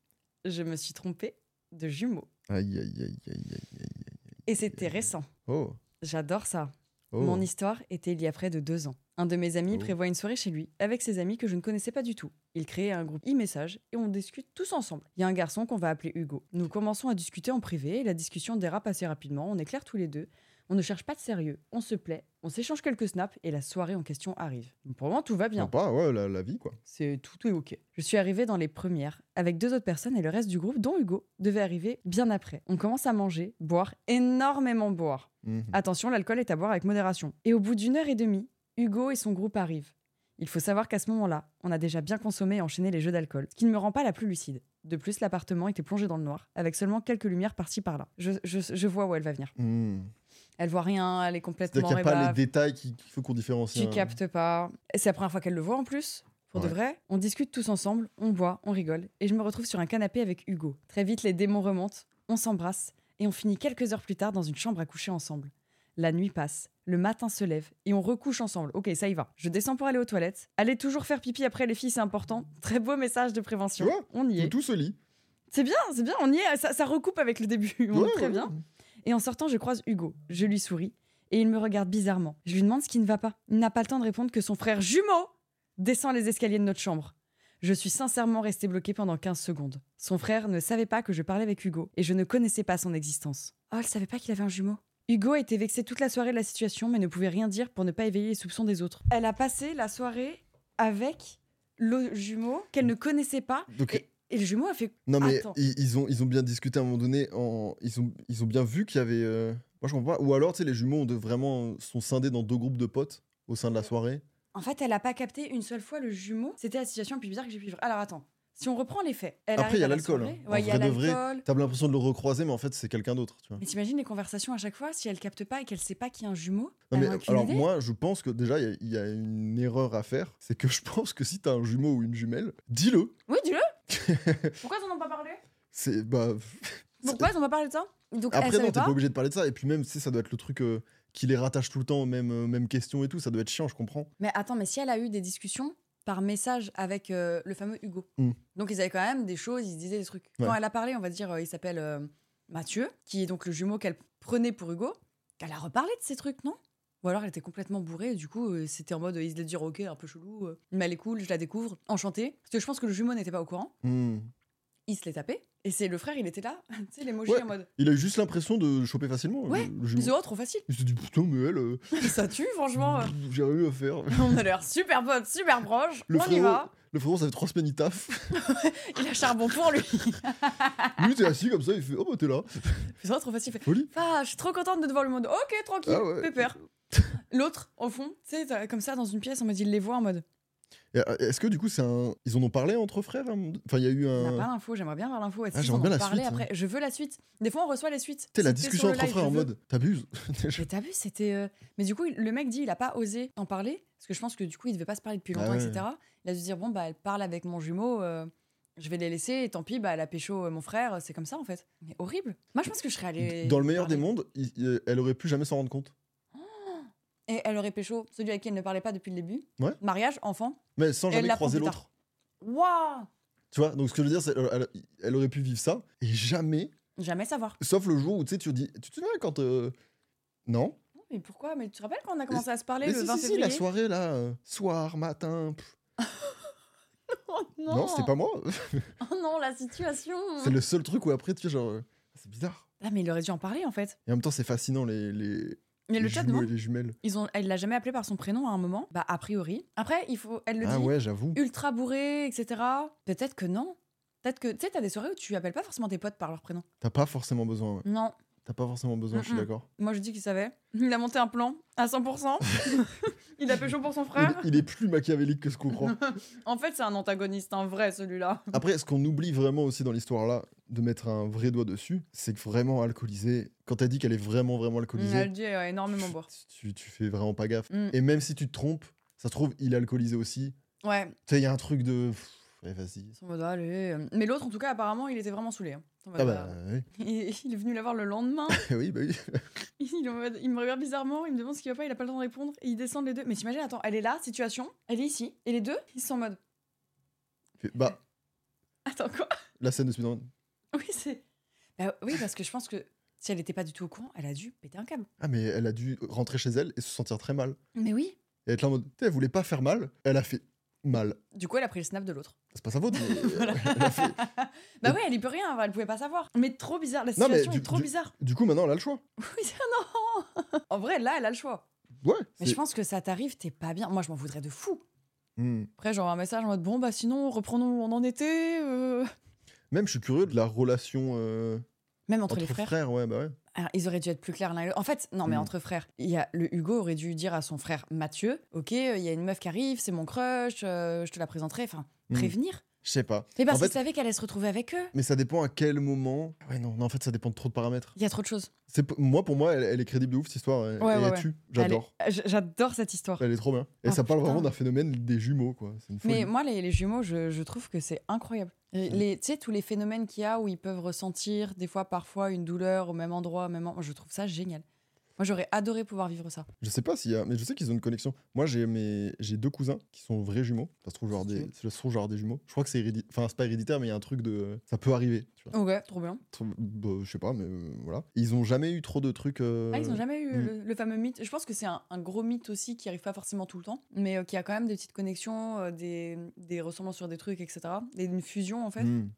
Speaker 1: Je me suis trompée de jumeaux.
Speaker 2: Aïe, aïe, aïe, aïe, aïe, aïe, aïe.
Speaker 1: Et c'était récent.
Speaker 2: Oh.
Speaker 1: J'adore ça.
Speaker 2: oh.
Speaker 1: Mon histoire était il y a près de deux ans. Un de mes amis
Speaker 2: Oh.
Speaker 1: prévoit une soirée chez lui, avec ses amis que je ne connaissais pas du tout. Il crée un groupe e-message et on discute tous ensemble. Il y a un garçon qu'on va appeler Hugo. Nous commençons à discuter en privé et la discussion dérape assez rapidement. On est clairs tous les deux. On ne cherche pas de sérieux. On se plaît. On s'échange quelques snaps et la soirée en question arrive. Pour le moment, tout va bien.
Speaker 2: Sympa, ouais, la, la vie, quoi.
Speaker 1: C'est tout est ok. Je suis arrivée dans les premières avec deux autres personnes et le reste du groupe, dont Hugo, devait arriver bien après. On commence à manger, boire, énormément boire.
Speaker 2: Mhm.
Speaker 1: Attention, l'alcool est à boire avec modération. Et au bout d'une heure et demie, Hugo et son groupe arrivent. Il faut savoir qu'à ce moment-là, on a déjà bien consommé et enchaîné les jeux d'alcool, ce qui ne me rend pas la plus lucide. De plus, l'appartement était plongé dans le noir, avec seulement quelques lumières par-ci par-là. Je, je- je vois où elle va venir.
Speaker 2: Mhm.
Speaker 1: Elle voit rien, elle est
Speaker 2: C'est-à-dire
Speaker 1: complètement
Speaker 2: qu'il n'y a pas les
Speaker 1: rébave,
Speaker 2: détails qui- qu'il faut qu'on différencie.
Speaker 1: tu
Speaker 2: hein.
Speaker 1: captes pas. Et C'est la première fois qu'elle le voit en plus. Pour
Speaker 2: Ouais.
Speaker 1: de vrai, on discute tous ensemble, on boit, on rigole, et je me retrouve sur un canapé avec Hugo. Très vite, les démons remontent, on s'embrasse, et on finit quelques heures plus tard dans une chambre à coucher ensemble. La nuit passe, le matin se lève, et on recouche ensemble. Ok, ça y va. Je descends pour aller aux toilettes. Allez toujours faire pipi après les filles, c'est important. Très beau message de prévention.
Speaker 2: Tu vois
Speaker 1: on y
Speaker 2: Tout-
Speaker 1: est.
Speaker 2: Tout se lit.
Speaker 1: C'est bien, c'est bien, on y est. Ça, ça recoupe avec le début. On est
Speaker 2: Ouais,
Speaker 1: très
Speaker 2: ouais,
Speaker 1: bien.
Speaker 2: ouais.
Speaker 1: Et en sortant, je croise Hugo. Je lui souris et il me regarde bizarrement. Je lui demande ce qui ne va pas. Il n'a pas le temps de répondre que son frère jumeau descend les escaliers de notre chambre. Je suis sincèrement restée bloquée pendant 15 secondes. Son frère ne savait pas que je parlais avec Hugo et je ne connaissais pas son existence. Oh, il savait pas qu'il avait un jumeau. Hugo a été vexé toute la soirée de la situation mais ne pouvait rien dire pour ne pas éveiller les soupçons des autres. Elle a passé la soirée avec le jumeau qu'elle ne connaissait pas
Speaker 2: Donc,
Speaker 1: et, et le jumeau a fait
Speaker 2: Non mais
Speaker 1: Attends.
Speaker 2: ils, ils ont, ils ont bien discuté à un moment donné, en, ils, ont, ils ont bien vu qu'il y avait... euh, Moi je comprends pas. Ou alors tu sais, les jumeaux ont de- vraiment sont scindés dans deux groupes de potes au sein de la soirée.
Speaker 1: En fait, elle a pas capté une seule fois le jumeau. C'était la situation la plus bizarre que j'ai pu vivre. Alors attends, si on reprend les faits. Elle
Speaker 2: Après, il y
Speaker 1: arrive
Speaker 2: a
Speaker 1: à la
Speaker 2: l'alcool,
Speaker 1: soirée.
Speaker 2: hein. En
Speaker 1: Ouais, il y a
Speaker 2: vrai de vrai.
Speaker 1: l'alcool.
Speaker 2: T'as l'impression de le recroiser mais en fait c'est quelqu'un d'autre. Tu vois.
Speaker 1: Mais t'imagines les conversations à chaque fois si elle capte pas et qu'elle sait pas qu'il y a un jumeau
Speaker 2: Non,
Speaker 1: elle
Speaker 2: mais,
Speaker 1: aura aucune
Speaker 2: alors
Speaker 1: idée.
Speaker 2: moi je pense que déjà il y a- il y, a une erreur à faire. C'est que je pense que si t'as un jumeau ou une jumelle, dis-le.
Speaker 1: Oui, dis-le Pourquoi t'en as pas parlé
Speaker 2: C'est... Bah...
Speaker 1: Donc ouais, on va parler de Eh, ça. Donc elle
Speaker 2: Après, non,
Speaker 1: savait
Speaker 2: t'es pas
Speaker 1: pas.
Speaker 2: obligé de parler de ça. Et puis même, tu sais, ça doit être le truc euh, qui les rattache tout le temps aux mêmes, euh, mêmes questions et tout. Ça doit être chiant, je comprends.
Speaker 1: Mais attends, mais si elle a eu des discussions par message avec euh, le fameux Hugo,
Speaker 2: Mm.
Speaker 1: donc ils avaient quand même des choses, ils se disaient des trucs.
Speaker 2: Ouais.
Speaker 1: Quand elle a parlé, on va dire, euh, il s'appelle euh, Mathieu, qui est donc le jumeau qu'elle prenait pour Hugo. Elle a reparlé de ces trucs, non Ou alors elle était complètement bourrée, et du coup euh, c'était en mode, euh, il se dit dire, ok, un peu chelou, euh, mais elle est cool, je la découvre, enchantée. Parce que je pense que le jumeau n'était pas au courant,
Speaker 2: Hmm.
Speaker 1: il se l'est tapé, et c'est le frère, il était là, tu sais, l'émoji
Speaker 2: Ouais.
Speaker 1: en mode,
Speaker 2: Il a eu juste l'impression de le choper facilement.
Speaker 1: Ouais,
Speaker 2: le- le jumeau.
Speaker 1: c'est oh, trop facile.
Speaker 2: Il s'est dit, putain, mais elle, euh,
Speaker 1: ça tue, franchement. euh,
Speaker 2: pff, j'ai rien eu à faire.
Speaker 1: On a l'air super potes, super proches,
Speaker 2: Le
Speaker 1: on y
Speaker 2: frérot-
Speaker 1: va.
Speaker 2: Le frérot, ça fait trois semaines, il taffe.
Speaker 1: Il a charbon pour lui.
Speaker 2: Lui, t'es assis comme ça, il fait, oh bah t'es là.
Speaker 1: C'est vraiment trop facile. Il fait,
Speaker 2: Folie.
Speaker 1: Ah, je suis trop contente de te voir le monde. Ok, tranquille,
Speaker 2: Ah ouais.
Speaker 1: pépère. L'autre, au fond, tu sais, t'as- comme ça, dans une pièce, on m'a dit de les voir en mode.
Speaker 2: Et, euh, Est-ce que du coup, c'est un. Ils en ont parlé entre frères à un moment- Enfin, il y a eu
Speaker 1: On n'a pas
Speaker 2: un.
Speaker 1: l'info, j'aimerais bien avoir l'info. Est-ce
Speaker 2: Euh. Ah,
Speaker 1: qu'ils
Speaker 2: j'aimerais
Speaker 1: en
Speaker 2: bien
Speaker 1: ont
Speaker 2: la
Speaker 1: parlé
Speaker 2: suite, hein.
Speaker 1: après Je veux la suite. Des fois, on reçoit les suites.
Speaker 2: T'es la
Speaker 1: C'était sur
Speaker 2: discussion
Speaker 1: le
Speaker 2: entre
Speaker 1: live,
Speaker 2: frères en
Speaker 1: je veux.
Speaker 2: mode, t'abuses. Déjà.
Speaker 1: Mais t'as vu, c'était. euh, Mais du coup, il- le mec dit, il a pas osé en parler, parce que je pense que du coup, il devait pas se parler depuis
Speaker 2: Ah
Speaker 1: longtemps,
Speaker 2: ouais.
Speaker 1: etc. Il a dû se dire, bon, bah, elle parle avec mon jumeau, euh, je vais les laisser, et tant pis, bah, elle a pécho euh, mon frère, c'est comme ça, en fait. Mais horrible. Moi, je pense que je serais allée.
Speaker 2: Dans le meilleur des
Speaker 1: parler.
Speaker 2: mondes, il- il- elle aurait pu jamais s'en rendre compte.
Speaker 1: Et elle aurait pécho celui avec qui elle ne parlait pas depuis le début.
Speaker 2: Ouais.
Speaker 1: Mariage, enfant.
Speaker 2: Mais sans
Speaker 1: Et elle
Speaker 2: jamais
Speaker 1: l'apprend
Speaker 2: croiser
Speaker 1: plus tard.
Speaker 2: l'autre.
Speaker 1: Waouh
Speaker 2: Tu vois, donc ce que je veux dire, c'est euh, elle, elle aurait pu vivre ça, et jamais,
Speaker 1: Jamais savoir.
Speaker 2: sauf le jour où tu sais, tu dis, tu te souviens quand. euh, Non
Speaker 1: Non, Mais pourquoi Mais tu te rappelles quand on a commencé à se parler
Speaker 2: Euh,
Speaker 1: le
Speaker 2: Mais si,
Speaker 1: 20
Speaker 2: si, si,
Speaker 1: février
Speaker 2: la soirée là, euh, soir, matin. pff.
Speaker 1: Oh non,
Speaker 2: Non, c'était pas moi.
Speaker 1: Oh non, la situation
Speaker 2: c'est le seul truc où après, tu sais, genre. euh, C'est bizarre.
Speaker 1: Ah mais il aurait dû en parler en fait.
Speaker 2: Et en même temps, c'est fascinant, les, les,
Speaker 1: Mais
Speaker 2: les
Speaker 1: le chat
Speaker 2: jumeaux et
Speaker 1: demande,
Speaker 2: les jumelles.
Speaker 1: ils ont, elle l'a jamais appelé par son prénom à un moment. Bah a priori. Après, il faut, elle le
Speaker 2: Ah
Speaker 1: dit,
Speaker 2: ouais, j'avoue.
Speaker 1: ultra bourré, etc. Peut-être que non. Peut-être que tu sais, t'as des soirées où tu appelles pas forcément tes potes par leur prénom.
Speaker 2: T'as pas forcément besoin, ouais.
Speaker 1: Non.
Speaker 2: T'as pas forcément besoin, je suis
Speaker 1: Mm-mm.
Speaker 2: d'accord.
Speaker 1: Moi je dis qu'il savait. Il a monté un plan à 100%. il a pécho pour son
Speaker 2: Il,
Speaker 1: frère.
Speaker 2: il est plus machiavélique que ce qu'on croit.
Speaker 1: En fait, c'est un antagoniste, un vrai celui-là.
Speaker 2: Après, ce qu'on oublie vraiment aussi dans l'histoire là, de mettre un vrai doigt dessus, c'est que vraiment alcoolisée, quand t'as dit qu'elle est vraiment, vraiment alcoolisée,
Speaker 1: Elle dit euh, énormément boire.
Speaker 2: tu, tu fais vraiment pas gaffe.
Speaker 1: Mm.
Speaker 2: Et même si tu te trompes, ça se trouve, il est alcoolisé aussi.
Speaker 1: Ouais,
Speaker 2: Tu sais, il y a un truc de. pff, Ouais, vas-y.
Speaker 1: Ils sont en mode, allez. euh. Mais l'autre, en tout cas, apparemment, il était vraiment saoulé. hein. Ils sont en mode,
Speaker 2: Ah bah
Speaker 1: euh,
Speaker 2: oui.
Speaker 1: il, il est venu la voir le lendemain.
Speaker 2: oui, bah oui.
Speaker 1: il, est en mode- il me regarde bizarrement, il me demande ce qu'il va pas, il a pas le temps de répondre. Et ils descendent les deux. Mais t'imagines, attends, elle est là, situation, elle est ici. Et les deux, ils sont en mode,
Speaker 2: Fait, Bah,
Speaker 1: attends quoi
Speaker 2: la scène de Speedrun.
Speaker 1: Oui, c'est. Bah oui, parce que je pense que si elle n'était pas du tout au courant, elle a dû péter un câble.
Speaker 2: Ah, mais elle a dû rentrer chez elle et se sentir très mal.
Speaker 1: Mais oui.
Speaker 2: Et être là en mode. Tu sais, elle voulait pas faire mal, elle a fait mal.
Speaker 1: Du coup, elle a pris le snap de l'autre.
Speaker 2: C'est pas sa faute. mais euh, elle a fait-
Speaker 1: Bah
Speaker 2: Et-
Speaker 1: oui, elle y peut rien, elle pouvait pas savoir. Mais trop bizarre, la
Speaker 2: Non, mais
Speaker 1: situation
Speaker 2: du-
Speaker 1: est trop
Speaker 2: du-
Speaker 1: bizarre.
Speaker 2: Du coup, maintenant, elle a le choix.
Speaker 1: Oui, c'est- non En vrai, là, elle a le choix.
Speaker 2: Ouais.
Speaker 1: Mais
Speaker 2: c'est-
Speaker 1: je pense que ça t'arrive, t'es pas bien. Moi, je m'en voudrais de fou.
Speaker 2: Hmm.
Speaker 1: Après, j'envoie un message en mode bon, bah sinon, reprenons où on en était. euh.
Speaker 2: Même, je suis curieux de la relation euh,
Speaker 1: Même entre,
Speaker 2: entre,
Speaker 1: les frères.
Speaker 2: frères, ouais, bah ouais.
Speaker 1: Alors, ils auraient dû être plus clairs l'un et l'autre. En fait, non, mais
Speaker 2: Mm.
Speaker 1: entre frères, il y a, le Hugo aurait dû dire à son frère Mathieu Ok, euh, il y a une meuf qui arrive, c'est mon crush, euh, je te la présenterai. Enfin,
Speaker 2: Mm.
Speaker 1: prévenir.
Speaker 2: Je sais pas.
Speaker 1: Mais
Speaker 2: En
Speaker 1: parce
Speaker 2: fait-
Speaker 1: qu'ils savaient qu'elle allait se retrouver avec eux.
Speaker 2: Mais ça dépend à quel moment. Ouais, non, non, en fait, ça dépend de trop de paramètres.
Speaker 1: Il y a trop de choses.
Speaker 2: C'est p- moi, pour moi, elle, elle est crédible de ouf, cette histoire. Elle,
Speaker 1: Ouais,
Speaker 2: elle
Speaker 1: ouais,
Speaker 2: est
Speaker 1: ouais.
Speaker 2: tue. J'adore.
Speaker 1: Elle est- Euh, j- J'adore cette histoire.
Speaker 2: Elle, est trop bien. Et
Speaker 1: Ah,
Speaker 2: ça parle
Speaker 1: putain.
Speaker 2: vraiment d'un phénomène des jumeaux, quoi. C'est une folie.
Speaker 1: Mais moi, les, les jumeaux, je, je trouve que c'est incroyable. Et
Speaker 2: Mm.
Speaker 1: les- Tu sais, tous les phénomènes qu'il y a où ils peuvent ressentir, des fois, parfois, une douleur au même endroit, au même en- Je trouve ça génial. Moi, j'aurais adoré pouvoir vivre ça.
Speaker 2: Je sais pas s'il y a, mais je sais qu'ils ont une connexion. Moi, j'ai mes, j'ai deux cousins qui sont vrais jumeaux. Ça se trouve genre
Speaker 1: Si tu
Speaker 2: des,
Speaker 1: veux.
Speaker 2: ça se trouve genre des jumeaux. Je crois que c'est héréditaire. Enfin, c'est pas héréditaire, mais il y a un truc de, ça peut arriver. Tu vois.
Speaker 1: Ok, trop bien.
Speaker 2: Tr- bah, je sais pas, mais euh, voilà. Ils ont jamais eu trop de trucs. euh,
Speaker 1: Ah, ils n'ont jamais eu
Speaker 2: mm.
Speaker 1: le, le fameux mythe. Je pense que c'est un, un gros mythe aussi qui arrive pas forcément tout le temps, mais euh, qui a quand même des petites connexions, euh, des, des ressemblances sur des trucs, etc. Et une fusion en fait.
Speaker 2: Mm.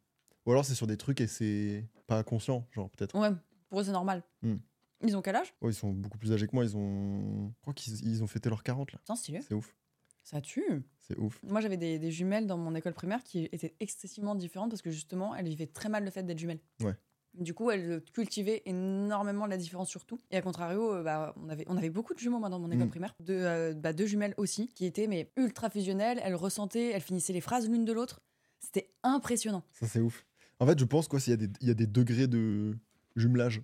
Speaker 2: Ou alors c'est sur des trucs et c'est pas conscient, genre peut-être.
Speaker 1: Ouais, pour eux c'est normal.
Speaker 2: Mm.
Speaker 1: Ils ont quel âge
Speaker 2: Oh, ils sont beaucoup plus âgés que moi. Ils ont, je crois qu'ils ils ont fêté leurs 40 là.
Speaker 1: Putain, stylé.
Speaker 2: C'est ouf.
Speaker 1: Ça tue.
Speaker 2: C'est ouf.
Speaker 1: Moi j'avais des, des jumelles dans mon école primaire qui étaient excessivement différentes parce que justement elles vivaient très mal le fait d'être jumelles.
Speaker 2: Ouais.
Speaker 1: Du coup, elles euh, cultivaient énormément la différence surtout. Et à contrario, euh, bah, on, avait, on avait beaucoup de jumeaux moi, dans mon école
Speaker 2: Mm.
Speaker 1: primaire. De, euh, bah, deux jumelles aussi, qui étaient mais ultra fusionnelles. Elles ressentaient, elles finissaient les phrases l'une de l'autre. C'était impressionnant.
Speaker 2: Ça c'est ouf. En fait, je pense quoi, s'il y a des, il y a des degrés de jumelage.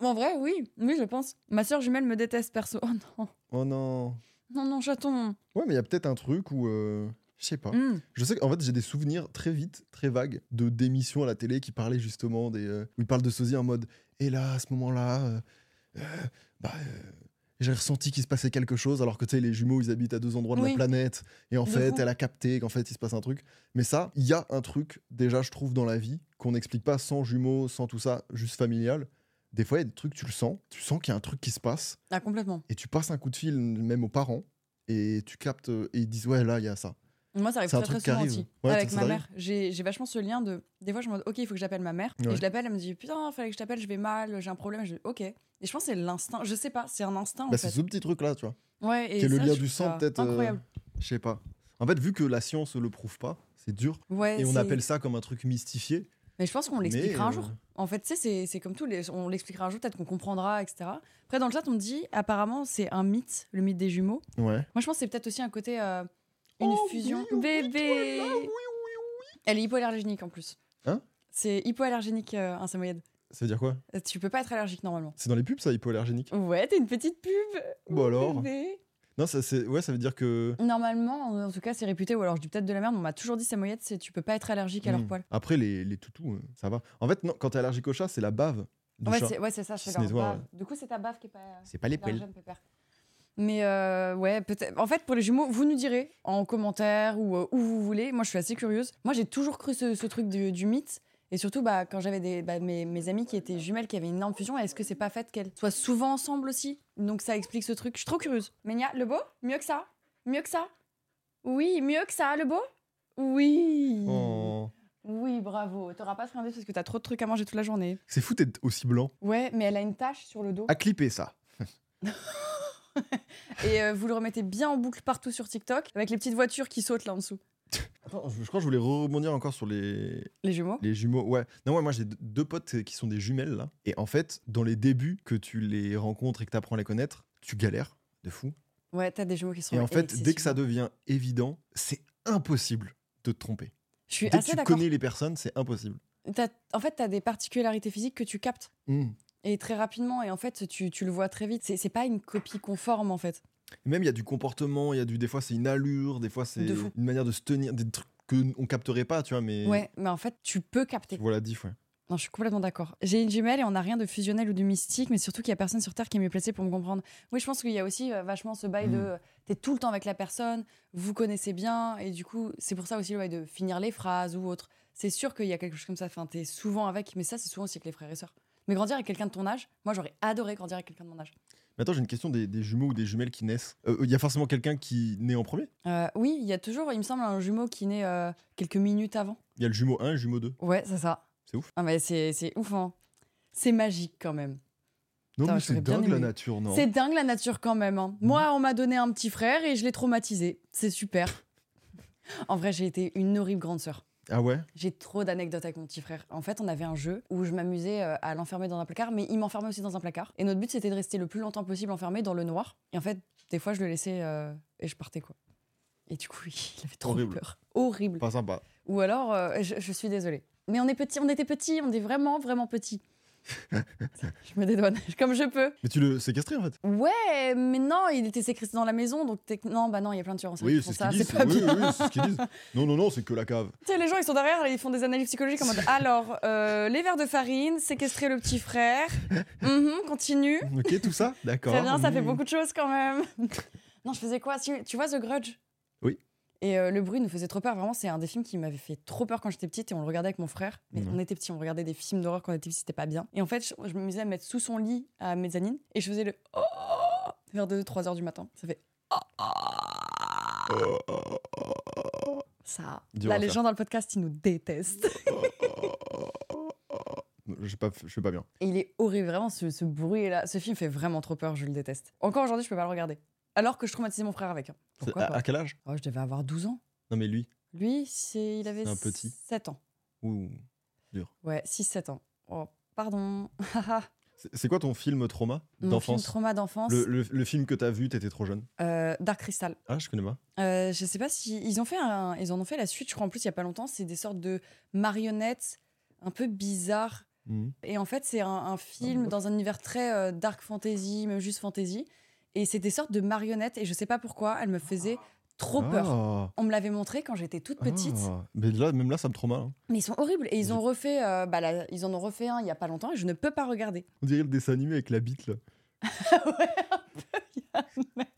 Speaker 1: en vrai, oui. Oui, je pense. Ma sœur jumelle me déteste perso. Oh non.
Speaker 2: Oh non.
Speaker 1: Non, non, chaton.
Speaker 2: Ouais, mais il y a peut-être un truc où. euh, Je sais pas.
Speaker 1: Hmm.
Speaker 2: Je sais qu'en fait, j'ai des souvenirs très vite, très vagues, de d'émissions à la télé qui parlaient justement des. euh, où ils parlent de sosie en mode. Et là, à ce moment-là, euh, euh, bah, euh, j'ai ressenti qu'il se passait quelque chose, alors que tu sais, les jumeaux, ils habitent à deux endroits de
Speaker 1: Oui.
Speaker 2: la planète, et en
Speaker 1: De
Speaker 2: fait,
Speaker 1: fou.
Speaker 2: elle a capté qu'en fait, il se passe un truc. Mais ça, il y a un truc, déjà, je trouve, dans la vie, qu'on n'explique pas sans jumeaux, sans tout ça, juste familial. Des fois, il y a des trucs, tu le sens, tu sens qu'il y a un truc qui se passe,
Speaker 1: Ah, complètement.
Speaker 2: et tu passes un coup de fil, même aux parents, et tu captes, euh, et ils disent, ouais, là, il y a ça.
Speaker 1: Moi, ça arrive
Speaker 2: C'est un
Speaker 1: très, très
Speaker 2: truc qui
Speaker 1: souvent
Speaker 2: arrive.
Speaker 1: aussi.
Speaker 2: Ouais,
Speaker 1: Avec
Speaker 2: ça, ça
Speaker 1: ma
Speaker 2: t'arrive
Speaker 1: mère, j'ai j'ai vachement ce lien de. Des fois, je me dis, ok, il faut que j'appelle ma mère. Et
Speaker 2: Ouais.
Speaker 1: je l'appelle, elle me dit, putain, fallait que je t'appelle, je vais mal, j'ai un problème. Je dis, ok. Et je pense que c'est l'instinct, je sais pas, c'est un instinct
Speaker 2: Bah,
Speaker 1: en
Speaker 2: c'est
Speaker 1: fait.
Speaker 2: ce petit truc-là, tu vois.
Speaker 1: Ouais, et
Speaker 2: Qui est le
Speaker 1: ça,
Speaker 2: lien
Speaker 1: je
Speaker 2: du
Speaker 1: trouve
Speaker 2: sang,
Speaker 1: ça
Speaker 2: peut-être, euh,
Speaker 1: Incroyable.
Speaker 2: Je sais pas. En fait, vu que la science le prouve pas, c'est dur.
Speaker 1: Ouais,
Speaker 2: Et on
Speaker 1: c'est-
Speaker 2: appelle ça comme un truc mystifié.
Speaker 1: Mais je pense qu'on
Speaker 2: mais,
Speaker 1: l'expliquera un
Speaker 2: euh,
Speaker 1: jour. En fait, tu sais, c'est- c'est comme tout, les- on l'expliquera un jour, peut-être qu'on comprendra, etc. Après, dans le chat, on me dit, apparemment, c'est un mythe, le mythe des jumeaux.
Speaker 2: Ouais.
Speaker 1: Moi, je pense que c'est peut-être aussi un côté. euh, une
Speaker 2: Oh,
Speaker 1: fusion.
Speaker 2: oui, oh, oui,
Speaker 1: Bébé Elle est hypoallergénique en plus.
Speaker 2: Hein
Speaker 1: C'est hypoallergénique, euh, un samoyède.
Speaker 2: Ça veut dire quoi
Speaker 1: Euh, Tu peux pas être allergique normalement.
Speaker 2: C'est dans les pubs, ça, hypoallergénique
Speaker 1: Ouais, t'es une petite pub
Speaker 2: Bon alors
Speaker 1: bébé.
Speaker 2: Non, ça, c'est... Ouais, ça veut dire que.
Speaker 1: Normalement, en en tout cas, c'est réputé, ou alors je dis peut-être de la merde, mais on m'a toujours dit samoyède, c'est tu peux pas être allergique à leur
Speaker 2: Hmm.
Speaker 1: poil.
Speaker 2: Après, les, les toutous, euh, ça va. En fait, non, quand t'es allergique au chat, c'est la bave du
Speaker 1: Ouais,
Speaker 2: chat.
Speaker 1: c'est ouais, c'est ça,
Speaker 2: Qui
Speaker 1: c'est
Speaker 2: se
Speaker 1: leur
Speaker 2: nettoie,
Speaker 1: bave. bah, Du coup, c'est ta bave qui est pas.
Speaker 2: C'est pas les
Speaker 1: Large
Speaker 2: poils.
Speaker 1: homme, pépère. Mais euh, ouais, peut-être. En fait, pour les jumeaux, vous nous direz en commentaire ou euh, où vous voulez. Moi, je suis assez curieuse. Moi, j'ai toujours cru ce, ce truc du, du mythe. Et surtout, bah, quand j'avais des, bah, mes, mes amis qui étaient jumelles, qui avaient une énorme fusion, est-ce que c'est pas fait qu'elles soient souvent ensemble aussi Donc ça explique ce truc. Je suis trop curieuse. Ménia, le beau Mieux que ça Mieux que ça Oui, mieux que ça, le beau Oui
Speaker 2: Oh.
Speaker 1: Oui, bravo. T'auras pas fréquenté parce que t'as trop de trucs à manger toute la journée.
Speaker 2: C'est fou d'être aussi blanc.
Speaker 1: Ouais, mais elle a une tache sur le dos.
Speaker 2: À clipper ça.
Speaker 1: Et euh, vous le remettez bien en boucle partout sur TikTok avec les petites voitures qui sautent là en dessous.
Speaker 2: Attends, je, je crois que je voulais rebondir encore sur les,
Speaker 1: Les jumeaux
Speaker 2: les jumeaux. Ouais. Non, ouais, moi, j'ai d- deux potes euh, qui sont des jumelles, là. Et en fait, dans les débuts que tu les rencontres et que t'apprends à les connaître, tu galères de fou.
Speaker 1: Ouais, t'as des jumeaux qui sont.
Speaker 2: Et en fait, dès que
Speaker 1: excessifs.
Speaker 2: ça devient évident, c'est impossible de te tromper.
Speaker 1: Je suis
Speaker 2: Dès que
Speaker 1: assez
Speaker 2: tu
Speaker 1: d'accord.
Speaker 2: connais les personnes, c'est impossible.
Speaker 1: T'as- En fait, t'as des particularités physiques que tu captes. Et très rapidement, et en fait, tu, tu le vois très vite. C'est c'est pas une copie conforme, en fait.
Speaker 2: Et Même il y a du comportement, il y a du des fois c'est une allure, des fois c'est
Speaker 1: De fou.
Speaker 2: une manière de se tenir, des trucs que on capterait pas, tu vois, mais
Speaker 1: Ouais, mais en fait, tu peux capter.
Speaker 2: voilà diff, ouais.
Speaker 1: Non, je suis complètement d'accord. J'ai une jumelle et on n'a rien de fusionnel ou de mystique, mais surtout qu'il n'y a personne sur Terre qui est mieux placé pour me comprendre. Oui, je pense qu'il y a aussi euh, vachement ce bail de.
Speaker 2: Mm.
Speaker 1: euh, T'es tout le temps avec la personne, vous connaissez bien, et du coup, c'est pour ça aussi le bail de finir les phrases ou autre. C'est sûr qu'il y a quelque chose comme ça. Enfin, t'es souvent avec, mais ça, c'est souvent aussi avec les frères et sœurs. Mais grandir avec quelqu'un de ton âge, moi, j'aurais adoré grandir avec quelqu'un de mon âge.
Speaker 2: Mais attends, j'ai une question des, des jumeaux ou des jumelles qui naissent. Euh, Il y a forcément quelqu'un qui naît en premier
Speaker 1: Euh, oui, il y a toujours, il me semble, un jumeau qui naît euh, quelques minutes avant.
Speaker 2: Il y a le jumeau 1 et le jumeau 2.
Speaker 1: Ouais, c'est ça.
Speaker 2: C'est ouf.
Speaker 1: Ah, mais c'est c'est ouf, hein. C'est magique quand même. Putain,
Speaker 2: Non, mais
Speaker 1: j'aurais
Speaker 2: c'est
Speaker 1: bien
Speaker 2: dingue la
Speaker 1: aimé.
Speaker 2: nature, non Mm.
Speaker 1: C'est dingue la nature quand même. hein. Moi, on m'a donné un petit frère et je l'ai traumatisé. C'est super. en vrai, j'ai été une horrible grande sœur.
Speaker 2: Ah ouais
Speaker 1: J'ai trop d'anecdotes avec mon petit frère. En fait, on avait un jeu où je m'amusais euh, à l'enfermer dans un placard, mais il m'enfermait aussi dans un placard. Et notre but, c'était de rester le plus longtemps possible enfermé dans le noir. Et en fait, des fois, je le laissais euh, et je partais quoi. Et du coup, il avait trop
Speaker 2: Horrible.
Speaker 1: peur. Horrible.
Speaker 2: Pas sympa.
Speaker 1: Ou alors, euh, je, je suis désolée. Mais on est petits, on était petits, on est vraiment, vraiment petits. je me dédouane comme je peux.
Speaker 2: Mais tu le séquestrais en fait
Speaker 1: Ouais, mais non, il était sécrété dans la maison, donc techni- non, bah non, il y a plein de tueurs en série
Speaker 2: Oui,
Speaker 1: qui font
Speaker 2: c'est ce
Speaker 1: ça,
Speaker 2: qu'ils
Speaker 1: c'est
Speaker 2: disent.
Speaker 1: pas
Speaker 2: oui,
Speaker 1: bien.
Speaker 2: oui, c'est ce qu'ils disent. Non, non, non, c'est que la cave.
Speaker 1: Tu sais, les gens, ils sont derrière, ils font des analyses psychologiques en mode alors, euh, les verres de farine, séquestrer le petit frère, Mhm, continue.
Speaker 2: Ok, tout ça D'accord.
Speaker 1: Très bien, ça fait
Speaker 2: Mmh.
Speaker 1: beaucoup de choses quand même. non, je faisais quoi si- Tu vois The Grudge
Speaker 2: Oui.
Speaker 1: Et euh, le bruit nous faisait trop peur. Vraiment, c'est un des films qui m'avait fait trop peur quand j'étais petite et on le regardait avec mon frère. Mais
Speaker 2: Mhm.
Speaker 1: on était petits, on regardait des films d'horreur quand on était petits, c'était pas bien. Et en fait, je, je m'amusais à me mettre sous son lit à mezzanine et je faisais le oh vers 2-3 heures du matin. Ça fait oh, oh.
Speaker 2: Oh, oh, oh, oh.
Speaker 1: ça.
Speaker 2: Dur
Speaker 1: Là,
Speaker 2: à
Speaker 1: les
Speaker 2: faire.
Speaker 1: gens dans le podcast, ils nous détestent.
Speaker 2: Je sais pas, je fais pas bien.
Speaker 1: Et il est horrible, vraiment, ce, ce bruit-là. Ce film fait vraiment trop peur, je le déteste. Encore aujourd'hui, je peux pas le regarder. Alors que je traumatisais mon frère avec. hein. Pourquoi
Speaker 2: à,
Speaker 1: pas
Speaker 2: à quel âge
Speaker 1: Oh, Je devais avoir 12 ans.
Speaker 2: Non mais lui.
Speaker 1: Lui, c'est, il avait
Speaker 2: C'est un petit.
Speaker 1: 7 ans.
Speaker 2: Ouh.
Speaker 1: Ouais, 6-7 ans. Oh, pardon. Haha.
Speaker 2: C'est c'est quoi ton film trauma
Speaker 1: Mon film
Speaker 2: d'enfance
Speaker 1: trauma d'enfance.
Speaker 2: le, le- le film que t'as vu, t'étais trop jeune.
Speaker 1: euh, Dark Crystal.
Speaker 2: Ah, je connais pas.
Speaker 1: Euh, je sais pas si ils ont fait un- ils en ont fait la suite, je crois en plus il y a pas longtemps. C'est des sortes de marionnettes un peu bizarres.
Speaker 2: Mhm.
Speaker 1: Et en fait, c'est un, un
Speaker 2: Ah,
Speaker 1: film dans un univers très euh, dark fantasy, même juste fantasy. Et c'est des sortes de marionnettes. Et je sais pas pourquoi, elles me faisaient Trop peur.
Speaker 2: Ah,
Speaker 1: On me l'avait montré quand j'étais toute petite.
Speaker 2: ah. Mais là, même là, ça me hein. trop mal.
Speaker 1: Mais ils sont horribles. Et ils,
Speaker 2: Je-
Speaker 1: ont refait, euh, bah, là, ils en ont refait un il y a pas longtemps et je ne peux pas regarder.
Speaker 2: On dirait le dessin animé avec la bite, là.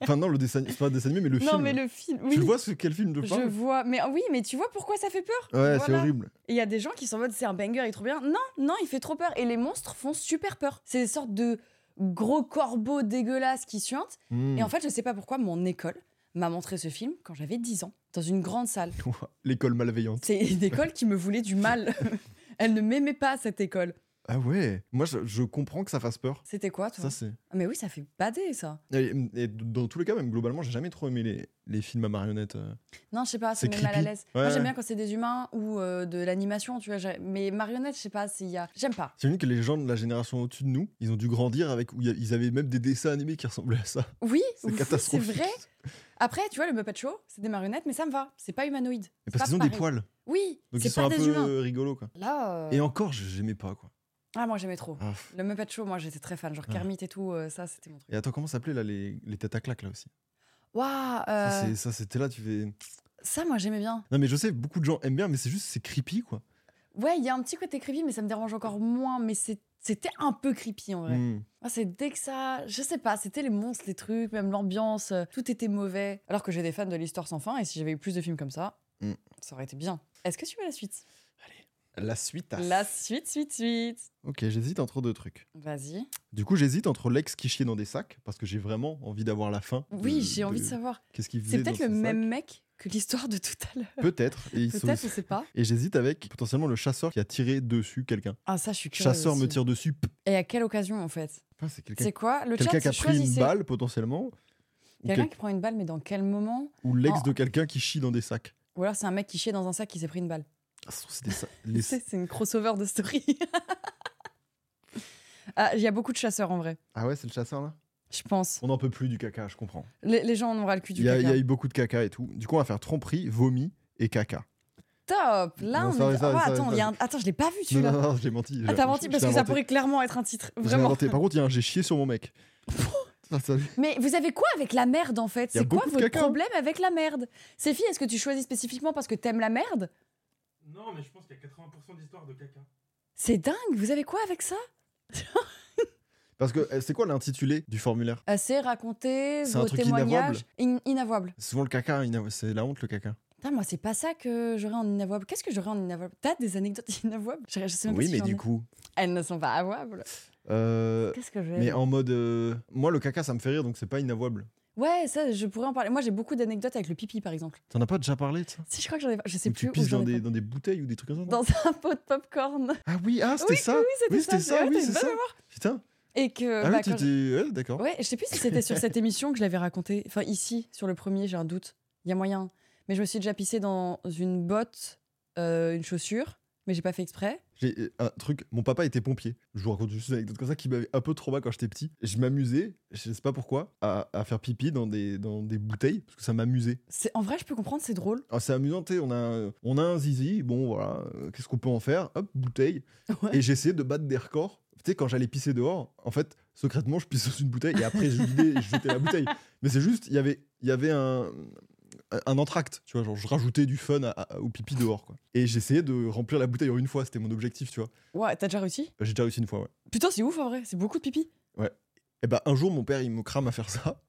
Speaker 2: Enfin, non, le dessin... c'est pas le dessin animé, mais le
Speaker 1: non,
Speaker 2: film.
Speaker 1: mais le film.
Speaker 2: Tu
Speaker 1: Oui,
Speaker 2: le vois, ce... quel film de
Speaker 1: je vois. Mais ah oui, mais tu vois pourquoi ça fait peur
Speaker 2: Ouais, c'est
Speaker 1: Voilà.
Speaker 2: horrible.
Speaker 1: Et Il y a des gens qui sont en mode c'est un banger, il est trop bien. Non, non, il fait trop peur. Et les monstres font super peur. C'est des sortes de gros corbeaux dégueulasses qui suintent.
Speaker 2: Hmm.
Speaker 1: Et en fait, je sais pas pourquoi mon école m'a montré ce film quand j'avais 10 ans, dans une grande salle.
Speaker 2: L'école malveillante.
Speaker 1: C'est une école qui me voulait du mal. Elle ne m'aimait pas, cette école.
Speaker 2: Ah ouais, moi, je, je comprends que ça fasse peur.
Speaker 1: C'était quoi, toi
Speaker 2: Ça, c'est.
Speaker 1: Ah, Mais oui, ça fait bader, ça.
Speaker 2: Et, et dans tous les cas, même globalement, j'ai jamais trop aimé les, les films à marionnettes. euh.
Speaker 1: Non, je sais pas, ça
Speaker 2: C'est
Speaker 1: me met mal à
Speaker 2: creepy.
Speaker 1: l'aise.
Speaker 2: Ouais,
Speaker 1: Moi, j'aime
Speaker 2: ouais.
Speaker 1: bien quand c'est des humains ou euh, de l'animation, tu vois. j'ai- Mais marionnettes, je sais pas, s'il y a. J'aime pas.
Speaker 2: C'est une que les gens de la génération au-dessus de nous, ils ont dû grandir avec. Où il y a- ils avaient même des dessins animés qui ressemblaient à ça.
Speaker 1: Oui,
Speaker 2: C'est
Speaker 1: oui, c'est
Speaker 2: catastrophique.
Speaker 1: vrai. Après, tu vois, le Muppet Show, c'est des marionnettes, mais ça me va. C'est pas humanoïde.
Speaker 2: Mais
Speaker 1: C'est
Speaker 2: parce
Speaker 1: pas
Speaker 2: qu'ils ont des
Speaker 1: pareil.
Speaker 2: poils.
Speaker 1: Oui,
Speaker 2: Donc ils
Speaker 1: c'est
Speaker 2: sont
Speaker 1: pas
Speaker 2: un
Speaker 1: des
Speaker 2: peu
Speaker 1: humains.
Speaker 2: euh, rigolos, quoi.
Speaker 1: Là, euh,
Speaker 2: Et encore, je- j'aimais pas, quoi.
Speaker 1: ah, moi j'aimais trop.
Speaker 2: Ah, pff.
Speaker 1: Le Muppet Show, moi j'étais très fan. Genre
Speaker 2: Ouais.
Speaker 1: Kermit et tout, euh, ça c'était mon truc.
Speaker 2: Et attends, comment s'appelaient là les, les têtes à claques là aussi
Speaker 1: Waouh,
Speaker 2: Ça,
Speaker 1: euh,
Speaker 2: c'est- Ça, c'était là, tu fais.
Speaker 1: ça moi j'aimais bien.
Speaker 2: Non, mais je sais, beaucoup de gens aiment bien, mais c'est juste, c'est creepy, quoi.
Speaker 1: Ouais, il y a un petit côté creepy, mais ça me dérange encore moins. Mais c'est- c'était un peu creepy en vrai.
Speaker 2: Hmm.
Speaker 1: Ah, c'est dès que ça. Je sais pas, c'était les monstres, les trucs, même l'ambiance, euh, tout était mauvais. Alors que j'ai des fans de l'histoire sans fin, et si j'avais eu plus de films comme ça,
Speaker 2: Mm.
Speaker 1: ça aurait été bien. Est-ce que tu veux la suite
Speaker 2: La suite à.
Speaker 1: La suite, suite, suite.
Speaker 2: Ok, j'hésite entre deux trucs.
Speaker 1: Vas-y.
Speaker 2: Du coup, j'hésite entre l'ex qui chiait dans des sacs, parce que j'ai vraiment envie d'avoir la fin.
Speaker 1: Oui,
Speaker 2: de-
Speaker 1: j'ai envie de
Speaker 2: de-
Speaker 1: savoir.
Speaker 2: Qu'est-ce qu'il faisait
Speaker 1: C'est peut-être
Speaker 2: dans
Speaker 1: le
Speaker 2: ces sacs.
Speaker 1: même mec que l'histoire de tout à l'heure.
Speaker 2: Peut-être. Et, ils sont-
Speaker 1: Peut-être, je sais pas.
Speaker 2: et j'hésite avec potentiellement le chasseur qui a tiré dessus quelqu'un.
Speaker 1: Ah, ça, je suis curieuse.
Speaker 2: Chasseur me
Speaker 1: aussi.
Speaker 2: tire dessus. p-
Speaker 1: Et à quelle occasion, en fait
Speaker 2: Putain, c'est quelqu'un
Speaker 1: C'est quoi Le
Speaker 2: quelqu'un
Speaker 1: chat,
Speaker 2: qui a
Speaker 1: c'est
Speaker 2: pris une
Speaker 1: choisissez.
Speaker 2: balle potentiellement. Ou,
Speaker 1: Quelqu'un
Speaker 2: quel-
Speaker 1: qui prend une balle, mais dans quel moment
Speaker 2: ou l'ex
Speaker 1: Oh.
Speaker 2: de quelqu'un qui chie dans des sacs.
Speaker 1: Ou alors c'est un mec qui chie dans un sac qui s'est pris une balle.
Speaker 2: Ah, ça se trouve, c'est des sacs. Les-
Speaker 1: C'est c'est une crossover de story. Ah, Il y a beaucoup de chasseurs en vrai,
Speaker 2: Ah ouais, c'est le chasseur là
Speaker 1: je pense.
Speaker 2: On n'en peut plus du caca, je comprends.
Speaker 1: Les, les gens en ont ras le cul
Speaker 2: Il
Speaker 1: du
Speaker 2: y, a- il y
Speaker 1: caca.
Speaker 2: a eu beaucoup de caca et tout. Du coup, on va faire tromperie, vomi et caca.
Speaker 1: Top Là,
Speaker 2: Non,
Speaker 1: on
Speaker 2: ça
Speaker 1: est-
Speaker 2: va, ça
Speaker 1: Oh,
Speaker 2: va, ça va,
Speaker 1: attends,
Speaker 2: ça
Speaker 1: il y a un- attends, je l'ai pas vu
Speaker 2: Non, non,
Speaker 1: celui-là.
Speaker 2: non, j'ai menti.
Speaker 1: Ah,
Speaker 2: j'ai-
Speaker 1: t'as menti
Speaker 2: j'ai
Speaker 1: parce que ça
Speaker 2: inventé.
Speaker 1: pourrait clairement être un titre.
Speaker 2: J'ai
Speaker 1: Vraiment.
Speaker 2: inventé. Par contre, il y a un j'ai chié sur mon mec. Ça, ça-
Speaker 1: Mais vous avez quoi avec la merde en fait
Speaker 2: Il y a
Speaker 1: C'est quoi
Speaker 2: beaucoup de
Speaker 1: votre
Speaker 2: caca.
Speaker 1: problème avec la merde Ces filles, est-ce que tu choisis spécifiquement parce que t'aimes la merde
Speaker 3: Non, mais je pense qu'il y a 80% d'histoires de caca.
Speaker 1: C'est dingue, vous avez quoi avec ça
Speaker 2: Parce que euh, c'est quoi l'intitulé du formulaire
Speaker 1: Euh, C'est raconter
Speaker 2: C'est un
Speaker 1: vos
Speaker 2: truc
Speaker 1: témoignages. In- inavouable.
Speaker 2: Souvent, le caca, il n'a- c'est la honte, le caca.
Speaker 1: Putain, moi, c'est pas ça que j'aurais en inavouable. Qu'est-ce que j'aurais en inavouable T'as des anecdotes inavouables je, je sais même pas
Speaker 2: Oui,
Speaker 1: si
Speaker 2: mais
Speaker 1: j'en ai.
Speaker 2: du coup.
Speaker 1: Elles ne sont pas avouables.
Speaker 2: euh,
Speaker 1: Qu'est-ce que je
Speaker 2: Mais en mode. euh, Moi, le caca, ça me fait rire, donc c'est pas inavouable.
Speaker 1: Ouais, ça, je pourrais en parler. Moi, j'ai beaucoup d'anecdotes avec le pipi, par exemple.
Speaker 2: T'en as pas déjà parlé de ça
Speaker 1: Si, je crois que j'en ai pas. Je sais
Speaker 2: Où
Speaker 1: plus
Speaker 2: tu
Speaker 1: où
Speaker 2: pisses
Speaker 1: j'en
Speaker 2: dans
Speaker 1: ai
Speaker 2: des,
Speaker 1: pas.
Speaker 2: dans des bouteilles ou des trucs comme ça non
Speaker 1: Dans un pot de popcorn.
Speaker 2: Ah oui, ah, c'était
Speaker 1: Oui,
Speaker 2: ça Oui, c'était ça,
Speaker 1: c'est- ouais,
Speaker 2: oui,
Speaker 1: t'as
Speaker 2: c'est
Speaker 1: une bonne
Speaker 2: ça.
Speaker 1: mémoire.
Speaker 2: Putain.
Speaker 1: Et que.
Speaker 2: Ah
Speaker 1: bah,
Speaker 2: oui, tu
Speaker 1: quand je-
Speaker 2: dis. Ouais, d'accord.
Speaker 1: Ouais, je sais plus si c'était sur cette émission que je l'avais raconté. Enfin, ici, sur le premier, j'ai un doute. Il y a moyen. Mais je me suis déjà pissé dans une botte, euh, une chaussure, mais j'ai pas fait exprès.
Speaker 2: J'ai euh, un truc, mon papa était pompier. Je vous raconte juste une anecdote comme ça qui m'avait un peu trop mal quand j'étais petit. Je m'amusais, je sais pas pourquoi, à, à faire pipi dans des, dans des bouteilles, parce que ça m'amusait.
Speaker 1: C'est- En vrai, je peux comprendre, c'est drôle.
Speaker 2: Alors, C'est amusant, tu sais, on a, un- on a un zizi, bon voilà, euh, qu'est-ce qu'on peut en faire Hop, bouteille.
Speaker 1: Ouais.
Speaker 2: Et j'essayais de battre des records. Tu sais, quand j'allais pisser dehors, en fait, secrètement, je pissais sous une bouteille et après, je vidais et je jetais la bouteille. Mais c'est juste, il y avait- il y avait un, un entracte, tu vois, genre je rajoutais du fun à- à- au pipi dehors, quoi. Et j'essayais de remplir la bouteille en une fois, c'était mon objectif, tu vois. Bah,
Speaker 1: Ouais, t'as déjà réussi
Speaker 2: J'ai déjà réussi une fois, ouais.
Speaker 1: Putain, c'est ouf en vrai, c'est beaucoup de pipi.
Speaker 2: Et bah un jour mon père il me crame à faire ça.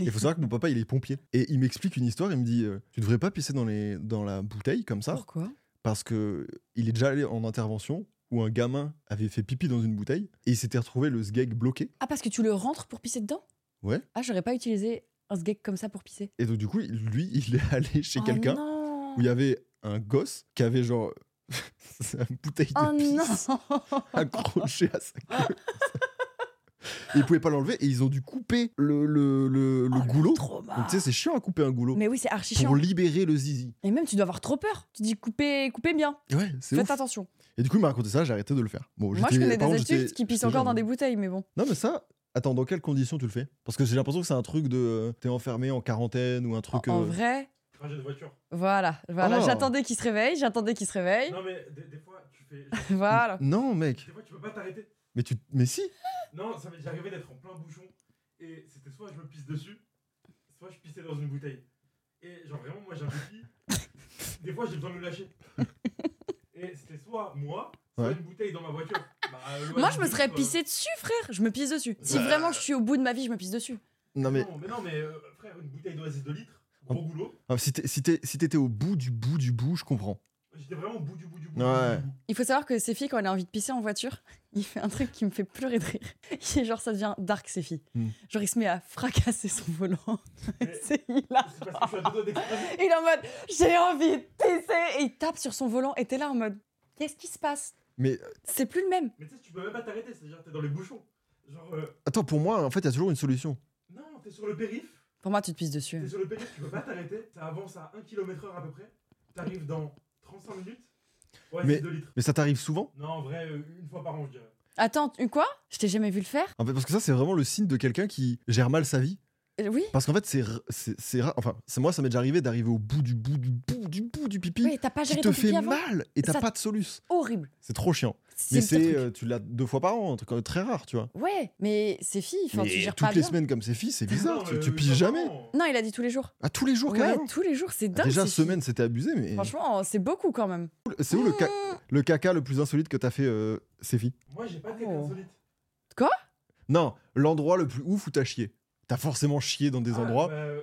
Speaker 2: Et Il faut savoir que mon papa il est pompier et il m'explique une histoire. Il me dit euh, tu devrais pas pisser dans les dans la bouteille comme ça
Speaker 1: Pourquoi
Speaker 2: parce que il est déjà allé en intervention où un gamin avait fait pipi dans une bouteille et il s'était retrouvé le sgeg bloqué.
Speaker 1: Ah, parce que tu le rentres pour pisser dedans
Speaker 2: Ouais.
Speaker 1: Ah, j'aurais pas utilisé un sgeg comme ça pour pisser.
Speaker 2: Et donc du coup il- lui il est allé chez
Speaker 1: oh
Speaker 2: quelqu'un
Speaker 1: non
Speaker 2: où il y avait un gosse qui avait genre une bouteille de
Speaker 1: Oh
Speaker 2: pisse
Speaker 1: non Oh,
Speaker 2: accrochée à sa queue. Et Ils pouvaient pas l'enlever et ils ont dû couper le, le, le, le
Speaker 1: Oh, le
Speaker 2: goulot.
Speaker 1: trauma.
Speaker 2: Donc tu sais, c'est chiant à couper un goulot.
Speaker 1: Mais oui, c'est archi
Speaker 2: pour
Speaker 1: chiant.
Speaker 2: libérer le zizi.
Speaker 1: Et même, tu dois avoir trop peur. Tu dis coupez, coupez bien,
Speaker 2: Ouais, c'est
Speaker 1: faites
Speaker 2: ouf.
Speaker 1: attention.
Speaker 2: Et du coup, il m'a raconté ça, j'ai arrêté de le faire. Bon,
Speaker 1: Moi, je
Speaker 2: j'étais-
Speaker 1: connais des
Speaker 2: par contre,
Speaker 1: adultes
Speaker 2: j'étais-
Speaker 1: qui pissent
Speaker 2: j'étais
Speaker 1: encore dans
Speaker 2: jeune.
Speaker 1: des
Speaker 2: hein.
Speaker 1: bouteilles, mais bon.
Speaker 2: Non, mais ça, attends, dans quelles conditions tu le fais Parce que j'ai l'impression que c'est un truc de. euh, T'es enfermé en quarantaine ou un truc.
Speaker 1: en, en
Speaker 2: euh,
Speaker 1: vrai,
Speaker 3: Trajet de voiture.
Speaker 1: voilà, voilà.
Speaker 2: Oh.
Speaker 1: J'attendais qu'il se réveille, j'attendais qu'il se réveille.
Speaker 3: Non, mais des, des fois, tu fais.
Speaker 1: Voilà.
Speaker 2: Non, mec,
Speaker 3: Des fois, tu peux pas t'arrêter.
Speaker 2: mais tu. Mais si
Speaker 3: Non, ça m'est déjà arrivé d'être en plein bouchon. Et c'était soit je me pisse dessus, soit je pissais dans une bouteille. Et genre vraiment, moi j'ai un petit. des fois j'ai besoin de le lâcher. Et c'était soit moi, soit
Speaker 2: Ouais.
Speaker 3: une bouteille dans ma voiture. Bah, euh, loin
Speaker 1: Moi,
Speaker 3: du
Speaker 1: je me
Speaker 3: but,
Speaker 1: serais
Speaker 3: euh,
Speaker 1: pissé dessus, frère. Je me pisse dessus. Si
Speaker 2: Bah.
Speaker 1: vraiment je suis au bout de ma vie, je me pisse dessus.
Speaker 2: Non mais
Speaker 3: Non, mais non, mais euh, frère, une bouteille d'oasis de litre, gros boulot.
Speaker 2: ah, si t'es- si t'es- si t'étais au bout du bout du bout, je comprends.
Speaker 3: J'étais vraiment au bout du bout du bout.
Speaker 2: Ouais.
Speaker 3: du bout.
Speaker 1: Il faut savoir que Séfi, quand elle a envie de pisser en voiture, il fait un truc qui me fait pleurer de rire. Il est genre, ça devient dark, Séfi.
Speaker 2: Hmm.
Speaker 1: Genre, il se met à fracasser son volant.
Speaker 3: Mais
Speaker 1: C'est hilarant.
Speaker 3: C'est parce que je suis à deux doigts d'exploser.
Speaker 1: Il est en mode j'ai envie de pisser et il tape sur son volant et t'es là en mode qu'est-ce qui se passe
Speaker 2: Mais euh,
Speaker 1: C'est plus le même.
Speaker 3: Mais tu sais, tu peux même pas t'arrêter, c'est-à-dire t'es dans les bouchons. Genre, euh,
Speaker 2: attends, pour moi, en fait, il y a toujours une solution.
Speaker 3: non, t'es sur le périph'.
Speaker 1: Pour moi tu te pisses dessus.
Speaker 3: T'es sur le périph', tu peux pas t'arrêter, ça avance à 1 km heure à peu près, t'arrives dans 35 minutes, ouais,
Speaker 2: Mais-
Speaker 3: c'est 2 litres.
Speaker 2: Mais ça t'arrive souvent
Speaker 3: Non, en vrai, euh, une fois par an, je dirais.
Speaker 1: Attends, une quoi Je t'ai jamais vu le faire
Speaker 2: En fait, parce que ça, c'est vraiment le signe de quelqu'un qui gère mal sa vie.
Speaker 1: Euh, Oui
Speaker 2: Parce qu'en fait, c'est r- c'est c'est rare. Enfin, c'est moi, ça m'est déjà arrivé d'arriver au bout du bout du bout du bout du pipi.
Speaker 1: Oui, t'as pas
Speaker 2: qui
Speaker 1: géré
Speaker 2: te
Speaker 1: ton
Speaker 2: fait
Speaker 1: pipi avant
Speaker 2: mal et t'as
Speaker 1: Ça-
Speaker 2: pas de soluce.
Speaker 1: Horrible.
Speaker 2: C'est trop chiant.
Speaker 1: C'est
Speaker 2: Mais
Speaker 1: le pire
Speaker 2: c'est,
Speaker 1: truc.
Speaker 2: euh, tu l'as deux fois par an, un truc euh, très rare, tu vois.
Speaker 1: Ouais, mais c'est fille, enfin,
Speaker 2: Mais
Speaker 1: tu gères
Speaker 2: toutes
Speaker 1: pas
Speaker 2: les
Speaker 1: bien.
Speaker 2: semaines comme c'est fille, c'est bizarre.
Speaker 3: Non,
Speaker 2: tu,
Speaker 3: euh,
Speaker 2: tu
Speaker 3: une
Speaker 2: piges
Speaker 3: fois par
Speaker 2: jamais.
Speaker 3: an.
Speaker 1: Non, il a dit tous les jours.
Speaker 2: À tous les jours,
Speaker 1: Ouais,
Speaker 2: carrément. Ah,
Speaker 1: tous les jours, c'est dingue.
Speaker 2: Déjà
Speaker 1: c'est fille.
Speaker 2: semaine, c'était abusé, mais
Speaker 1: Franchement, c'est beaucoup quand même. Mmh.
Speaker 2: c'est où le, ca- le caca le plus insolite que t'as fait, euh, Séphie
Speaker 3: Moi, j'ai pas de tête
Speaker 1: Oh.
Speaker 3: insolite.
Speaker 2: Non, l'endroit le plus ouf où t'as chié. T'as forcément chié dans des
Speaker 3: Ah,
Speaker 2: endroits.
Speaker 3: bah, euh,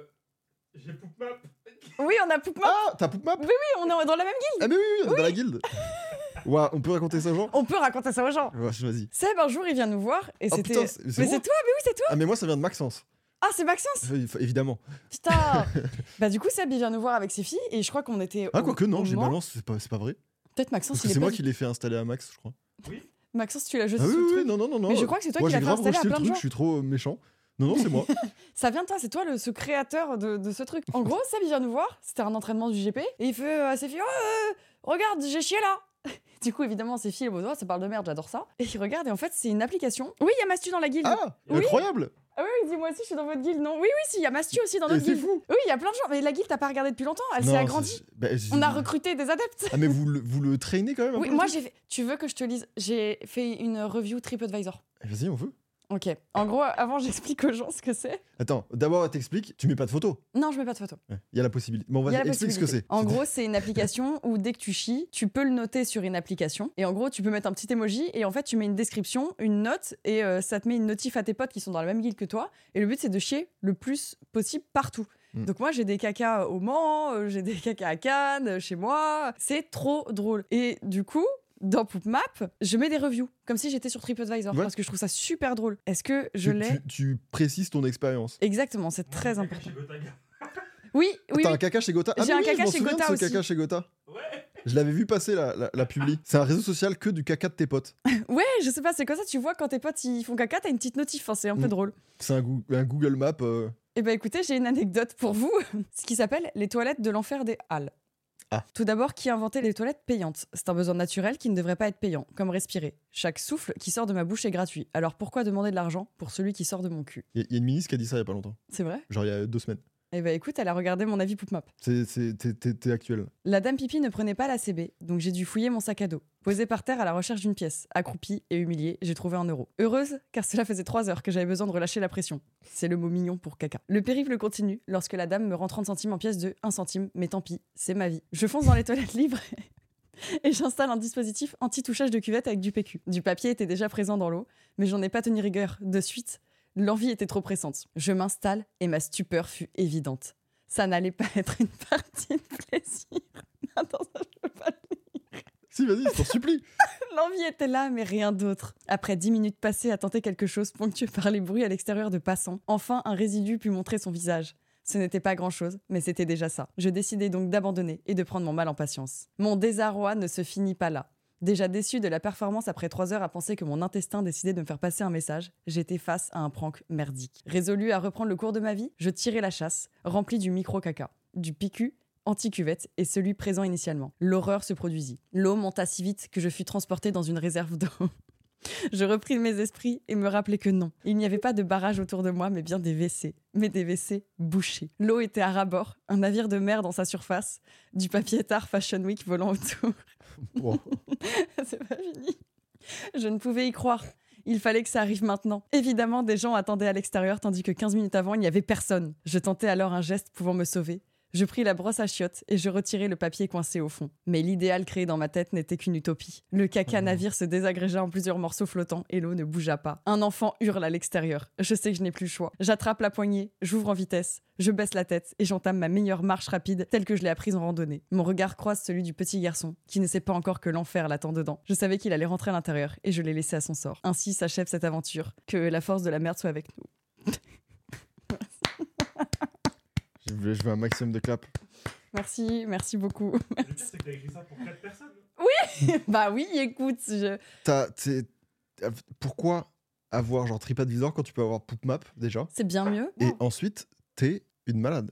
Speaker 3: J'ai poop map.
Speaker 1: Oui, on a Poupma,
Speaker 2: Ah, t'as poop map
Speaker 1: on est dans la même guilde.
Speaker 2: Ah, mais oui, oui, on est dans la guilde. Ouah, on peut raconter ça, genre
Speaker 1: On peut raconter ça aux gens.
Speaker 2: Ouais, Vas-y.
Speaker 1: Seb, un jour, il vient nous voir et
Speaker 2: Oh
Speaker 1: Oh. c'était.
Speaker 2: putain, c'est c'est
Speaker 1: mais
Speaker 2: moi
Speaker 1: c'est toi, mais oui, c'est toi.
Speaker 2: Ah, mais moi, ça vient de Maxence.
Speaker 1: Ah, c'est Maxence.
Speaker 2: Euh, Évidemment.
Speaker 1: Putain Bah du coup Seb il vient nous voir avec ses filles et je crois qu'on était...
Speaker 2: Ah,
Speaker 1: au-
Speaker 2: quoique, non,
Speaker 1: au
Speaker 2: j'ai
Speaker 1: Mans.
Speaker 2: balance, c'est pas, c'est pas vrai.
Speaker 1: Peut-être
Speaker 2: Parce
Speaker 1: Maxence
Speaker 2: que
Speaker 1: il est
Speaker 2: c'est
Speaker 1: pas...
Speaker 2: moi
Speaker 1: du-
Speaker 2: qui l'ai fait installer à Max, je crois.
Speaker 1: Maxence tu l'as jeté
Speaker 2: Ah oui,
Speaker 1: sous le
Speaker 2: oui,
Speaker 1: truc.
Speaker 2: non, non, non, non.
Speaker 1: Mais je crois que c'est toi
Speaker 2: Moi,
Speaker 1: qui
Speaker 2: j'ai
Speaker 1: l'as fait
Speaker 2: grave
Speaker 1: installer à
Speaker 2: rejeté le
Speaker 1: plein de
Speaker 2: truc,
Speaker 1: gens.
Speaker 2: je suis trop euh, méchant. Non, non, c'est moi.
Speaker 1: Ça vient de toi, c'est toi le, ce créateur de, de ce truc. En gros Seb il vient nous voir, c'était un entraînement du GP et il fait euh, à ses filles Oh, euh, Regarde j'ai chié là !» Du coup évidemment ses filles et moi, ça parle de merde, j'adore ça. Et il regarde et en fait c'est une application. Oui il y a Mastu dans la guilde. Ah,
Speaker 2: Ah,
Speaker 1: Oui.
Speaker 2: incroyable
Speaker 1: oui oui dis-moi aussi je suis dans votre guilde, non Oui oui si il y a Mastu aussi dans
Speaker 2: Et
Speaker 1: notre
Speaker 2: c'est
Speaker 1: guilde.
Speaker 2: fou
Speaker 1: Oui il y a plein de gens, mais la guilde t'as pas regardé depuis longtemps, elle
Speaker 2: Non,
Speaker 1: s'est
Speaker 2: c'est-
Speaker 1: agrandie.
Speaker 2: bah, c'est-
Speaker 1: On a recruté des adeptes
Speaker 2: Ah, mais vous le, vous le traînez quand même un
Speaker 1: Oui,
Speaker 2: peu, le
Speaker 1: moi
Speaker 2: truc
Speaker 1: j'ai fait... Tu veux que je te lise J'ai fait une review TripAdvisor.
Speaker 2: Ah, Vas-y, on veut.
Speaker 1: Ok. En gros, avant, j'explique aux gens ce que c'est.
Speaker 2: Attends, d'abord, t'expliques, tu mets pas de photo.
Speaker 1: Non, je mets pas de photo.
Speaker 2: Ouais, Il y a la possibilité. Bon,
Speaker 1: Il y a
Speaker 2: vas-y,
Speaker 1: la
Speaker 2: explique ce que c'est.
Speaker 1: possibilité. En gros, c'est une application où dès que tu chies, tu peux le noter sur une application. Et en gros, tu peux mettre un petit emoji et en fait, tu mets une description, une note et euh, ça te met une notif à tes potes qui sont dans la même guilde que toi. Et le but, c'est de chier le plus possible partout.
Speaker 2: Mm.
Speaker 1: Donc moi j'ai des cacas au Mans, euh, j'ai des cacas à Cannes, euh, chez moi, c'est trop drôle. Et du coup, dans Poop Map, je mets des reviews comme si j'étais sur TripAdvisor
Speaker 2: Ouais.
Speaker 1: parce que je trouve ça super drôle. Est-ce que je
Speaker 2: Tu-
Speaker 1: l'ai
Speaker 2: tu, tu précises ton expérience.
Speaker 1: Exactement, c'est très
Speaker 3: Moi, j'ai
Speaker 1: important.
Speaker 3: caché Gotaga.
Speaker 1: Oui, oui,
Speaker 2: T'as
Speaker 1: oui.
Speaker 2: un caca chez Gotha Ah,
Speaker 1: J'ai
Speaker 2: mais
Speaker 1: un
Speaker 2: oui, je
Speaker 1: caca
Speaker 2: m'en
Speaker 1: chez
Speaker 2: souviens de
Speaker 1: Gotha
Speaker 2: ce
Speaker 1: aussi.
Speaker 2: caca chez Gotha.
Speaker 3: Ouais.
Speaker 2: Je l'avais vu passer la, la, la publi. C'est un réseau social que du caca de tes potes.
Speaker 1: Ouais, je sais pas, c'est comme ça, tu vois, quand tes potes ils font caca, t'as une petite notif, hein, c'est un peu
Speaker 2: Mm.
Speaker 1: drôle.
Speaker 2: C'est un, Goo- un Google Map. euh,
Speaker 1: Eh ben écoutez, j'ai une anecdote pour vous, ce qui s'appelle les toilettes de l'enfer des Halles.
Speaker 2: Ah.
Speaker 1: Tout d'abord, qui a inventé les toilettes payantes C'est un besoin naturel qui ne devrait pas être payant, comme respirer. Chaque souffle qui sort de ma bouche est gratuit. Alors pourquoi demander de l'argent pour celui qui sort de mon cul
Speaker 2: Il y, a- il y a une ministre qui a dit ça il y a pas longtemps.
Speaker 1: C'est vrai
Speaker 2: Genre il y a deux semaines.
Speaker 1: Eh ben écoute, elle a regardé mon avis Poupmap.
Speaker 2: C'est- c'est- T'es t'es- t'es actuel.
Speaker 1: La dame pipi ne prenait pas la CB, donc j'ai dû fouiller mon sac à dos. Posé par terre à la recherche d'une pièce, accroupie et humiliée, j'ai trouvé un euro. Heureuse, car cela faisait trois heures que j'avais besoin de relâcher la pression. C'est le mot mignon pour caca. Le périple continue lorsque la dame me rend 30 centimes en pièces de 1 centime, mais tant pis, c'est ma vie. Je fonce dans les toilettes libres et j'installe un dispositif anti-touchage de cuvette avec du PQ. Du papier était déjà présent dans l'eau, mais j'en ai pas tenu rigueur. De suite, l'envie était trop pressante. Je m'installe et ma stupeur fut évidente. Ça n'allait pas être une partie de plaisir. Attends, ça, je peux pas le
Speaker 2: Si, vas-y, je t'en supplie.
Speaker 1: L'envie était là, mais rien d'autre. Après dix minutes passées à tenter quelque chose ponctué par les bruits à l'extérieur de passants, enfin un résidu put montrer son visage. Ce n'était pas grand-chose, mais c'était déjà ça. Je décidai donc d'abandonner et de prendre mon mal en patience. Mon désarroi ne se finit pas là. Déjà déçu de la performance après trois heures à penser que mon intestin décidait de me faire passer un message, j'étais face à un prank merdique. Résolu à reprendre le cours de ma vie, je tirai la chasse, remplie du micro-caca, du picu anti-cuvette et celui présent initialement. L'horreur se produisit. L'eau monta si vite que je fus transportée dans une réserve d'eau. Je repris mes esprits et me rappelai que non, il n'y avait pas de barrage autour de moi, mais bien des WC, mais des WC bouchés. L'eau était à ras-bord, un navire de mer dans sa surface, du papier tard Fashion Week volant autour.
Speaker 2: Bon.
Speaker 1: C'est pas fini. Je ne pouvais y croire. Il fallait que ça arrive maintenant. Évidemment, des gens attendaient à l'extérieur, tandis que 15 minutes avant, il n'y avait personne. Je tentais alors un geste pouvant me sauver. Je pris la brosse à chiottes et je retirai le papier coincé au fond. Mais l'idéal créé dans ma tête n'était qu'une utopie. Le caca
Speaker 2: Mhm.
Speaker 1: navire se désagrégea en plusieurs morceaux flottants et l'eau ne bougea pas. Un enfant hurle à l'extérieur. Je sais que je n'ai plus le choix. J'attrape la poignée, j'ouvre en vitesse, je baisse la tête et j'entame ma meilleure marche rapide telle que je l'ai apprise en randonnée. Mon regard croise celui du petit garçon qui ne sait pas encore que l'enfer l'attend dedans. Je savais qu'il allait rentrer à l'intérieur et je l'ai laissé à son sort. Ainsi s'achève cette aventure. Que la force de la merde soit avec nous.
Speaker 2: Je veux, je veux un maximum de clap.
Speaker 1: Merci, merci beaucoup.
Speaker 3: Le pire, c'est que t'as écrit ça pour 4 personnes.
Speaker 1: bah oui, écoute, je...
Speaker 2: T'as- t'es- Pourquoi avoir genre TripAdvisor quand tu peux avoir PoopMap déjà
Speaker 1: c'est bien mieux.
Speaker 2: Et ensuite, t'es une malade.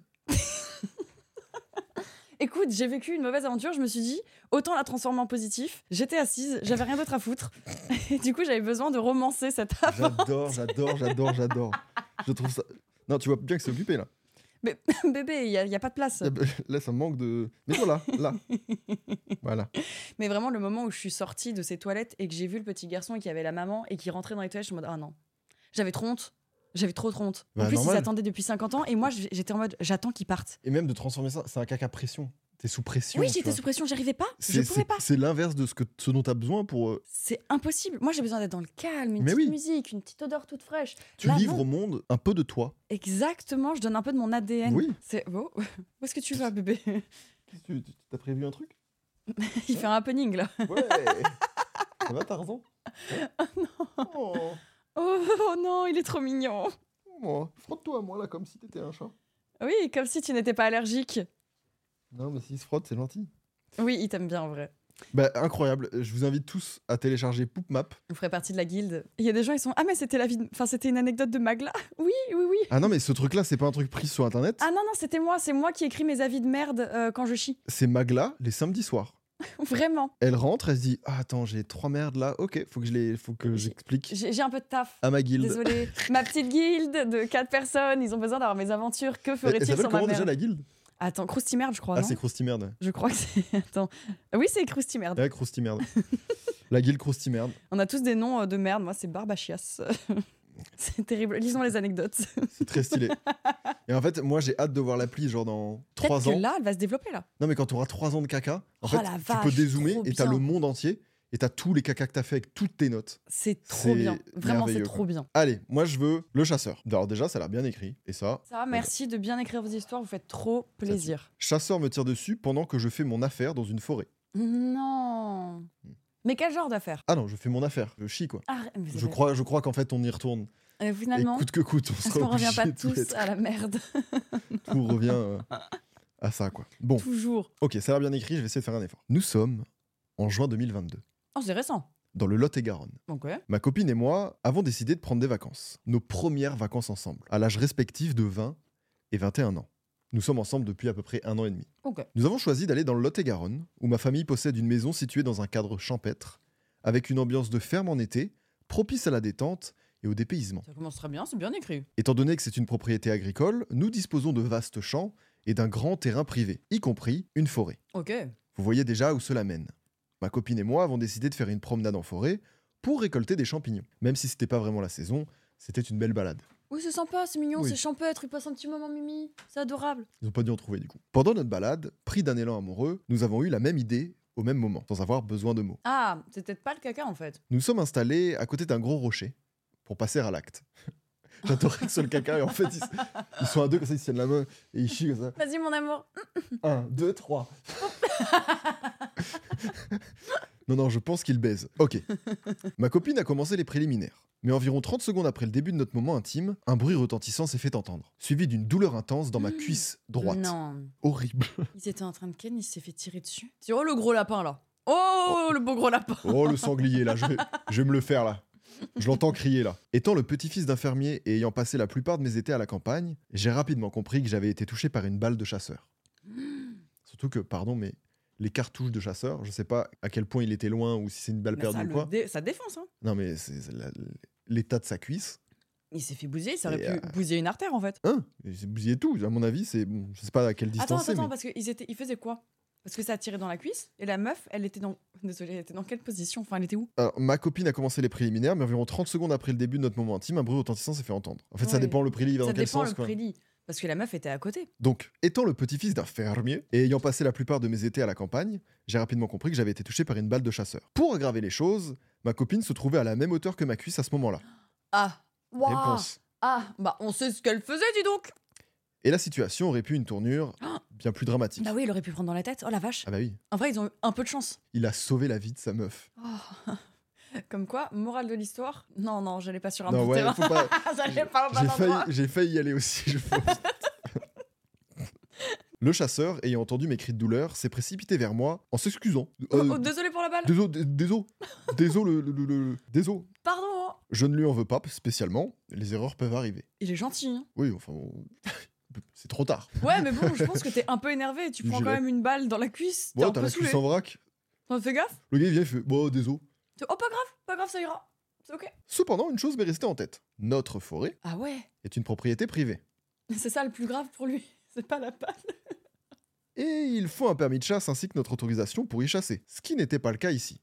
Speaker 1: Écoute, j'ai vécu une mauvaise aventure, je me suis dit, autant la transformer en positif. J'étais assise, j'avais rien d'autre à foutre. Et du coup, j'avais besoin de romancer cette aventure.
Speaker 2: J'adore, j'adore, j'adore, j'adore. Je trouve ça. Non, tu vois bien que c'est occupé là.
Speaker 1: Bébé, il n'y a, y a pas de place.
Speaker 2: Là, ça manque de. Mais toi, là, là. Voilà.
Speaker 1: Mais vraiment, le moment où je suis sortie de ces toilettes et que j'ai vu le petit garçon qui avait la maman et qui rentrait dans les toilettes, je me dis, ah non, j'avais trop honte. J'avais trop trop honte.
Speaker 2: Bah,
Speaker 1: en plus,
Speaker 2: normal.
Speaker 1: ils attendaient depuis 50 ans et moi, j- j'étais en mode, j'attends qu'ils partent.
Speaker 2: Et même de transformer ça, c'est un caca pression. T'es sous pression.
Speaker 1: oui,
Speaker 2: tu
Speaker 1: j'étais
Speaker 2: vois.
Speaker 1: sous pression, j'arrivais pas, je
Speaker 2: C'est-
Speaker 1: pouvais
Speaker 2: c'est-
Speaker 1: pas.
Speaker 2: C'est l'inverse de ce, que, ce dont t'as besoin pour. euh,
Speaker 1: C'est impossible. Moi, j'ai besoin d'être dans le calme, une
Speaker 2: Mais
Speaker 1: petite
Speaker 2: oui.
Speaker 1: musique, une petite odeur toute fraîche.
Speaker 2: tu
Speaker 1: Là,
Speaker 2: livres
Speaker 1: non.
Speaker 2: au monde un peu de toi.
Speaker 1: Exactement, je donne un peu de mon ADN.
Speaker 2: Oui.
Speaker 1: C'est beau. Où est-ce que tu vas, bébé
Speaker 2: Tu tu- t'as prévu un truc
Speaker 1: Il fait un happening là.
Speaker 2: Ouais. ça va, Tarzan Oh non.
Speaker 1: Oh, oh non, il est trop mignon.
Speaker 2: Frotte-toi à Oh, moi là comme si t'étais un chat.
Speaker 1: Oui, comme si tu n'étais pas allergique.
Speaker 2: Non, mais s'il se frotte, c'est gentil.
Speaker 1: Oui, il t'aime bien en vrai.
Speaker 2: Bah, incroyable. Je vous invite tous à télécharger PoopMap.
Speaker 1: Vous ferez partie de la guilde. Il y a des gens, ils sont Ah, mais c'était la vie. de- Enfin, c'était une anecdote de Magla. Oui, oui, oui.
Speaker 2: Ah non, mais ce truc là, c'est pas un truc pris sur internet.
Speaker 1: Ah non, non, c'était moi. C'est moi qui écris mes avis de merde euh, quand je chie.
Speaker 2: C'est Magla les samedis soirs.
Speaker 1: Vraiment.
Speaker 2: Elle rentre, elle se dit Ah, attends, j'ai trois merdes là. Ok, faut que je les, faut que
Speaker 1: J'ai-
Speaker 2: j'explique
Speaker 1: J'ai j'ai un peu de taf.
Speaker 2: à ma guilde.
Speaker 1: Désolée. ma petite guilde de quatre personnes, ils ont besoin d'avoir mes aventures. Que
Speaker 2: Elle- Elle
Speaker 1: ferait-il
Speaker 2: s'appelle
Speaker 1: sans ma
Speaker 2: comment
Speaker 1: merde
Speaker 2: déjà la guilde
Speaker 1: Attends, Krusty Merde, je crois.
Speaker 2: Ah,
Speaker 1: non
Speaker 2: c'est Krusty Merde.
Speaker 1: je crois que c'est. Attends. Oui, c'est Krusty Merde.
Speaker 2: Ouais, Krusty Merde. la guilde Krusty Merde.
Speaker 1: On a tous des noms euh, de merde. Moi, c'est Barbachias. c'est terrible. Lisons les anecdotes.
Speaker 2: C'est très stylé. Et en fait, moi, j'ai hâte de voir l'appli, genre dans
Speaker 1: Peut-être
Speaker 2: trois
Speaker 1: que
Speaker 2: ans.
Speaker 1: là, elle va se développer là.
Speaker 2: Non, mais quand tu auras 3 ans de caca,
Speaker 1: Oh
Speaker 2: en fait,
Speaker 1: la
Speaker 2: tu
Speaker 1: vache,
Speaker 2: peux dézoomer
Speaker 1: trop
Speaker 2: et t'as
Speaker 1: bien.
Speaker 2: le monde entier et t'as tous les cacas que t'as fait avec toutes tes notes.
Speaker 1: C'est trop
Speaker 2: C'est
Speaker 1: bien. Vraiment, c'est
Speaker 2: merveilleux,
Speaker 1: trop
Speaker 2: quoi.
Speaker 1: bien.
Speaker 2: Allez, moi je veux le chasseur. Alors déjà, ça a l'air bien écrit et ça.
Speaker 1: Ça va, merci de bien écrire vos histoires. Vous faites trop plaisir.
Speaker 2: Chasseur me tire dessus pendant que je fais mon affaire dans une forêt.
Speaker 1: Non. Mais quel genre d'affaire
Speaker 2: Ah non, je fais mon affaire, je chie quoi.
Speaker 1: Arrête- mais c'est
Speaker 2: Je
Speaker 1: pas-
Speaker 2: crois, je crois qu'en fait on y retourne.
Speaker 1: Euh,
Speaker 2: et
Speaker 1: finalement,
Speaker 2: coûte que coûte, on
Speaker 1: est-ce
Speaker 2: sera
Speaker 1: qu'on
Speaker 2: obligé
Speaker 1: revient pas
Speaker 2: d'y
Speaker 1: tous
Speaker 2: être.
Speaker 1: à la merde
Speaker 2: Tout revient euh, à ça quoi. Bon,
Speaker 1: Toujours.
Speaker 2: ok, ça a l'air bien écrit, je vais essayer de faire un effort. Nous sommes en juin 2022,
Speaker 1: Oh, c'est récent.
Speaker 2: dans le Lot-et-Garonne.
Speaker 1: Ok.
Speaker 2: Ma copine et moi avons décidé de prendre des vacances, nos premières vacances ensemble, à l'âge respectif de 20 et 21 ans. Nous sommes ensemble depuis à peu près un an et demi.
Speaker 1: Ok.
Speaker 2: Nous avons choisi d'aller dans le Lot-et-Garonne, où ma famille possède une maison située dans un cadre champêtre, avec une ambiance de ferme en été, propice à la détente et au dépaysement.
Speaker 1: Ça commence très bien, c'est bien écrit.
Speaker 2: Étant donné que c'est une propriété agricole, nous disposons de vastes champs et d'un grand terrain privé, y compris une forêt.
Speaker 1: Ok.
Speaker 2: Vous voyez déjà où cela mène. Ma copine et moi avons décidé de faire une promenade en forêt pour récolter des champignons. Même si c'était pas vraiment la saison, c'était une belle balade.
Speaker 1: Oui, c'est sympa, c'est mignon,
Speaker 2: Oui.
Speaker 1: c'est champêtre. Il passe un petit moment, Mimi. C'est adorable.
Speaker 2: Ils ont pas dû en trouver du coup. Pendant notre balade, pris d'un élan amoureux, nous avons eu la même idée au même moment, sans avoir besoin de mots.
Speaker 1: Ah, c'est peut-être pas le caca en fait.
Speaker 2: Nous sommes installés à côté d'un gros rocher pour passer à l'acte. J'adorerais que ce soit le caca et en fait ils, ils sont à deux comme ça, ils se tiennent la main et ils chient comme ça.
Speaker 1: Vas-y, mon amour.
Speaker 2: Un, deux, trois. non, non, je pense qu'il baise. Ok. Ma copine a commencé les préliminaires. Mais environ 30 secondes après le début de notre moment intime, un bruit retentissant s'est fait entendre, suivi d'une douleur intense dans ma
Speaker 1: Mmh.
Speaker 2: cuisse droite.
Speaker 1: Non.
Speaker 2: Horrible.
Speaker 1: Ils étaient en train de ken, il s'est fait tirer dessus. C'est- Oh le gros lapin là. Oh, le beau gros lapin.
Speaker 2: Oh, le sanglier, là, je vais, je vais me le faire, là. Je l'entends crier, là. Étant le petit-fils d'un fermier et ayant passé la plupart de mes étés à la campagne, j'ai rapidement compris que j'avais été touché par une balle de chasseur. Surtout que, pardon, mais les cartouches de chasseur, je sais pas à quel point il était loin ou si c'est une balle
Speaker 1: Mais Bah, ça,
Speaker 2: perdue ou
Speaker 1: le
Speaker 2: quoi.
Speaker 1: dé- ça défonce hein.
Speaker 2: Non, mais c'est c'est la- l'état de sa cuisse.
Speaker 1: Il s'est fait bousiller, ça aurait
Speaker 2: Et, euh,
Speaker 1: pu bousiller une artère en fait.
Speaker 2: Hein C'est bousillé tout. À mon avis, c'est. bon, je sais pas à quelle
Speaker 1: Attends,
Speaker 2: distance
Speaker 1: attends,
Speaker 2: c'est.
Speaker 1: attends,
Speaker 2: mais-
Speaker 1: parce qu'ils étaient... ils faisaient quoi Parce que ça a tiré dans la cuisse et la meuf, elle était dans. Désolée, elle était dans quelle position Enfin, elle était où
Speaker 2: Alors, ma copine a commencé les préliminaires, mais environ 30 secondes après le début de notre moment intime, un bruit retentissant s'est fait entendre. En fait, ça
Speaker 1: Ah Ouais.
Speaker 2: dépend le prélit, il va
Speaker 1: Ça
Speaker 2: dans quel
Speaker 1: dépend
Speaker 2: sens.
Speaker 1: le
Speaker 2: quoi.
Speaker 1: prélit. Parce que la meuf était à côté.
Speaker 2: Donc, étant le petit-fils d'un fermier et ayant passé la plupart de mes étés à la campagne, j'ai rapidement compris que j'avais été touché par une balle de chasseur. Pour aggraver les choses, ma copine se trouvait à la même hauteur que ma cuisse à ce moment-là.
Speaker 1: Ah. Waouh.
Speaker 2: Réponse.
Speaker 1: Ah, bah on sait ce qu'elle faisait, dis donc.
Speaker 2: Et la situation aurait pu une tournure bien plus dramatique.
Speaker 1: Bah oui, il aurait pu prendre dans la tête. Oh la vache.
Speaker 2: Ah bah oui,
Speaker 1: En vrai, ils ont eu un peu de chance.
Speaker 2: il a sauvé la vie de sa meuf.
Speaker 1: Oh. Comme quoi, morale de l'histoire. Non, non, j'allais pas sur un
Speaker 2: non
Speaker 1: bon
Speaker 2: ouais,
Speaker 1: terrain.
Speaker 2: faut pas.
Speaker 1: J'allais pas au bon
Speaker 2: J'ai
Speaker 1: endroit.
Speaker 2: failli, j'ai failli y aller aussi, je pense. Le chasseur, ayant entendu mes cris de douleur, s'est précipité vers moi en s'excusant.
Speaker 1: Oh,
Speaker 2: Euh,
Speaker 1: oh, désolé pour la balle.
Speaker 2: Désolé, dé- désolé, désolé, le, le- le- le- désolé.
Speaker 1: Pardon. hein.
Speaker 2: Je ne lui en veux pas spécialement, les erreurs peuvent arriver.
Speaker 1: Il est gentil. hein.
Speaker 2: Oui, enfin, on- c'est trop tard.
Speaker 1: Ouais, mais bon, je pense que t'es un peu énervé. Tu prends
Speaker 2: J'y
Speaker 1: quand
Speaker 2: vais.
Speaker 1: même une balle dans la cuisse. T'es
Speaker 2: Bon,
Speaker 1: un
Speaker 2: t'as
Speaker 1: peu
Speaker 2: la
Speaker 1: saoulé.
Speaker 2: cuisse en vrac.
Speaker 1: T'en fais gaffe.
Speaker 2: Le gars, il vient, il fait Bon, désolé.
Speaker 1: T'es- Oh, pas grave, pas grave, ça ira. C'est ok.
Speaker 2: Cependant, une chose m'est restée en tête. Notre forêt
Speaker 1: Ah ouais.
Speaker 2: est une propriété privée.
Speaker 1: C'est ça le plus grave pour lui. C'est pas la balle.
Speaker 2: Et il faut un permis de chasse ainsi que notre autorisation pour y chasser, ce qui n'était pas le cas ici.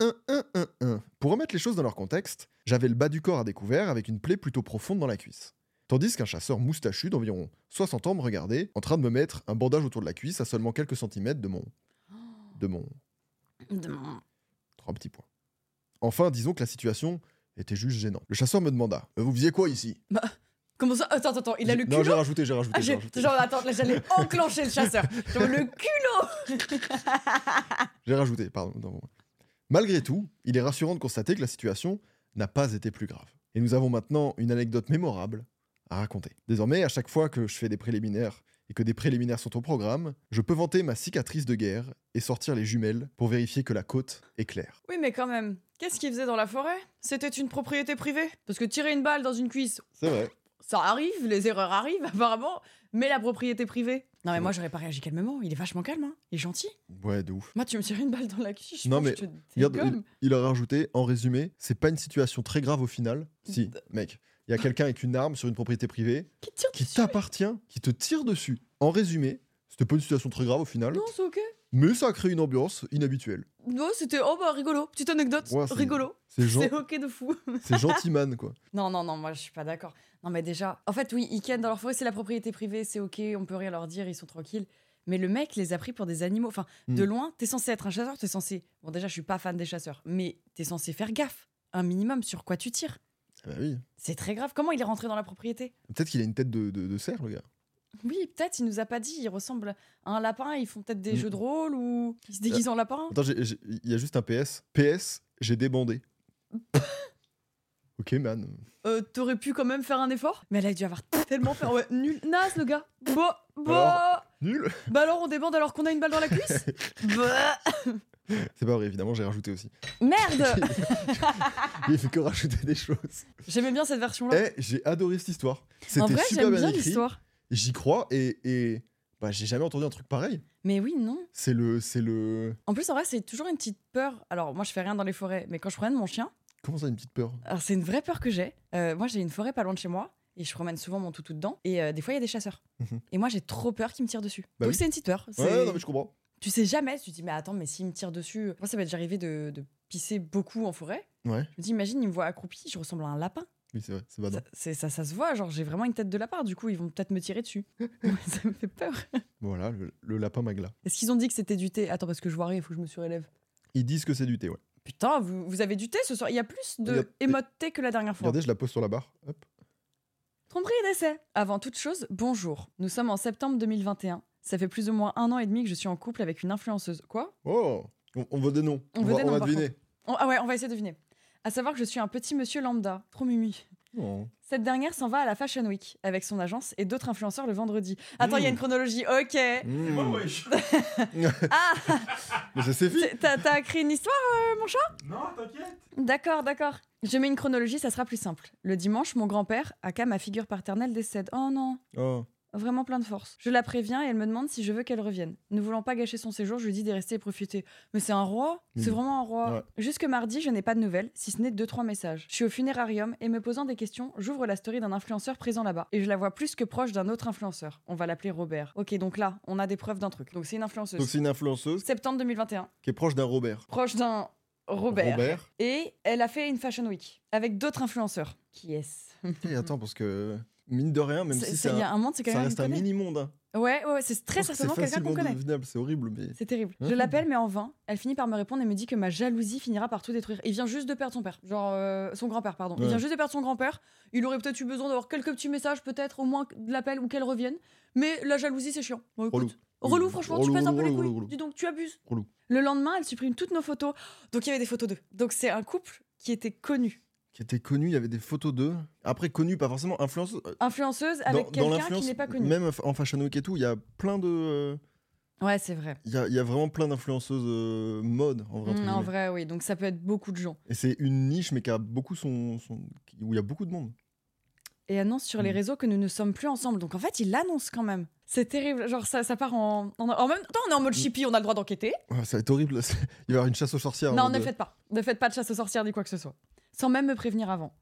Speaker 2: Un, un, un, un. Pour remettre les choses dans leur contexte, j'avais le bas du corps à découvert avec une plaie plutôt profonde dans la cuisse. Tandis qu'un chasseur moustachu d'environ 60 ans me regardait, en train de me mettre un bandage autour de la cuisse à seulement quelques centimètres de mon. de mon. trois petits points. Enfin, disons que la situation était juste gênante. Le chasseur me demanda Euh, Vous faisiez quoi ici
Speaker 1: Comment ça Attends, attends, attends, il a le
Speaker 2: Non, j'ai
Speaker 1: culot.
Speaker 2: rajouté, j'ai rajouté.
Speaker 1: Ah,
Speaker 2: j'ai
Speaker 1: j'ai-
Speaker 2: rajouté.
Speaker 1: genre, attends, là j'allais enclencher le chasseur. Genre, le culot
Speaker 2: J'ai rajouté, pardon. non. Malgré tout, il est rassurant de constater que la situation n'a pas été plus grave. Et nous avons maintenant une anecdote mémorable à raconter. Désormais, à chaque fois que je fais des préliminaires et que des préliminaires sont au programme, je peux vanter ma cicatrice de guerre et sortir les jumelles pour vérifier que la côte est claire.
Speaker 1: Oui, mais quand même, qu'est-ce qu'il faisait dans la forêt C'était une propriété privée. Parce que tirer une balle dans une cuisse,
Speaker 2: C'est vrai.
Speaker 1: ça arrive, les erreurs arrivent apparemment, mais la propriété privée. Non, mais
Speaker 2: Ouais.
Speaker 1: moi j'aurais pas réagi calmement, il est vachement calme, hein. il est gentil.
Speaker 2: Ouais, de ouf.
Speaker 1: Moi, tu me tires une balle dans la cuisse, je
Speaker 2: Non,
Speaker 1: pense
Speaker 2: mais
Speaker 1: que je te
Speaker 2: Regarde,
Speaker 1: dégomme.
Speaker 2: il, il a rajouté, en résumé, c'est pas une situation très grave au final. Si, mec, il y a quelqu'un avec une arme sur une propriété privée
Speaker 1: Qui tire
Speaker 2: qui
Speaker 1: dessus
Speaker 2: t'appartient, qui te tire dessus. En résumé, c'était pas une situation très grave au final.
Speaker 1: Non, c'est ok.
Speaker 2: Mais ça a créé une ambiance inhabituelle.
Speaker 1: Non, c'était oh bah rigolo, petite anecdote,
Speaker 2: Ouais, c'est-
Speaker 1: rigolo.
Speaker 2: C'est gen-
Speaker 1: C'est ok de fou.
Speaker 2: c'est gentleman, quoi.
Speaker 1: Non, non, non, moi je suis pas d'accord. Non, mais déjà, en fait, oui, ils kennent dans leur forêt, c'est la propriété privée, c'est ok, on peut rien leur dire, ils sont tranquilles. Mais le mec les a pris pour des animaux. Enfin, de
Speaker 2: Hmm.
Speaker 1: loin, t'es censé être un chasseur, t'es censé. Bon, déjà, je suis pas fan des chasseurs, mais t'es censé faire gaffe, un minimum sur quoi tu tires.
Speaker 2: Ah bah oui.
Speaker 1: C'est très grave. Comment il est rentré dans la propriété
Speaker 2: Peut-être qu'il a une tête de, de- de cerf, le gars.
Speaker 1: Oui, peut-être, il nous a pas dit, il ressemble à un lapin, ils font peut-être des
Speaker 2: Hmm.
Speaker 1: jeux de rôle ou ils se
Speaker 2: Euh,
Speaker 1: déguisent en lapin.
Speaker 2: Attends, j'ai- j'ai- il y a juste un PS. PS, j'ai débandé. ok, man.
Speaker 1: Euh, T'aurais pu quand même faire un effort Mais elle a dû avoir tellement peur. Ouais, nul. Naze, le gars. Bah, bah.
Speaker 2: Nul
Speaker 1: Bah alors on débande alors qu'on a une balle dans la cuisse Bah,
Speaker 2: C'est pas vrai, évidemment, j'ai rajouté aussi.
Speaker 1: Merde
Speaker 2: Il fait que rajouter des choses.
Speaker 1: J'aimais bien cette version là.
Speaker 2: Eh, j'ai adoré cette histoire.
Speaker 1: Hein en
Speaker 2: Eh, C'était
Speaker 1: vrai
Speaker 2: super
Speaker 1: j'aime
Speaker 2: bien
Speaker 1: bien
Speaker 2: écrit.
Speaker 1: l'histoire.
Speaker 2: J'y crois et, et bah, j'ai jamais entendu un truc pareil.
Speaker 1: Mais oui non.
Speaker 2: C'est le, c'est le.
Speaker 1: En plus en vrai c'est toujours une petite peur. Alors moi je fais rien dans les forêts mais quand je promène mon chien,
Speaker 2: Comment ça, une petite peur
Speaker 1: alors c'est une vraie peur que j'ai. Euh, moi j'ai une forêt pas loin de chez moi et je promène souvent mon toutou dedans et euh, des fois il y a des chasseurs.
Speaker 2: Mhm.
Speaker 1: et moi j'ai trop peur qu'ils me tirent dessus.
Speaker 2: Bah
Speaker 1: Donc
Speaker 2: oui.
Speaker 1: c'est une petite peur. C'est-
Speaker 2: Ouais, non, mais je comprends.
Speaker 1: Tu sais jamais, tu te dis mais attends mais s'ils me tirent dessus, moi ça m'est déjà arrivé de, de pisser beaucoup en forêt.
Speaker 2: Ouais. Bah
Speaker 1: Je me dis imagine ils me voient accroupi, je ressemble à un lapin.
Speaker 2: Oui, c'est vrai, c'est badant.
Speaker 1: Ça, c'est- ça, ça se voit, genre j'ai vraiment une tête de la part, du coup ils vont peut-être me tirer dessus. ça me fait peur.
Speaker 2: Voilà, le, le lapin magla.
Speaker 1: Est-ce qu'ils ont dit que c'était du thé Attends, parce que je vois rien, il faut que je me surélève.
Speaker 2: Ils disent que c'est du thé, ouais.
Speaker 1: Putain, vous, vous avez du thé ce soir Il y a plus
Speaker 2: Il y a-
Speaker 1: de émotes thé que la dernière fois.
Speaker 2: Regardez, je la pose sur la barre. Hop.
Speaker 1: Tromperie d'essai Avant toute chose, bonjour. Nous sommes en septembre 2021. Ça fait plus ou moins un an et demi que je suis en couple avec une influenceuse. Quoi
Speaker 2: Oh On, on veut des noms.
Speaker 1: On veut
Speaker 2: va,
Speaker 1: des
Speaker 2: on
Speaker 1: noms,
Speaker 2: va
Speaker 1: par
Speaker 2: deviner.
Speaker 1: On- Ah ouais, on va essayer de deviner. À savoir que je suis un petit monsieur lambda, trop mimi.
Speaker 2: Oh.
Speaker 1: Cette dernière s'en va à la Fashion Week avec son agence et d'autres influenceurs le vendredi. Attends, il y a une chronologie, ok.
Speaker 3: C'est
Speaker 2: Mmh.
Speaker 3: moi, wesh.
Speaker 1: Ah
Speaker 2: Mais ça c'est fini.
Speaker 1: t'es- T'as t'as créé une histoire
Speaker 3: Non, t'inquiète.
Speaker 1: D'accord, d'accord. Je mets une chronologie, ça sera plus simple. Le dimanche, mon grand-père, aka ma figure paternelle, décède. Oh non,
Speaker 2: Oh.
Speaker 1: vraiment plein de force. Je la préviens et elle me demande si je veux qu'elle revienne. Ne voulant pas gâcher son séjour, je lui dis d'y rester et profiter. Mais c'est un roi C'est
Speaker 2: Mhm.
Speaker 1: vraiment un roi.
Speaker 2: Ouais.
Speaker 1: Jusque mardi, je n'ai pas de nouvelles, si ce n'est deux trois messages. Je suis au funérarium et me posant des questions, j'ouvre la story d'un influenceur présent là-bas. Et je la vois plus que proche d'un autre influenceur. On va l'appeler Robert. Ok, donc là, on a des preuves d'un truc. Donc c'est une influenceuse.
Speaker 2: Donc c'est une influenceuse
Speaker 1: Septembre 2021.
Speaker 2: qui est proche d'un Robert.
Speaker 1: Proche d'un
Speaker 2: Robert.
Speaker 1: et elle a fait une fashion week avec d'autres influenceurs. Qui est-ce
Speaker 2: Et attends, parce que Mine de rien, même
Speaker 1: C'est-
Speaker 2: si
Speaker 1: c'est- Il y a
Speaker 2: ça,
Speaker 1: un monde, c'est
Speaker 2: ça
Speaker 1: quelqu'un qu'on
Speaker 2: reste un
Speaker 1: connaît.
Speaker 2: mini monde. hein.
Speaker 1: Ouais, ouais, ouais, c'est très
Speaker 2: Je pense que
Speaker 1: certainement
Speaker 2: c'est
Speaker 1: quelqu'un qu'on
Speaker 2: facilement
Speaker 1: connaît.
Speaker 2: devinable, c'est horrible, mais
Speaker 1: C'est terrible.
Speaker 2: Hein
Speaker 1: Je l'appelle, mais en vain. Elle finit par me répondre et me dit que ma jalousie finira par tout détruire. Il vient juste de perdre son père. Genre, euh, son grand-père, pardon. Il
Speaker 2: Ouais.
Speaker 1: vient juste de perdre son grand-père. Il aurait peut-être eu besoin d'avoir quelques petits messages, peut-être, au moins de l'appel ou qu'elle revienne. Mais la jalousie, c'est chiant. Bon, écoute.
Speaker 2: relou.
Speaker 1: Relou, franchement, tu
Speaker 2: Relou,
Speaker 1: pètes un
Speaker 2: relou,
Speaker 1: peu les
Speaker 2: relou,
Speaker 1: couilles.
Speaker 2: relou, relou.
Speaker 1: Dis donc, tu abuses.
Speaker 2: Relou.
Speaker 1: Le lendemain, elle supprime toutes nos photos. Donc, il y avait des photos d'eux. Donc, c'est un couple qui était connu.
Speaker 2: Qui était connu, il y avait des photos d'eux. Après, connu, pas forcément influence. euh,
Speaker 1: Influenceuse
Speaker 2: dans-
Speaker 1: avec
Speaker 2: dans
Speaker 1: quelqu'un qui
Speaker 2: l'influence,
Speaker 1: n'est pas connu.
Speaker 2: Même en Fashion Week et tout, il y a plein de. euh,
Speaker 1: Ouais, c'est vrai.
Speaker 2: Il y, a, il y a vraiment plein d'influenceuses euh, mode en vrai. entre
Speaker 1: Mm, en
Speaker 2: guillemets.
Speaker 1: vrai, oui. Donc, ça peut être beaucoup de gens.
Speaker 2: Et c'est une niche, mais qui a beaucoup son, son- qui- où il y a beaucoup de monde.
Speaker 1: et annonce sur les
Speaker 2: Mm.
Speaker 1: réseaux que nous ne sommes plus ensemble. Donc en fait, il l'annonce quand même. C'est terrible. Genre, ça, ça part en. en- en même temps, on est en
Speaker 2: Mm.
Speaker 1: mode chippy, on a le droit d'enquêter.
Speaker 2: Ouais, Ah, ça va être horrible. là, c'est- Il va y avoir une chasse aux sorcières. hein, en
Speaker 1: non, ne
Speaker 2: mode,
Speaker 1: faites pas. Ne faites pas de chasse aux sorcières ni quoi que ce soit. Sans même me prévenir avant.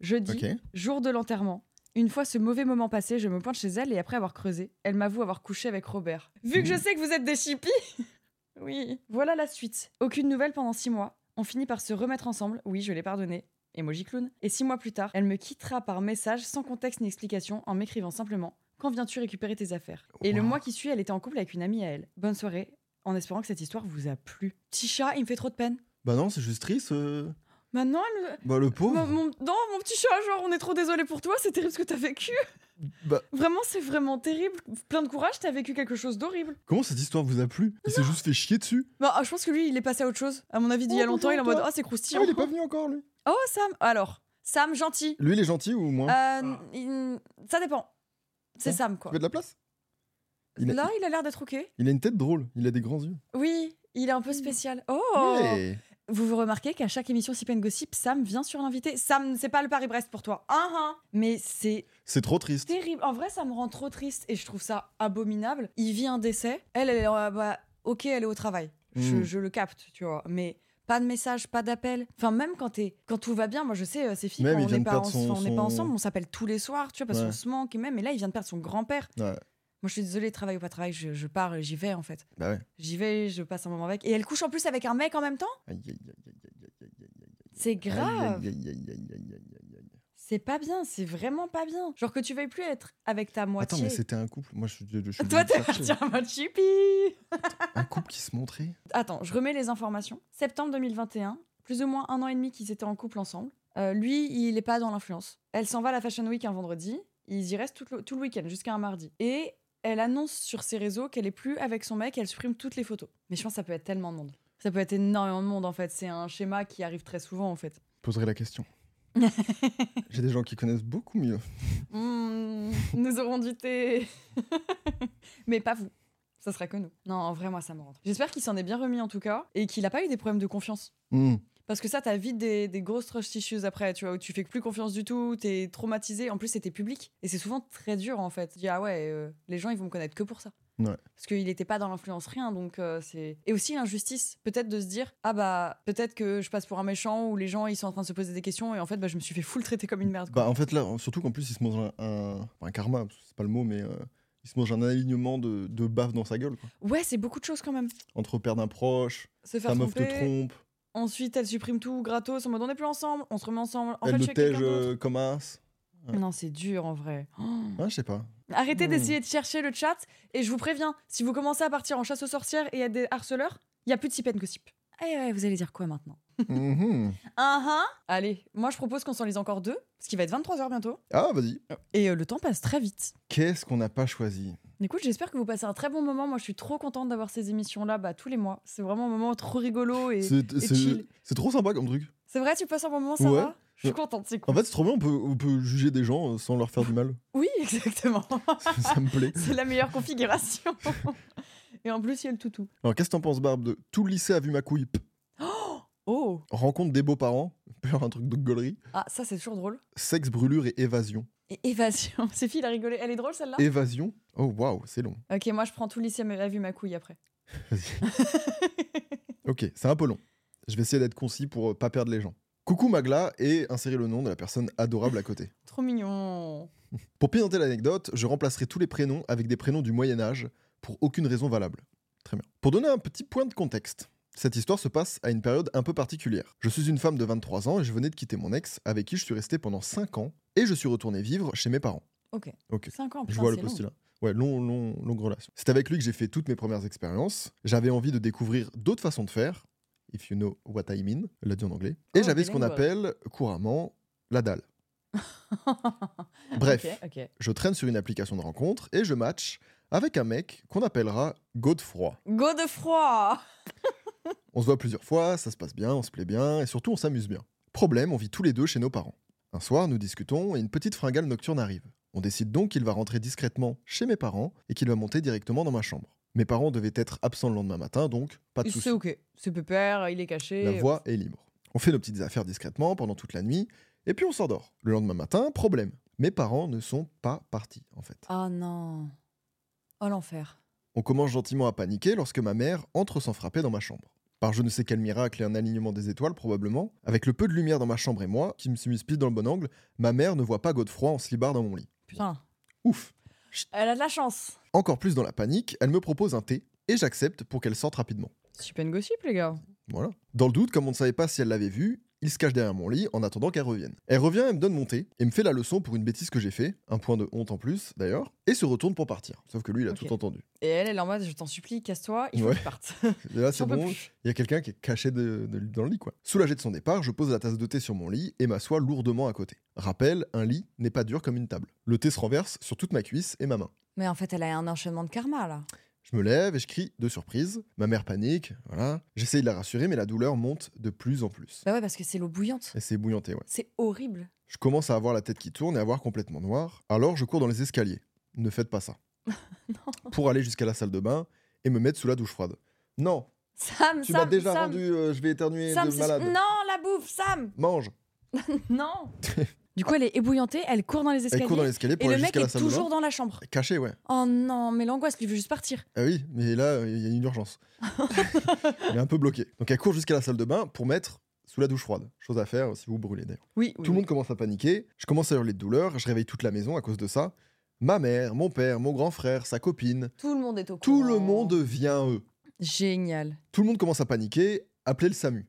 Speaker 1: Jeudi,
Speaker 2: Ok.
Speaker 1: jour de l'enterrement. Une fois ce mauvais moment passé, je me pointe chez elle et après avoir creusé, elle m'avoue avoir couché avec Robert. Vu que je sais que vous êtes des chippies Oui. Voilà la suite. Aucune nouvelle pendant six mois. On finit par se remettre ensemble. Oui, je l'ai pardonné. Emoji clown. Et six mois plus tard, elle me quittera par message sans contexte ni explication en m'écrivant simplement Quand viens-tu récupérer tes affaires Et le
Speaker 2: Wow.
Speaker 1: mois qui suit, elle était en couple avec une amie à elle. Bonne soirée, en espérant que cette histoire vous a plu. Petit chat, il me fait trop de peine.
Speaker 2: Bah non, c'est juste triste. euh.
Speaker 1: Maintenant, elle-
Speaker 2: Bah le pauvre.
Speaker 1: mon, mon- non, mon petit chat, genre, on est trop désolé pour toi, c'est terrible ce que t'as vécu.
Speaker 2: Bah.
Speaker 1: Vraiment, c'est vraiment terrible. Plein de courage, t'as vécu quelque chose d'horrible.
Speaker 2: Comment cette histoire vous a plu Il s'est juste fait chier dessus.
Speaker 1: Bah, ah, je pense que lui, il est passé à autre chose. À mon avis, d'il y a
Speaker 2: Oh,
Speaker 1: longtemps, il est en mode,
Speaker 2: bonjour,
Speaker 1: oh, c'est
Speaker 2: Ah,
Speaker 1: croustillant.
Speaker 2: il est pas venu encore lui.
Speaker 1: oh, Sam, alors, Sam, gentil.
Speaker 2: Lui, il est gentil ou moins
Speaker 1: Euh, il- Ça dépend. C'est
Speaker 2: Ah,
Speaker 1: Sam,
Speaker 2: Tu
Speaker 1: quoi.
Speaker 2: veux de la place il a,
Speaker 1: Là, il a l'air d'être OK.
Speaker 2: il a une tête drôle. Il a des grands yeux.
Speaker 1: Oui, il est un peu spécial. Oh
Speaker 2: Ouais.
Speaker 1: Vous vous remarquez qu'à chaque émission Sip and Gossip, Sam vient sur l'invité. Sam, c'est pas le Paris-Brest pour toi. Hein, hein. Mais c'est
Speaker 2: C'est trop triste.
Speaker 1: terrible. En vrai, ça me rend trop triste et je trouve ça abominable. Il vit un décès. Elle, elle est, euh, bah, ok, elle est au travail. Je,
Speaker 2: Mm.
Speaker 1: je le capte, tu vois. Mais pas de message, pas d'appel. Enfin, même quand, t'es- quand tout va bien, moi je sais, euh, ces filles,
Speaker 2: Même,
Speaker 1: quand
Speaker 2: il
Speaker 1: on
Speaker 2: vient
Speaker 1: n'est
Speaker 2: de
Speaker 1: pas,
Speaker 2: perdre
Speaker 1: en-
Speaker 2: son-
Speaker 1: on n'est pas
Speaker 2: son-
Speaker 1: ensemble, on s'appelle tous les soirs, tu vois, parce
Speaker 2: Ouais.
Speaker 1: qu'on se manque et même. Et là, il vient de perdre son grand-père.
Speaker 2: Ouais.
Speaker 1: Moi, je suis désolée, travail ou pas travail, je, je pars, et j'y vais en fait.
Speaker 2: Bah ouais.
Speaker 1: J'y vais, je passe un moment avec. Et elle couche en plus avec un mec en même temps
Speaker 2: Aïe, aïe, aïe, aïe, aïe, aïe, aïe, aïe, aïe.
Speaker 1: C'est grave.
Speaker 2: Aïe, aïe, aïe, aïe, aïe, aïe, aïe, aïe.
Speaker 1: C'est pas bien, c'est vraiment pas bien. Genre que tu veuilles plus être avec ta
Speaker 2: Attends,
Speaker 1: moitié.
Speaker 2: mais c'était un couple. Moi, je, je- je suis.
Speaker 1: Toi,
Speaker 2: obligé
Speaker 1: t'es
Speaker 2: de chercher.
Speaker 1: parti en mode chippie
Speaker 2: Un couple qui se montrait.
Speaker 1: Attends, je remets les informations. Septembre 2021, plus ou moins un an et demi qu'ils étaient en couple ensemble. Euh, lui, il n'est pas dans l'influence. Elle s'en va à la Fashion Week un vendredi. Ils y restent tout le, tout le week-end jusqu'à un mardi. Et elle annonce sur ses réseaux qu'elle est plus avec son mec. Elle supprime toutes les photos. Mais je pense que ça peut être tellement de monde. Ça peut être énormément de monde en fait. C'est un schéma qui arrive très souvent en fait.
Speaker 2: Poserai la question. J'ai des gens qui connaissent beaucoup mieux.
Speaker 1: Mmh, nous aurons du thé. Mais pas vous. Ça sera que nous. Non, en vrai, moi, ça me rentre. J'espère qu'il s'en est bien remis en tout cas et qu'il n'a pas eu des problèmes de confiance.
Speaker 2: Mm.
Speaker 1: Parce que ça, t'as vite des, des grosses trust issues après, tu vois, où tu fais plus confiance du tout, t'es traumatisé. En plus, c'était public. Et c'est souvent très dur, en fait. Tu dis, ah ouais, euh, les gens, ils vont me connaître que pour ça.
Speaker 2: Ouais.
Speaker 1: Parce qu'il n'était pas dans l'influence, rien. Donc, euh, c'est. Et aussi l'injustice, peut-être de se dire, ah bah, peut-être que je passe pour un méchant ou les gens, ils sont en train de se poser des questions et en fait, bah, je me suis fait full traiter comme une merde. quoi.
Speaker 2: Bah, en fait, là, surtout qu'en plus, il se mange un, un, enfin, un karma, parce que c'est pas le mot, mais euh, il se mange un alignement de, de baffes dans sa gueule. quoi.
Speaker 1: Ouais, c'est beaucoup de choses quand même.
Speaker 2: Entre perdre un proche,
Speaker 1: Se faire
Speaker 2: ta meuf te
Speaker 1: tromper.
Speaker 2: trompe,
Speaker 1: Ensuite, elle supprime tout gratos en mode, on n'est plus ensemble, on se remet ensemble. En fait,
Speaker 2: elle
Speaker 1: je
Speaker 2: le
Speaker 1: suis avec
Speaker 2: tège
Speaker 1: quelqu'un
Speaker 2: euh,
Speaker 1: d'autre.
Speaker 2: comme un as. ouais.
Speaker 1: Non, c'est dur en vrai. Oh.
Speaker 2: Hein, je sais pas.
Speaker 1: Arrêtez
Speaker 2: Hmm.
Speaker 1: d'essayer de chercher le chat et je vous préviens, si vous commencez à partir en chasse aux sorcières et à des harceleurs, il y a plus de si peine que sip. Eh ouais, vous allez dire quoi maintenant
Speaker 2: Mhm.
Speaker 1: Ah hein Allez, moi je propose qu'on s'en lise encore deux, parce qu'il va être 23h bientôt.
Speaker 2: Ah, vas-y.
Speaker 1: Et euh, le temps passe très vite.
Speaker 2: Qu'est-ce qu'on n'a pas choisi
Speaker 1: Écoute, j'espère que vous passez un très bon moment. Moi je suis trop contente d'avoir ces émissions-là bah, tous les mois. C'est vraiment un moment trop rigolo et.
Speaker 2: C'est c'est-
Speaker 1: chill.
Speaker 2: c'est trop sympa comme truc.
Speaker 1: C'est vrai, tu passes un bon moment, ça
Speaker 2: Ouais. Ah
Speaker 1: va Je suis contente, c'est
Speaker 2: En
Speaker 1: cool.
Speaker 2: fait, c'est trop bien, on peut, on peut juger des gens euh, sans leur faire du mal.
Speaker 1: Oui, exactement.
Speaker 2: ça me plaît.
Speaker 1: c'est la meilleure configuration. et en plus, il y a le toutou.
Speaker 2: Alors, qu'est-ce que t'en penses, Barbe de Tout le lycée a vu ma couille. P-
Speaker 1: Oh
Speaker 2: Rencontre des beaux-parents. Peur, un truc de gaulerie.
Speaker 1: Ah, ça c'est toujours drôle.
Speaker 2: Sexe, brûlure et évasion.
Speaker 1: Et évasion. Sophie, elle a rigolé. Elle est drôle celle-là
Speaker 2: Évasion Oh, waouh, c'est long.
Speaker 1: Ok, moi je prends tout lycée, mais elle a vu ma couille après.
Speaker 2: Vas-y. ok, c'est un peu long. Je vais essayer d'être concis pour euh, pas perdre les gens. Coucou Magla et insérer le nom de la personne adorable à côté.
Speaker 1: Trop mignon.
Speaker 2: Pour pimenter l'anecdote, je remplacerai tous les prénoms avec des prénoms du Moyen Âge pour aucune raison valable. Très bien. Pour donner un petit point de contexte, cette histoire se passe à une période un peu particulière. Je suis une femme de 23 ans et je venais de quitter mon ex avec qui je suis resté pendant 5 ans et je suis retourné vivre chez mes parents.
Speaker 1: Ok.
Speaker 2: Ok.
Speaker 1: 5 ans,
Speaker 2: Je
Speaker 1: putain,
Speaker 2: vois
Speaker 1: Ah,
Speaker 2: le
Speaker 1: c'est long.
Speaker 2: postulat. Ouais, long, long, longue relation. C'est avec lui que j'ai fait toutes mes premières expériences. J'avais envie de découvrir d'autres façons de faire, if you know what I mean, elle l'a dit en anglais. Et
Speaker 1: Oh,
Speaker 2: j'avais ce qu'on
Speaker 1: bilingual.
Speaker 2: appelle couramment la dalle. Bref,
Speaker 1: Ok, ok.
Speaker 2: je traîne sur une application de rencontre et je match avec un mec qu'on appellera Godefroy.
Speaker 1: Go de froid
Speaker 2: On se voit plusieurs fois, ça se passe bien, on se plaît bien et surtout on s'amuse bien. Problème, on vit tous les deux chez nos parents. Un soir, nous discutons et une petite fringale nocturne arrive. On décide donc qu'il va rentrer discrètement chez mes parents et qu'il va monter directement dans ma chambre. Mes parents devaient être absents le lendemain matin, donc pas de souci.
Speaker 1: C'est ok. C'est pépère, il est caché.
Speaker 2: La voie est libre. On fait nos petites affaires discrètement pendant toute la nuit et puis on s'endort. Le lendemain matin, problème. Mes parents ne sont pas partis en fait.
Speaker 1: Ah non. Oh l'enfer.
Speaker 2: On commence gentiment à paniquer lorsque ma mère entre sans frapper dans ma chambre. Par je ne sais quel miracle et un alignement des étoiles probablement, avec le peu de lumière dans ma chambre et moi, qui me suis mis pile dans le bon angle, ma mère ne voit pas Godefroy en slibard dans mon lit.
Speaker 1: Putain.
Speaker 2: Ouf
Speaker 1: Elle a de la chance.
Speaker 2: Encore plus dans la panique, elle me propose un thé, et j'accepte pour qu'elle sorte rapidement.
Speaker 1: Super gossip, les gars.
Speaker 2: Voilà. Dans le doute, comme on ne savait pas si elle l'avait vu, il se cache derrière mon lit en attendant qu'elle revienne. Elle revient, elle me donne mon thé, et me fait la leçon pour une bêtise que j'ai fait, un point de honte en plus d'ailleurs, et se retourne pour partir. Sauf que lui, il a
Speaker 1: Ok.
Speaker 2: tout entendu.
Speaker 1: Et elle, elle est en mode, je t'en supplie, casse-toi, il faut
Speaker 2: Ouais.
Speaker 1: que tu partes.
Speaker 2: Et là, c'est
Speaker 1: J'en peux
Speaker 2: bon,
Speaker 1: plus.
Speaker 2: Il y a quelqu'un qui est caché de- de- dans le lit, quoi. Soulagé de son départ, je pose la tasse de thé sur mon lit et m'assois lourdement à côté. Rappel, un lit n'est pas dur comme une table. Le thé se renverse sur toute ma cuisse et ma main.
Speaker 1: Mais en fait, elle a un enchaînement de karma, là.
Speaker 2: Je me lève et je crie de surprise. Ma mère panique, voilà. J'essaye de la rassurer, mais la douleur monte de plus en plus.
Speaker 1: Bah ouais, parce que c'est l'eau bouillante.
Speaker 2: Et c'est bouillanté, ouais.
Speaker 1: C'est horrible.
Speaker 2: Je commence à avoir la tête qui tourne et à voir complètement noir. Alors je cours dans les escaliers. Ne faites pas ça. Pour aller jusqu'à la salle de bain et me mettre sous la douche froide. Non,
Speaker 1: Sam,
Speaker 2: tu m'as
Speaker 1: Sam,
Speaker 2: déjà
Speaker 1: Sam,
Speaker 2: rendu, euh, je vais éternuer
Speaker 1: Sam,
Speaker 2: de
Speaker 1: c'est-
Speaker 2: malade.
Speaker 1: non, la bouffe, Sam,
Speaker 2: Mange.
Speaker 1: non. du coup, elle est ébouillantée, elle court dans les
Speaker 2: Elle
Speaker 1: escaliers.
Speaker 2: court dans l'escalier
Speaker 1: et
Speaker 2: pour
Speaker 1: le
Speaker 2: aller
Speaker 1: mec
Speaker 2: jusqu'à la
Speaker 1: est
Speaker 2: salle de bain.
Speaker 1: toujours dans la chambre.
Speaker 2: Caché, ouais.
Speaker 1: Oh non, mais l'angoisse, lui veut juste partir.
Speaker 2: Ah oui, mais là, euh, il y a une urgence. elle est un peu bloquée. Donc elle court jusqu'à la salle de bain pour mettre sous la douche froide. Chose à faire euh, si vous brûlez d'ailleurs.
Speaker 1: Oui,
Speaker 2: Tout le monde commence à paniquer. Je commence à hurler de douleur. Je réveille toute la maison à cause de ça. Ma mère, mon père, mon grand frère, sa copine.
Speaker 1: tout le monde est au
Speaker 2: Tout
Speaker 1: courant.
Speaker 2: le monde vient eux.
Speaker 1: Génial.
Speaker 2: Tout le monde commence à paniquer. Appeler le SAMU.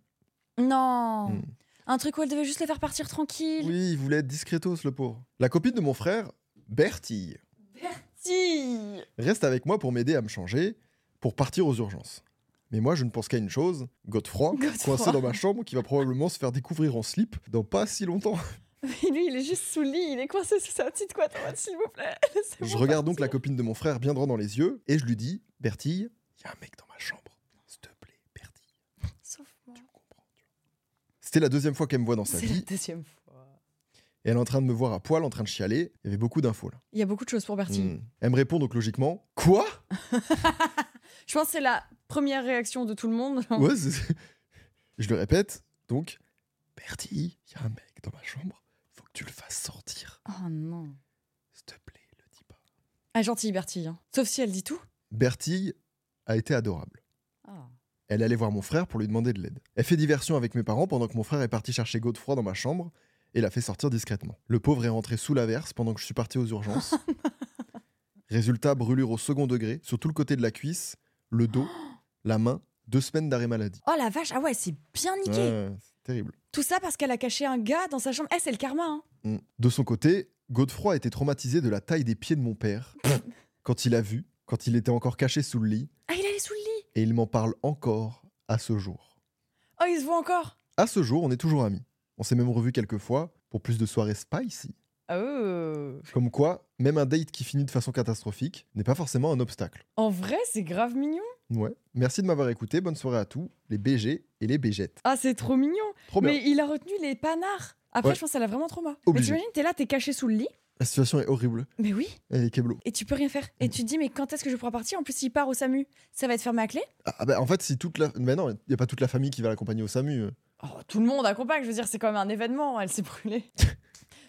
Speaker 1: Non.
Speaker 2: Hmm.
Speaker 1: Un truc où elle devait juste les faire partir tranquille.
Speaker 2: Oui, il voulait être discretos, le pauvre. La copine de mon frère, Bertille,
Speaker 1: Si.
Speaker 2: reste avec moi pour m'aider à me changer, pour partir aux urgences. Mais moi, je ne pense qu'à une chose, Godefroy,
Speaker 1: Godefroy.
Speaker 2: coincé dans ma chambre, qui va probablement se faire découvrir en slip dans pas si longtemps.
Speaker 1: Mais lui, il est juste sous le lit, il est coincé sous sa petite couette. en mode, S'il vous plaît. laissez-moi
Speaker 2: Je regarde donc
Speaker 1: partir.
Speaker 2: la copine de mon frère bien droit dans les yeux et je lui dis Bertille, il y a un mec dans ma chambre. S'il te plaît, Bertille,
Speaker 1: Sauve-moi.
Speaker 2: tu me comprends. tu vois. C'était la deuxième fois qu'elle me voit dans sa
Speaker 1: C'est la
Speaker 2: vie
Speaker 1: deuxième fois.
Speaker 2: et elle est en train de me voir à poil, en train de chialer. Il y avait beaucoup d'infos là.
Speaker 1: Il y a beaucoup de choses pour Bertie.
Speaker 2: Hmm. Elle me répond donc logiquement Quoi
Speaker 1: Je pense que c'est la première réaction de tout le monde. genre,
Speaker 2: Ouais, c'est- Je le répète donc Bertille, il y a un mec dans ma chambre, faut que tu le fasses sortir.
Speaker 1: Oh non.
Speaker 2: S'il te plaît, le dis pas.
Speaker 1: Ah, gentille Bertie. hein. Sauf si elle dit tout.
Speaker 2: Bertille a été adorable.
Speaker 1: Ah.
Speaker 2: Elle est allée voir mon frère pour lui demander de l'aide. Elle fait diversion avec mes parents pendant que mon frère est parti chercher Godefroy dans ma chambre et l'a fait sortir discrètement. Le pauvre est rentré sous la verse pendant que je suis parti aux urgences. Résultat, brûlure au second degré sur tout le côté de la cuisse, le dos, la main, deux semaines d'arrêt maladie.
Speaker 1: Oh la vache, ah ouais, c'est bien niqué.
Speaker 2: Ouais, c'est terrible.
Speaker 1: Tout ça parce qu'elle a caché un gars dans sa chambre. Eh, c'est le karma. Hein.
Speaker 2: Mm. De son côté, Godefroy a été traumatisé de la taille des pieds de mon père quand il a vu, quand il était encore caché sous le lit,
Speaker 1: Ah, il allait sous le lit.
Speaker 2: et il m'en parle encore à ce jour.
Speaker 1: Oh, il se voit encore.
Speaker 2: À ce jour, on est toujours amis. On s'est même revus quelques fois pour plus de soirées spicy.
Speaker 1: Oh.
Speaker 2: Comme quoi, même un date qui finit de façon catastrophique n'est pas forcément un obstacle.
Speaker 1: En vrai, c'est grave mignon.
Speaker 2: Ouais. Merci de m'avoir écouté. Bonne soirée à tous, les BG et les BGettes.
Speaker 1: Ah, c'est trop mignon.
Speaker 2: Trop bien.
Speaker 1: Mais il a retenu les panards. Après,
Speaker 2: Oh, Ouais.
Speaker 1: je pense qu'elle a vraiment trauma.
Speaker 2: Obligé.
Speaker 1: Mais t'imagines, t'es là, t'es caché sous le lit.
Speaker 2: La situation est horrible.
Speaker 1: Mais oui.
Speaker 2: Elle est keblo.
Speaker 1: Et tu peux rien faire. Et tu te dis, mais quand est-ce que je pourrai partir En plus, il part au SAMU. Ça va être fermé à clé
Speaker 2: Ah bah en fait, si toute la. Mais non, il n'y a pas toute la famille qui va l'accompagner au SAMU. euh.
Speaker 1: Oh, tout le monde accompagne, je veux dire, c'est quand même un événement, elle s'est brûlée.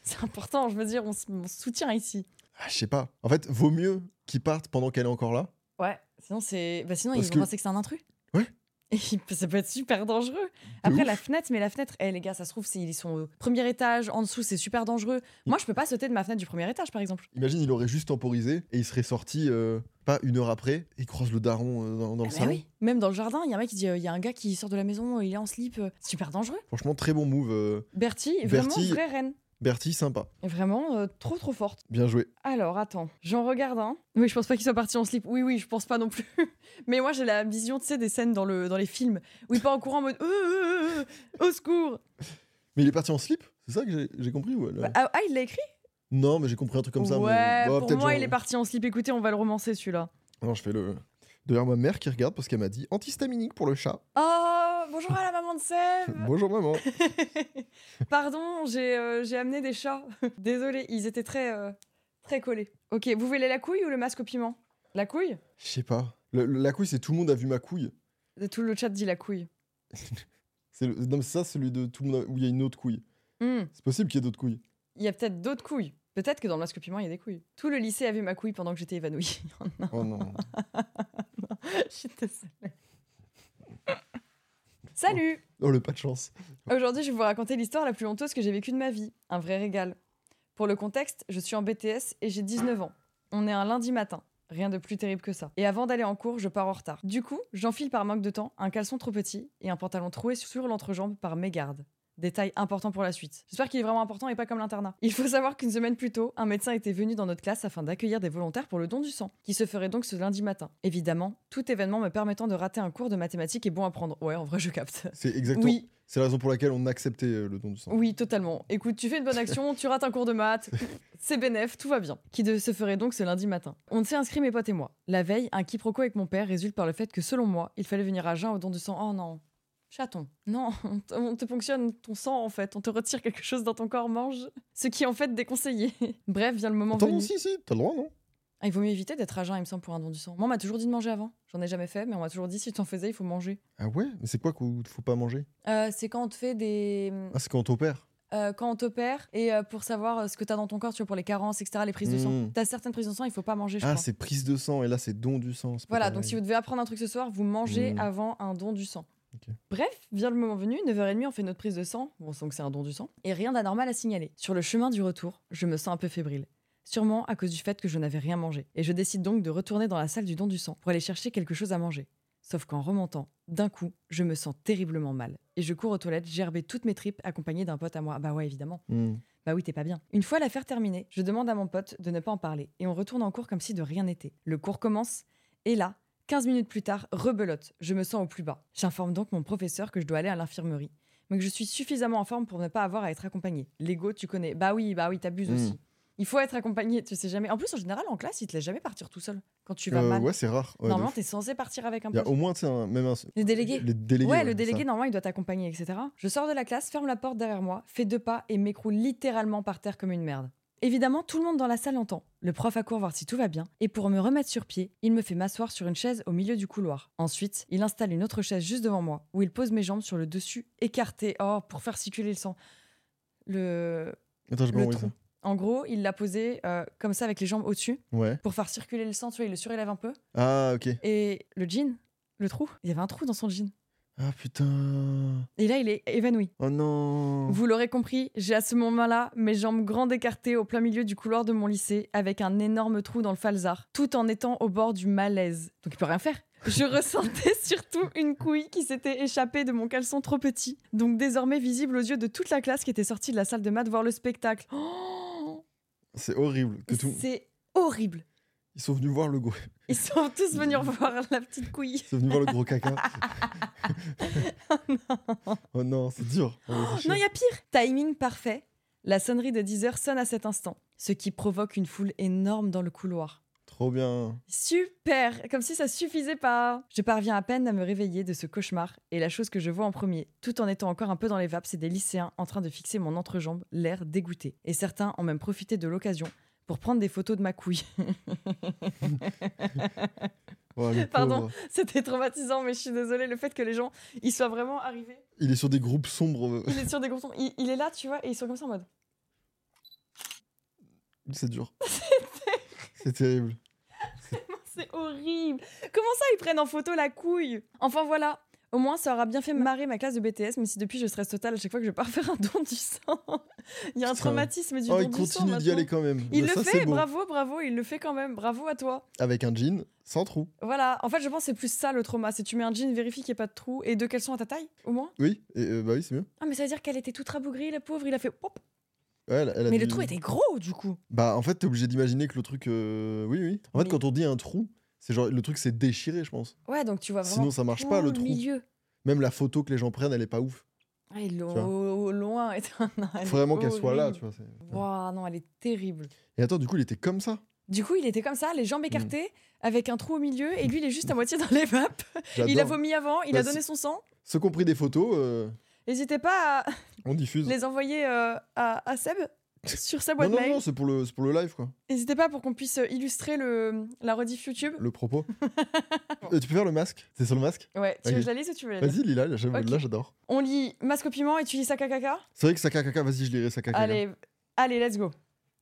Speaker 1: c'est important, je veux dire, on, s- on se soutient ici.
Speaker 2: Ah, je sais pas. En fait, vaut mieux qu'ils partent pendant qu'elle est encore là.
Speaker 1: Ouais, sinon c'est bah, sinon
Speaker 2: Parce
Speaker 1: ils vont
Speaker 2: que-
Speaker 1: penser que c'est un intrus.
Speaker 2: Ouais.
Speaker 1: Et il peut- ça peut être super dangereux. Après
Speaker 2: ouf.
Speaker 1: la fenêtre, mais la fenêtre, eh, les gars, ça se trouve, c'est- ils sont au premier étage, en dessous, c'est super dangereux.
Speaker 2: Mm.
Speaker 1: Moi, je peux pas sauter de ma fenêtre du premier étage, par exemple.
Speaker 2: Imagine, il aurait juste temporisé et il serait sorti euh, pas une heure après. Il croise le daron euh, dans, dans le
Speaker 1: Ah bah
Speaker 2: salon.
Speaker 1: oui. Même dans le jardin, il y a un mec qui dit, euh, il y a un gars qui sort de la maison, il est en slip, euh, super dangereux.
Speaker 2: Franchement, très bon move. euh,
Speaker 1: Bertie, vraiment
Speaker 2: Bertie-
Speaker 1: vraie reine.
Speaker 2: Bertie, sympa.
Speaker 1: Vraiment euh, trop trop forte.
Speaker 2: Bien joué.
Speaker 1: Alors, attends, j'en regarde un. Oui, je pense pas qu'il soit parti en slip. Oui, oui, je pense pas non plus. Mais moi, j'ai la vision, tu sais, des scènes dans, le, dans les films où il part en courant en mode Euh, euh, euh, au secours.
Speaker 2: Mais il est parti en slip C'est ça que j'ai- j'ai compris ou elle- euh?
Speaker 1: Bah, ah, ah, il l'a écrit
Speaker 2: Non, mais j'ai compris un truc comme ça. mais-
Speaker 1: Ouais,
Speaker 2: Bah,
Speaker 1: pour
Speaker 2: peut-être
Speaker 1: moi,
Speaker 2: genre-
Speaker 1: il est parti en slip. Écoutez, on va le romancer celui-là.
Speaker 2: Non, je fais le. Derrière ma mère qui regarde parce qu'elle m'a dit antihistaminique pour le chat.
Speaker 1: Oh, bonjour à la maman de Seb.
Speaker 2: Bonjour maman.
Speaker 1: Pardon, j'ai euh, j'ai amené des chats. Désolé, ils étaient très, euh, très collés. Ok, vous voulez la couille ou le masque au piment La couille
Speaker 2: Je sais pas. Le- le- la couille, c'est tout le monde a vu ma couille.
Speaker 1: Tout le chat dit la couille.
Speaker 2: C'est le- Non, mais c'est ça, celui de tout le monde a- où il y a une autre couille.
Speaker 1: Hmm.
Speaker 2: C'est possible qu'il y ait d'autres couilles.
Speaker 1: Il y a peut-être d'autres couilles. Peut-être que dans le masque au piment, il y a des couilles. Tout le lycée avait ma couille pendant que j'étais évanouie.
Speaker 2: Oh non.
Speaker 1: Je suis désolée. Salut
Speaker 2: Oh le pas de chance.
Speaker 1: Aujourd'hui, je vais vous raconter l'histoire la plus honteuse que j'ai vécue de ma vie. Un vrai régal. Pour le contexte, je suis en BTS et j'ai 19 ans. On est un lundi matin. Rien de plus terrible que ça. Et avant d'aller en cours, je pars en retard. Du coup, j'enfile par manque de temps un caleçon trop petit et un pantalon troué sur l'entrejambe par mégarde. Détail important pour la suite. J'espère qu'il est vraiment important et pas comme l'internat. Il faut savoir qu'une semaine plus tôt, un médecin était venu dans notre classe afin d'accueillir des volontaires pour le don du sang, qui se ferait donc ce lundi matin. Évidemment, tout événement me permettant de rater un cours de mathématiques est bon à prendre. Ouais, en vrai, je capte.
Speaker 2: C'est exactement.
Speaker 1: Oui,
Speaker 2: C'est la raison pour laquelle on a accepté euh, le don du sang.
Speaker 1: oui, totalement. Écoute, tu fais une bonne action, tu rates un cours de maths, c'est bénef, tout va bien. Qui de- se ferait donc ce lundi matin On s'est inscrit mes potes et moi. La veille, un quiproquo avec mon père résulte par le fait que selon moi, il fallait venir à jeun au don du sang. Oh non, chaton. Non, on te- on te ponctionne ton sang en fait, on te retire quelque chose dans ton corps, mange. Ce qui est en fait déconseillé. Bref, vient le moment
Speaker 2: Attends, non,
Speaker 1: venu.
Speaker 2: si, si, t'as le droit, non
Speaker 1: Ah, il vaut mieux éviter d'être à jeun, il me semble, pour un don du sang. Moi, on m'a toujours dit de manger avant. J'en ai jamais fait, mais on m'a toujours dit si tu en faisais, il faut manger.
Speaker 2: Ah ouais Mais c'est quoi qu'il faut pas manger
Speaker 1: Euh, c'est quand on te fait des.
Speaker 2: Ah, c'est quand on t'opère.
Speaker 1: euh, quand on t'opère et euh, pour savoir euh, ce que t'as dans ton corps, tu vois, pour les carences, etc., les prises de sang.
Speaker 2: Mm.
Speaker 1: T'as certaines prises de sang, il faut pas manger, je
Speaker 2: Ah,
Speaker 1: crois.
Speaker 2: c'est prise de sang et là, c'est don du sang. c'est pas
Speaker 1: Voilà,
Speaker 2: pareil.
Speaker 1: donc si vous devez apprendre un truc ce soir, vous mangez
Speaker 2: Mm.
Speaker 1: avant un don du sang.
Speaker 2: Ok.
Speaker 1: Bref, vient le moment venu, 9h30, on fait notre prise de sang, bon, on sent que c'est un don du sang, et rien d'anormal à signaler. Sur le chemin du retour, je me sens un peu fébrile. Sûrement à cause du fait que je n'avais rien mangé. Et je décide donc de retourner dans la salle du don du sang pour aller chercher quelque chose à manger. Sauf qu'en remontant, d'un coup, je me sens terriblement mal. Et je cours aux toilettes, gerber toutes mes tripes, accompagné d'un pote à moi. Bah ouais, évidemment.
Speaker 2: Hmm.
Speaker 1: Bah oui, t'es pas bien. Une fois l'affaire terminée, je demande à mon pote de ne pas en parler et on retourne en cours comme si de rien n'était. Le cours commence et là, 15 minutes plus tard, rebelote, je me sens au plus bas. J'informe donc mon professeur que je dois aller à l'infirmerie, mais que je suis suffisamment en forme pour ne pas avoir à être accompagnée. L'ego, tu connais. Bah oui, bah oui, t'abuses
Speaker 2: Mm.
Speaker 1: aussi. Il faut être accompagné, tu sais jamais. En plus, en général, en classe, ils te laissent jamais partir tout seul quand tu vas
Speaker 2: Euh,
Speaker 1: mal.
Speaker 2: Ouais, c'est rare. Ouais, de
Speaker 1: Normalement,
Speaker 2: ouf.
Speaker 1: t'es censé partir avec un
Speaker 2: Il y a
Speaker 1: pote.
Speaker 2: au moins, tu sais, un- même un.
Speaker 1: Le délégué.
Speaker 2: Les délégués.
Speaker 1: Ouais,
Speaker 2: c'est
Speaker 1: le délégué,
Speaker 2: ça.
Speaker 1: normalement, il doit t'accompagner, etc. Je sors de la classe, ferme la porte derrière moi, fais deux pas et m'écroule littéralement par terre comme une merde. Évidemment, tout le monde dans la salle entend. Le prof accourt voir si tout va bien, et pour me remettre sur pied, il me fait m'asseoir sur une chaise au milieu du couloir. Ensuite, il installe une autre chaise juste devant moi, où il pose mes jambes sur le dessus, écartées, oh, pour faire circuler le sang. Le,
Speaker 2: Attends, je peux
Speaker 1: le
Speaker 2: envoyer ça.
Speaker 1: tronc. En gros, il l'a posé euh, comme ça avec les jambes au-dessus,
Speaker 2: Ouais.
Speaker 1: pour faire circuler le sang, tu vois, il le surélève un peu.
Speaker 2: Ah, ok.
Speaker 1: Et le jean, le trou, il y avait un trou dans son jean.
Speaker 2: Ah putain.
Speaker 1: Et là, il est évanoui.
Speaker 2: Oh non.
Speaker 1: Vous l'aurez compris, j'ai à ce moment-là mes jambes grandes écartées au plein milieu du couloir de mon lycée avec un énorme trou dans le falzar, tout en étant au bord du malaise. Donc il peut rien faire. Je ressentais surtout une couille qui s'était échappée de mon caleçon trop petit, donc désormais visible aux yeux de toute la classe qui était sortie de la salle de maths voir le spectacle. Oh,
Speaker 2: C'est horrible. Que tout...
Speaker 1: C'est horrible.
Speaker 2: Ils sont venus voir le gros.
Speaker 1: Ils sont tous venus voir la petite couille.
Speaker 2: Ils sont venus voir le gros caca. oh non, c'est dur. Oh, c'est chiant.
Speaker 1: Non, il y a pire. Timing parfait. La sonnerie de 10 heures sonne à cet instant, ce qui provoque une foule énorme dans le couloir.
Speaker 2: Trop bien.
Speaker 1: Super Comme si ça suffisait pas Je parviens à peine à me réveiller de ce cauchemar, et la chose que je vois en premier, tout en étant encore un peu dans les vapes, c'est des lycéens en train de fixer mon entrejambe, l'air dégoûté. Et certains ont même profité de l'occasion pour prendre des photos de ma couille.
Speaker 2: Oh, le
Speaker 1: Pardon.
Speaker 2: pauvre.
Speaker 1: C'était traumatisant, mais je suis désolée, le fait que les gens, ils soient vraiment arrivés,
Speaker 2: Il est sur des groupes sombres.
Speaker 1: il est sur des groupons, il, il est là, tu vois, et ils sont comme ça en mode...
Speaker 2: C'est dur. c'est terrible.
Speaker 1: C'est horrible. Comment ça ils prennent en photo la couille Enfin voilà. Au moins, ça aura bien fait marrer ma classe de BTS, même si depuis je stresse total à chaque fois que je pars faire un don du sang. il y a un
Speaker 2: Putain.
Speaker 1: traumatisme du
Speaker 2: oh,
Speaker 1: don
Speaker 2: il
Speaker 1: du sang.
Speaker 2: continue d'y
Speaker 1: maintenant.
Speaker 2: aller quand même.
Speaker 1: Il
Speaker 2: Bah,
Speaker 1: le
Speaker 2: ça, c'est
Speaker 1: fait,
Speaker 2: beau.
Speaker 1: bravo, bravo, il le fait quand même. Bravo à toi.
Speaker 2: Avec un jean sans trou.
Speaker 1: Voilà, en fait, je pense que c'est plus ça le trauma. C'est tu mets un jean, vérifie qu'il n'y ait pas de trou et de quels sont à ta taille, au moins.
Speaker 2: Oui, et, euh, bah oui, c'est mieux.
Speaker 1: Ah, mais ça veut dire qu'elle était toute rabougrie, la pauvre, il a fait pop.
Speaker 2: Ouais, elle- elle a
Speaker 1: Mais le
Speaker 2: dû-
Speaker 1: trou était gros, du coup.
Speaker 2: Bah, en fait, t'es obligé d'imaginer que le truc. euh, Oui, oui. En fait,
Speaker 1: Mais-
Speaker 2: quand on dit un trou, c'est genre le truc s'est déchiré, je pense.
Speaker 1: Ouais, donc tu vois vraiment.
Speaker 2: Sinon, ça marche pas
Speaker 1: tout
Speaker 2: le trou.
Speaker 1: milieu.
Speaker 2: Même la photo que les gens prennent, elle est pas ouf.
Speaker 1: Ah, ils l'ont
Speaker 2: Tu vois.
Speaker 1: au, au loin. et- Non, elle est
Speaker 2: Faut vraiment qu'elle soit là,
Speaker 1: horrible.
Speaker 2: tu vois. c'est-
Speaker 1: Ouah, non, elle est terrible.
Speaker 2: Et attends, du coup, il était comme ça.
Speaker 1: Du coup, il était comme ça, les jambes écartées, avec un trou au milieu, et lui, il est juste à moitié dans les vapes. Il a
Speaker 2: Mm. J'adore.
Speaker 1: vomi avant, il
Speaker 2: Bah,
Speaker 1: a
Speaker 2: si-
Speaker 1: donné son sang.
Speaker 2: Ceux qui ont pris des photos, euh,
Speaker 1: N'hésitez pas à
Speaker 2: on diffuse.
Speaker 1: les envoyer euh, à, à Seb sur sa
Speaker 2: Non,
Speaker 1: boîte
Speaker 2: non,
Speaker 1: mail.
Speaker 2: non, c'est pour, le- c'est pour le live, quoi.
Speaker 1: N'hésitez pas pour qu'on puisse euh, illustrer le, la rediff YouTube.
Speaker 2: Le propos. Euh, tu peux faire le masque C'est sur le masque
Speaker 1: Ouais, tu
Speaker 2: Ok.
Speaker 1: veux que je la lise ou tu veux la lire
Speaker 2: Vas-y, Lila, là, j'aime-
Speaker 1: Ok.
Speaker 2: là, j'adore.
Speaker 1: On lit Masque au piment et tu lis Saka Kaka
Speaker 2: C'est vrai que Saka Kaka, vas-y, je lirai Saka Kaka.
Speaker 1: Allez, allez, let's go.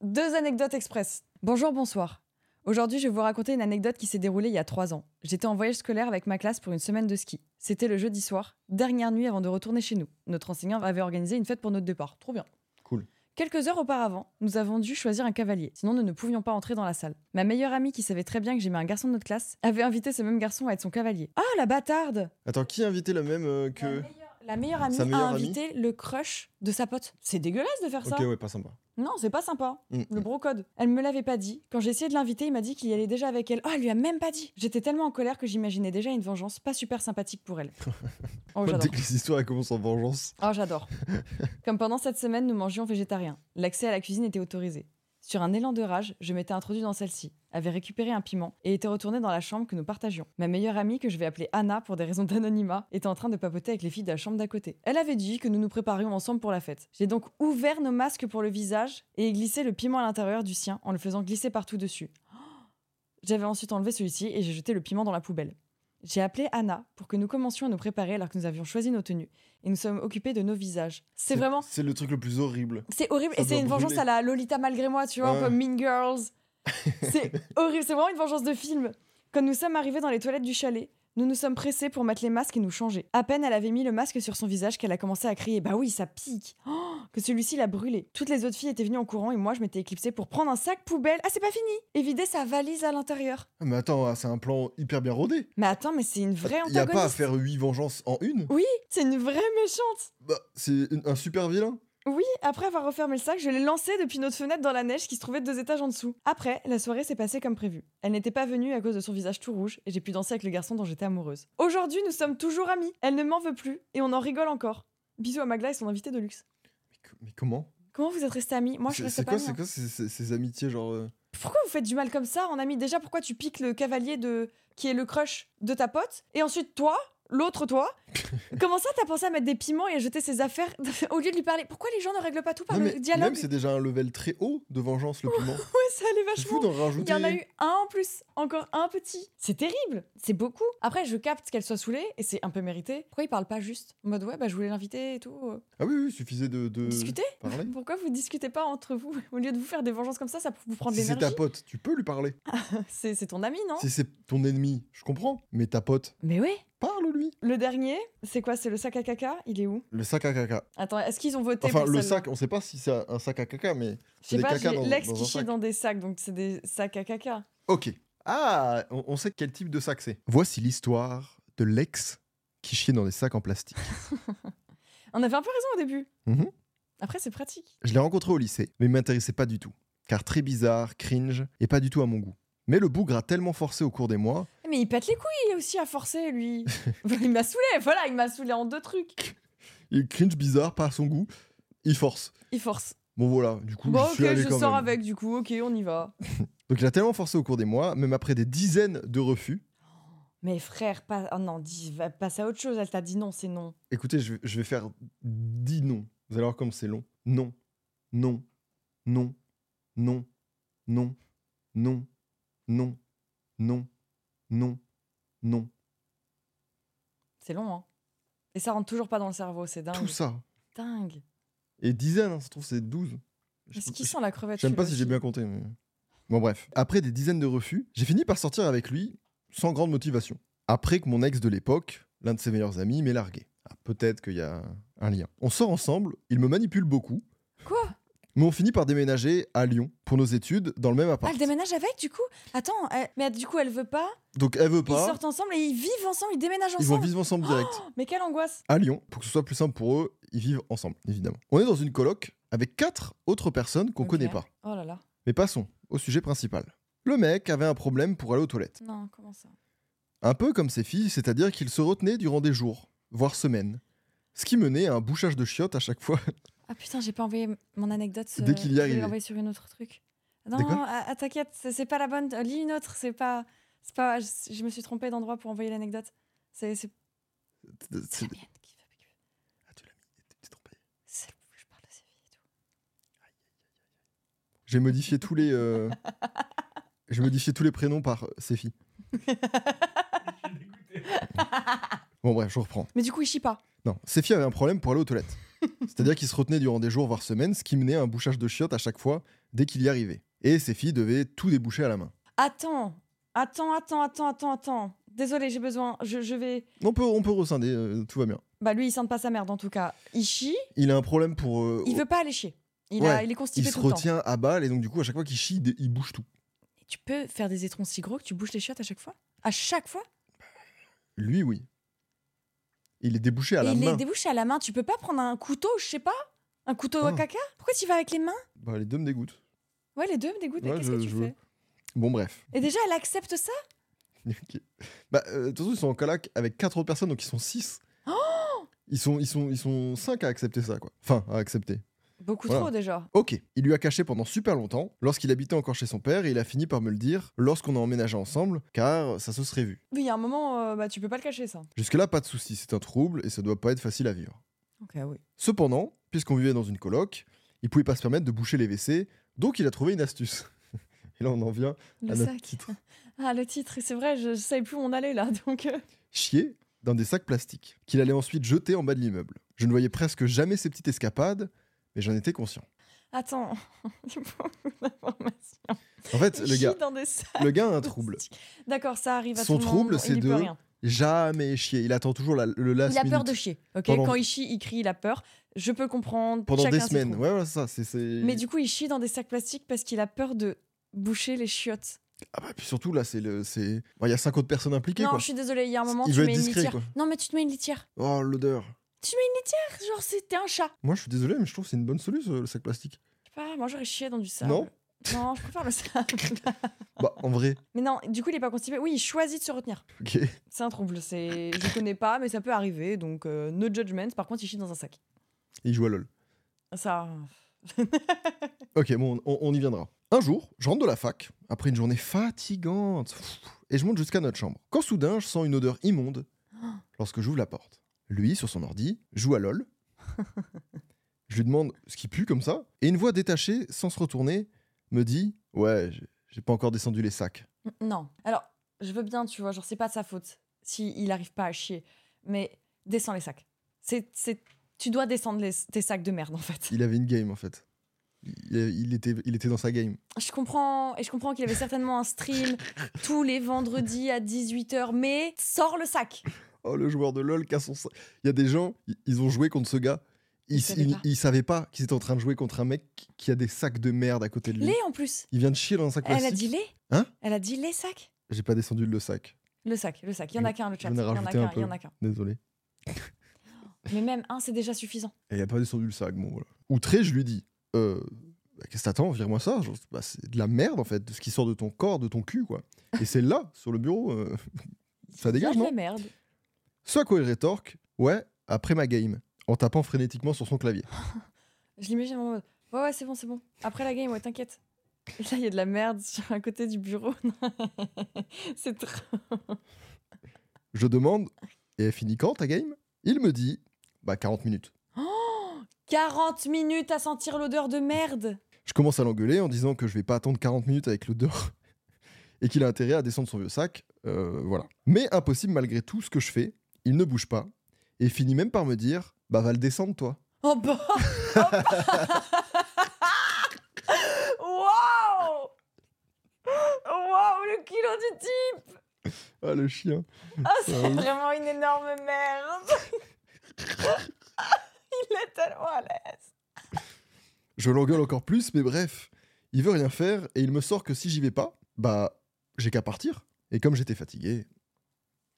Speaker 1: Deux anecdotes express. Bonjour, bonsoir. Aujourd'hui, je vais vous raconter une anecdote qui s'est déroulée il y a trois ans. J'étais en voyage scolaire avec ma classe pour une semaine de ski. C'était le jeudi soir, dernière nuit avant de retourner chez nous. Notre enseignant avait organisé une fête pour notre départ. Trop bien.
Speaker 2: Cool.
Speaker 1: Quelques heures auparavant, nous avons dû choisir un cavalier, sinon nous ne pouvions pas entrer dans la salle. Ma meilleure amie, qui savait très bien que j'aimais un garçon de notre classe, avait invité ce même garçon à être son cavalier. Ah, la bâtarde
Speaker 2: Attends, qui a invité la même euh,
Speaker 1: la
Speaker 2: que.
Speaker 1: meilleure, la meilleure amie
Speaker 2: Sa
Speaker 1: a
Speaker 2: meilleure amie
Speaker 1: invité le crush de sa pote. C'est dégueulasse de faire ça.
Speaker 2: Ok, ouais, pas sympa.
Speaker 1: Non, c'est pas sympa.
Speaker 2: Mm,
Speaker 1: Le brocode. Elle me l'avait pas dit. Quand j'ai essayé de l'inviter, il m'a dit qu'il y allait déjà avec elle. Oh, elle lui a même pas dit. J'étais tellement en colère que j'imaginais déjà une vengeance pas super sympathique pour elle. Oh,
Speaker 2: Moi,
Speaker 1: j'adore.
Speaker 2: Dès que les histoires elles commencent en vengeance.
Speaker 1: Oh, j'adore. Comme pendant cette semaine, nous mangions végétarien. L'accès à la cuisine était autorisé. Sur un élan de rage, je m'étais introduit dans celle-ci, avais récupéré un piment et était retourné dans la chambre que nous partagions. Ma meilleure amie, que je vais appeler Anna pour des raisons d'anonymat, était en train de papoter avec les filles de la chambre d'à côté. Elle avait dit que nous nous préparions ensemble pour la fête. J'ai donc ouvert nos masques pour le visage et glissé le piment à l'intérieur du sien en le faisant glisser partout dessus. J'avais ensuite enlevé celui-ci et j'ai jeté le piment dans la poubelle. J'ai appelé Anna pour que nous commencions à nous préparer alors que nous avions choisi nos tenues et nous sommes occupés de nos visages. C'est vraiment.
Speaker 2: C'est le truc le plus horrible.
Speaker 1: C'est horrible
Speaker 2: Ça
Speaker 1: et c'est
Speaker 2: doit
Speaker 1: une vengeance
Speaker 2: brûler.
Speaker 1: à la Lolita malgré moi, tu vois,
Speaker 2: Ouais.
Speaker 1: comme Mean Girls. C'est horrible, c'est vraiment une vengeance de film. Quand nous sommes arrivés dans les toilettes du chalet, nous nous sommes pressés pour mettre les masques et nous changer. À peine elle avait mis le masque sur son visage qu'elle a commencé à crier Bah oui, ça pique Oh Que celui-ci l'a brûlé. Toutes les autres filles étaient venues en courant et moi je m'étais éclipsée pour prendre un sac poubelle. Ah, c'est pas fini Et vider sa valise à l'intérieur.
Speaker 2: Ah, Mais attends, ah, c'est un plan hyper bien rodé.
Speaker 1: Mais attends, mais c'est une vraie
Speaker 2: Il n'y a
Speaker 1: antagoniste.
Speaker 2: pas à faire 8 vengeances en une.
Speaker 1: Oui, c'est une vraie méchante.
Speaker 2: Bah, c'est une- un super vilain.
Speaker 1: Oui, après avoir refermé le sac, je l'ai lancé depuis notre fenêtre dans la neige qui se trouvait deux étages en dessous. Après, la soirée s'est passée comme prévu. Elle n'était pas venue à cause de son visage tout rouge et j'ai pu danser avec le garçon dont j'étais amoureuse. Aujourd'hui, nous sommes toujours amis. Elle ne m'en veut plus et on en rigole encore. Bisous à Magla et son invité de luxe.
Speaker 2: Mais, co- mais comment
Speaker 1: Comment vous êtes restés amis Moi, je
Speaker 2: C'est
Speaker 1: reste
Speaker 2: c'est
Speaker 1: pas
Speaker 2: quoi,
Speaker 1: amie,
Speaker 2: c'est
Speaker 1: hein.
Speaker 2: quoi ces, ces- ces amitiés genre euh,
Speaker 1: Pourquoi vous faites du mal comme ça en ami Déjà, pourquoi tu piques le cavalier de qui est le crush de ta pote et ensuite toi, l'autre toi Comment ça, t'as pensé à mettre des piments et à jeter ses affaires au lieu de lui parler Pourquoi les gens ne règlent pas tout par
Speaker 2: non,
Speaker 1: le
Speaker 2: mais
Speaker 1: dialogue
Speaker 2: Même c'est déjà un level très haut de vengeance le piment.
Speaker 1: Ouais, ça allait
Speaker 2: C'est
Speaker 1: vachement
Speaker 2: fou d'en
Speaker 1: Il
Speaker 2: rajouter.
Speaker 1: y en a eu un en plus, encore un petit. C'est terrible, c'est beaucoup. Après, je capte qu'elle soit saoulée et c'est un peu mérité. Pourquoi il parle pas juste En mode, ouais, bah je voulais l'inviter et tout. euh,
Speaker 2: Ah oui, oui, il suffisait de, de
Speaker 1: Discuter
Speaker 2: parler.
Speaker 1: Pourquoi vous discutez pas entre vous Au lieu de vous faire des vengeances comme ça, ça peut vous prendre de
Speaker 2: Si c'est ta
Speaker 1: l'énergie.
Speaker 2: pote, tu peux lui parler.
Speaker 1: C'est c'est ton ami, non
Speaker 2: Si c'est ton ennemi, je comprends. Mais ta pote,
Speaker 1: Mais ouais
Speaker 2: parle lui.
Speaker 1: Le dernier, c'est quoi C'est le sac à caca Il est où
Speaker 2: Le sac à caca.
Speaker 1: Attends, est-ce qu'ils ont voté
Speaker 2: Enfin,
Speaker 1: pour
Speaker 2: le
Speaker 1: celle-là
Speaker 2: sac, on sait pas si c'est un sac à caca, mais.
Speaker 1: Je sais
Speaker 2: des
Speaker 1: pas,
Speaker 2: cacas
Speaker 1: j'ai
Speaker 2: dans-
Speaker 1: l'ex
Speaker 2: dans
Speaker 1: qui
Speaker 2: un
Speaker 1: chie
Speaker 2: sac.
Speaker 1: dans des sacs, donc c'est des sacs à caca.
Speaker 2: Ok. Ah, on, on sait quel type de sac c'est. Voici l'histoire de l'ex qui chiait dans des sacs en plastique.
Speaker 1: On avait un peu raison au début.
Speaker 2: Mhm.
Speaker 1: Après, c'est pratique.
Speaker 2: Je l'ai rencontré au lycée, mais il m'intéressait pas du tout. Car très bizarre, cringe, et pas du tout à mon goût. Mais le bougre a tellement forcé au cours des mois.
Speaker 1: Eh, Mais il pète les couilles aussi à forcer, lui. il m'a saoulé, voilà, il m'a saoulé en deux trucs.
Speaker 2: Il cringe bizarre, pas à son goût. Il force.
Speaker 1: Il force.
Speaker 2: Bon voilà, du coup,
Speaker 1: bon,
Speaker 2: je
Speaker 1: ok,
Speaker 2: suis allé
Speaker 1: je
Speaker 2: quand
Speaker 1: sors
Speaker 2: même.
Speaker 1: avec, du coup, ok, on y va.
Speaker 2: Donc il a tellement forcé au cours des mois, même après des dizaines de refus.
Speaker 1: Mais frère, pas... ah non, dis, va- passe à autre chose, elle t'a dit non, c'est non.
Speaker 2: Écoutez, je, je vais faire 10 noms. Vous allez voir comme c'est long. Non, non, non, non, non, non, non, non, non, non.
Speaker 1: C'est long, hein. Et ça rentre toujours pas dans le cerveau, c'est dingue.
Speaker 2: Tout ça.
Speaker 1: Dingue.
Speaker 2: Et dizaines, hein, ça se trouve, c'est 12. Je-
Speaker 1: Est-ce qu'il sent la crevette
Speaker 2: J'aime pas
Speaker 1: chez
Speaker 2: si
Speaker 1: lui
Speaker 2: j'ai bien compté. Mais... Bon, bref. Après des dizaines de refus, j'ai fini par sortir avec lui sans grande motivation. Après que mon ex de l'époque, l'un de ses meilleurs amis, m'ait largué. Ah, Peut-être qu'il y a un lien. On sort ensemble, il me manipule beaucoup.
Speaker 1: Quoi
Speaker 2: Mais on finit par déménager à Lyon pour nos études dans le même
Speaker 1: Ah,
Speaker 2: appart.
Speaker 1: elle déménage avec, du coup Attends, elle- mais du coup, elle veut pas.
Speaker 2: Donc elle veut
Speaker 1: Ils
Speaker 2: pas.
Speaker 1: sortent ensemble et ils vivent ensemble, ils déménagent
Speaker 2: Ils vont
Speaker 1: ensemble. Oh
Speaker 2: vivre ensemble direct.
Speaker 1: Mais quelle angoisse
Speaker 2: à Lyon, pour que ce soit plus simple pour eux, ils vivent ensemble, évidemment. On est dans une coloc avec quatre autres personnes qu'on
Speaker 1: Ok.
Speaker 2: connaît pas.
Speaker 1: Oh là là.
Speaker 2: Mais passons au sujet principal. Le mec avait un problème pour aller aux toilettes.
Speaker 1: Non, comment ça
Speaker 2: Un peu comme ses filles, c'est-à-dire qu'il se retenait durant des jours, voire semaines. Ce qui menait à un bouchage de chiottes à chaque fois.
Speaker 1: Ah putain, j'ai pas envoyé m- mon anecdote. euh,
Speaker 2: Dès qu'il y
Speaker 1: je l'ai
Speaker 2: arrivait.
Speaker 1: envoyée sur une autre truc. Non,
Speaker 2: quoi
Speaker 1: non, ah, ah, t'inquiète, c'est c'est pas la bonne. euh, Lis une autre, c'est pas. C'est pas. Je, je me suis trompée d'endroit pour envoyer l'anecdote. C'est c'est- c'est
Speaker 2: C'est-
Speaker 1: la mienne qui fait que-
Speaker 2: Ah, tu l'as mis, tu t'es trompé.
Speaker 1: C'est le je parle de sa vie et tout.
Speaker 2: J'ai modifié tous les. euh, J'ai modifié tous les prénoms par euh, ses filles.
Speaker 3: Je suis dégoûté.
Speaker 2: Bon, bref, je reprends.
Speaker 1: Mais du coup, il chie pas.
Speaker 2: Non, ses filles avaient un problème pour aller aux toilettes. C'est-à-dire qu'il se retenait durant des jours, voire semaines, ce qui menait à un bouchage de chiottes à chaque fois dès qu'il y arrivait. Et ses filles devaient tout déboucher à la main.
Speaker 1: Attends, attends, attends, attends, attends, attends. Désolé, j'ai besoin. Je, je vais.
Speaker 2: On peut, on peut rescinder, euh, tout va bien.
Speaker 1: Bah lui, il sent pas sa merde en tout cas. Il chie,
Speaker 2: Il a un problème pour. euh,
Speaker 1: il veut pas aller chier. Il, a-
Speaker 2: Ouais,
Speaker 1: il est
Speaker 2: il
Speaker 1: constipé
Speaker 2: se
Speaker 1: tout le temps.
Speaker 2: retient à balle et donc du coup à chaque fois qu'il chie, il dé- il bouge tout.
Speaker 1: Et tu peux faire des étrons si gros que tu bouges les chiottes à chaque fois À chaque fois
Speaker 2: Lui, oui. Il est débouché à
Speaker 1: Et
Speaker 2: la
Speaker 1: il les
Speaker 2: main.
Speaker 1: débouche à la main. Tu peux pas prendre un couteau, je sais pas Un couteau à
Speaker 2: Ah.
Speaker 1: caca Pourquoi tu vas avec les mains
Speaker 2: Bah, les deux me dégoûtent.
Speaker 1: Ouais, les deux me dégoûtent. mais
Speaker 2: Ouais,
Speaker 1: Qu'est-ce
Speaker 2: je-
Speaker 1: que tu
Speaker 2: je-
Speaker 1: fais
Speaker 2: Bon, bref.
Speaker 1: Et déjà, elle accepte ça
Speaker 2: Ok. Bah, euh, de toute façon, ils sont en calac avec quatre autres personnes, donc ils sont 6.
Speaker 1: Oh
Speaker 2: ils, sont, ils, sont, ils sont 5 à accepter ça, quoi. Enfin, à accepter.
Speaker 1: Beaucoup
Speaker 2: Voilà.
Speaker 1: trop déjà.
Speaker 2: Ok, il lui a caché pendant super longtemps, lorsqu'il habitait encore chez son père, et il a fini par me le dire lorsqu'on a emménagé ensemble, car ça se serait vu.
Speaker 1: Oui, il y a un moment, euh, bah, tu peux pas le cacher ça.
Speaker 2: Jusque-là, pas de souci, c'est un trouble et ça doit pas être facile à vivre.
Speaker 1: Ok, oui.
Speaker 2: Cependant, puisqu'on vivait dans une coloc, il pouvait pas se permettre de boucher les WC, donc il a trouvé une astuce. et là, on en vient
Speaker 1: Le
Speaker 2: à notre
Speaker 1: sac.
Speaker 2: titre.
Speaker 1: Ah, le titre, c'est vrai, je, je savais plus où on allait là. Donc, euh,
Speaker 2: chier dans des sacs plastiques, qu'il allait ensuite jeter en bas de l'immeuble. Je ne voyais presque jamais ces petites escapades, mais j'en étais conscient.
Speaker 1: attends, il faut d'informations.
Speaker 2: En fait, le
Speaker 1: Chie
Speaker 2: gars,
Speaker 1: dans des sacs.
Speaker 2: le gars a un trouble.
Speaker 1: D'accord, ça arrive à
Speaker 2: Son
Speaker 1: tout le
Speaker 2: trouble,
Speaker 1: monde,
Speaker 2: c'est
Speaker 1: il y peut
Speaker 2: de-
Speaker 1: rien.
Speaker 2: Jamais chier. Il attend toujours la- le last
Speaker 1: Il a peur
Speaker 2: minute.
Speaker 1: de chier. Ok,
Speaker 2: Pendant-
Speaker 1: quand il chie, il crie, il a peur. Je peux comprendre.
Speaker 2: Pendant
Speaker 1: chacun
Speaker 2: des
Speaker 1: ses
Speaker 2: semaines.
Speaker 1: troubles.
Speaker 2: Ouais, voilà, c'est ça. C'est, c'est-
Speaker 1: Mais du coup, il chie dans des sacs plastiques parce qu'il a peur de boucher les chiottes.
Speaker 2: Ah bah, puis surtout, là, c'est le. c'est- Bon, Il y a cinq autres personnes impliquées,
Speaker 1: non,
Speaker 2: quoi.
Speaker 1: je suis désolée, il y a un moment,
Speaker 2: Il
Speaker 1: tu
Speaker 2: veut
Speaker 1: mets
Speaker 2: être
Speaker 1: une
Speaker 2: discret,
Speaker 1: litière.
Speaker 2: quoi.
Speaker 1: Non, mais tu te mets une litière.
Speaker 2: Oh, l'odeur.
Speaker 1: Tu te mets une litière Genre, c'était un chat.
Speaker 2: Moi, je suis désolé, mais je trouve que c'est une bonne solution, le sac plastique.
Speaker 1: Je sais pas, moi j'aurais chié dans du sable.
Speaker 2: Non
Speaker 1: Non, je préfère le sable.
Speaker 2: Bah, en vrai,
Speaker 1: mais non, du coup, il est pas constipé. Oui, il choisit de se retenir.
Speaker 2: ok.
Speaker 1: C'est un trouble. C'est, je connais pas, mais ça peut arriver. Donc, euh, no judgment. Par contre, il chie dans un sac.
Speaker 2: Il joue à LOL.
Speaker 1: Ça.
Speaker 2: Ok, bon, on, on y viendra. Un jour, je rentre de la fac, après une journée fatigante, pff, et je monte jusqu'à notre chambre. Quand soudain, je sens une odeur immonde lorsque j'ouvre la porte. Lui, sur son ordi, joue à LOL. je lui demande ce qui pue comme ça, et une voix détachée, sans se retourner, me dit Ouais, j'ai- j'ai pas encore descendu les sacs.
Speaker 1: mm, Non. Alors, je veux bien, tu vois, genre, c'est pas de sa faute si il arrive pas à chier. Mais descends les sacs. C'est, c'est, tu dois descendre les- tes sacs de merde, en fait.
Speaker 2: Il avait une game en fait. Il, il était, il était dans sa game.
Speaker 1: Je comprends, et je comprends qu'il avait certainement un stream tous les vendredis à 18h, mais sors le sac.
Speaker 2: Oh, le joueur de LOL casse son sac. Il y a des gens, i- ils ont joué contre ce gars. Ils,
Speaker 1: Ils savaient
Speaker 2: ils-
Speaker 1: pas.
Speaker 2: ils savaient pas qu'ils étaient en train de jouer contre un mec qui- qui a des sacs de merde à côté de lui.
Speaker 1: Les en plus.
Speaker 2: Il vient de chier dans un sac
Speaker 1: Elle
Speaker 2: plastique.
Speaker 1: a dit les
Speaker 2: Hein
Speaker 1: Elle a dit les sacs
Speaker 2: J'ai pas descendu le sac.
Speaker 1: Le sac, le sac. Il y en a qu'un, le
Speaker 2: je
Speaker 1: chat. Il y
Speaker 2: viens de
Speaker 1: en a
Speaker 2: rajouter un
Speaker 1: qu'un, il y en
Speaker 2: peu.
Speaker 1: a qu'un.
Speaker 2: Désolé.
Speaker 1: Mais même un, c'est déjà suffisant.
Speaker 2: Et il a pas descendu le sac. Bon, voilà. Outré, je lui dis euh, bah, Qu'est-ce que t'attends Vire-moi ça. Genre, bah, c'est de la merde en fait, de ce qui sort de ton corps, de ton cul, quoi. Et c'est là, sur le bureau. euh, ça
Speaker 1: Il y a
Speaker 2: dégage,
Speaker 1: de la
Speaker 2: non
Speaker 1: merde.
Speaker 2: Ce à quoi il rétorque Ouais, après ma game, en tapant frénétiquement sur son clavier.
Speaker 1: Je l'imagine en mode Ouais, ouais, c'est bon, c'est bon. Après la game, ouais, t'inquiète. Et là, il y a de la merde sur un côté du bureau. c'est trop.
Speaker 2: Je demande Et elle finit quand ta game Il me dit Bah, 40 minutes.
Speaker 1: 40 minutes à sentir l'odeur de merde.
Speaker 2: Je commence à l'engueuler en disant que je vais pas attendre 40 minutes avec l'odeur et qu'il a intérêt à descendre son vieux sac. euh, voilà. Mais impossible malgré tout ce que je fais, il ne bouge pas et finit même par me dire Bah, va le descendre, toi.
Speaker 1: Oh bah oh bah. Waouh Waouh, le culot du type
Speaker 2: Ah, le chien.
Speaker 1: Ah, c'est
Speaker 2: Ah oui.
Speaker 1: vraiment une énorme merde Il est tellement à l'aise
Speaker 2: Je l'engueule encore plus, mais bref, il veut rien faire et il me sort que si j'y vais pas, bah, j'ai qu'à partir. Et comme j'étais fatigué,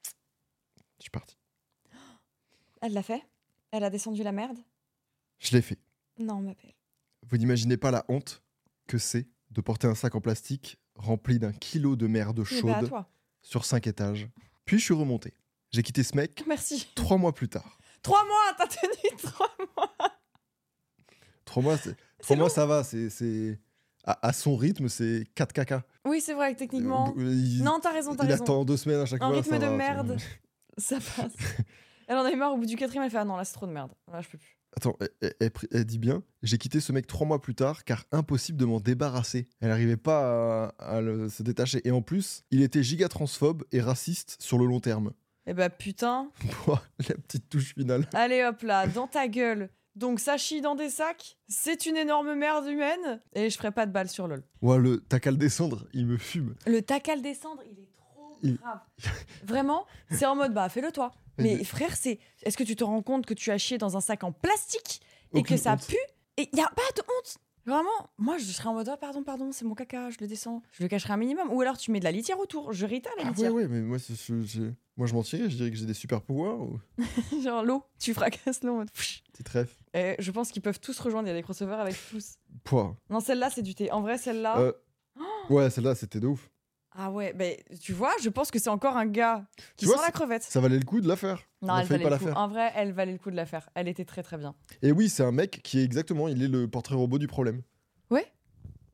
Speaker 2: je suis parti.
Speaker 1: Elle l'a fait Elle a descendu la merde
Speaker 2: Je l'ai fait.
Speaker 1: Non, on m'appelle.
Speaker 2: Vous n'imaginez pas la honte que c'est de porter un sac en plastique rempli d'un kilo de merde
Speaker 1: Eh ben, à
Speaker 2: chaude
Speaker 1: toi.
Speaker 2: sur 5 étages. Puis je suis remonté. J'ai quitté ce mec
Speaker 1: Merci.
Speaker 2: trois mois plus tard.
Speaker 1: Trois mois, t'as tenu trois mois.
Speaker 2: Trois mois, c'est-
Speaker 1: C'est
Speaker 2: trois mois ça va. C'est, c'est- à, à son rythme, c'est 4 caca.
Speaker 1: Oui, c'est vrai, que techniquement.
Speaker 2: Euh, il,
Speaker 1: Non, t'as raison,
Speaker 2: il
Speaker 1: t'as raison.
Speaker 2: attend deux semaines à chaque
Speaker 1: Un
Speaker 2: fois.
Speaker 1: rythme
Speaker 2: ça
Speaker 1: de
Speaker 2: va, tu vois.
Speaker 1: merde. Ça passe. Elle en a eu marre au bout du quatrième, elle fait Ah non, là c'est trop de merde. Là je peux plus.
Speaker 2: Attends, elle, elle- elle pr- elle dit bien. J'ai quitté ce mec trois mois plus tard car impossible de m'en débarrasser. Elle n'arrivait pas à, à le- se détacher. Et en plus, il était giga transphobe et raciste sur le long terme.
Speaker 1: Eh bah putain.
Speaker 2: Pouah, La petite touche finale.
Speaker 1: Allez hop là, dans ta gueule. Donc ça chie dans des sacs, c'est une énorme merde humaine. Et je ferai pas de balle sur LOL.
Speaker 2: Ouais, le t'as qu'à le descendre, il me fume.
Speaker 1: Le tac à le descendre, il est trop
Speaker 2: Il-
Speaker 1: grave. Vraiment, c'est en mode bah fais-le toi. Mais frère, c'est. Est-ce que tu te rends compte que tu as chié dans un sac en plastique et
Speaker 2: Aucune
Speaker 1: que ça
Speaker 2: honte.
Speaker 1: pue Et il y a pas de honte. Vraiment, moi je serais en mode ah, pardon, pardon, c'est mon caca, je le descends, je le cacherai un minimum. Ou alors tu mets de la litière autour, je rita la
Speaker 2: Ah ouais,
Speaker 1: litière.
Speaker 2: ouais, mais moi, c'est- je, je- moi je mentirais, je dirais que j'ai des super pouvoirs ou
Speaker 1: Genre l'eau, tu fracasses l'eau en mode. pfff.
Speaker 2: petite ref.
Speaker 1: Et je pense qu'ils peuvent tous rejoindre, il y a des crossovers avec tous.
Speaker 2: Pouah.
Speaker 1: Non, celle-là c'est du thé. En vrai, celle-là.
Speaker 2: Euh, ouais, celle-là, c'était de ouf.
Speaker 1: Ah ouais, ben tu vois, je pense que c'est encore un gars qui
Speaker 2: Tu vois,
Speaker 1: sent la
Speaker 2: c'est-
Speaker 1: crevette.
Speaker 2: Ça valait le coup de la faire.
Speaker 1: Non,
Speaker 2: On a
Speaker 1: elle
Speaker 2: failli
Speaker 1: valait le
Speaker 2: pas la
Speaker 1: coup. Ah.
Speaker 2: faire.
Speaker 1: En vrai, elle valait le coup de la faire. Elle était très très bien.
Speaker 2: Et oui, c'est un mec qui est exactement, il est le portrait robot du problème.
Speaker 1: Ouais.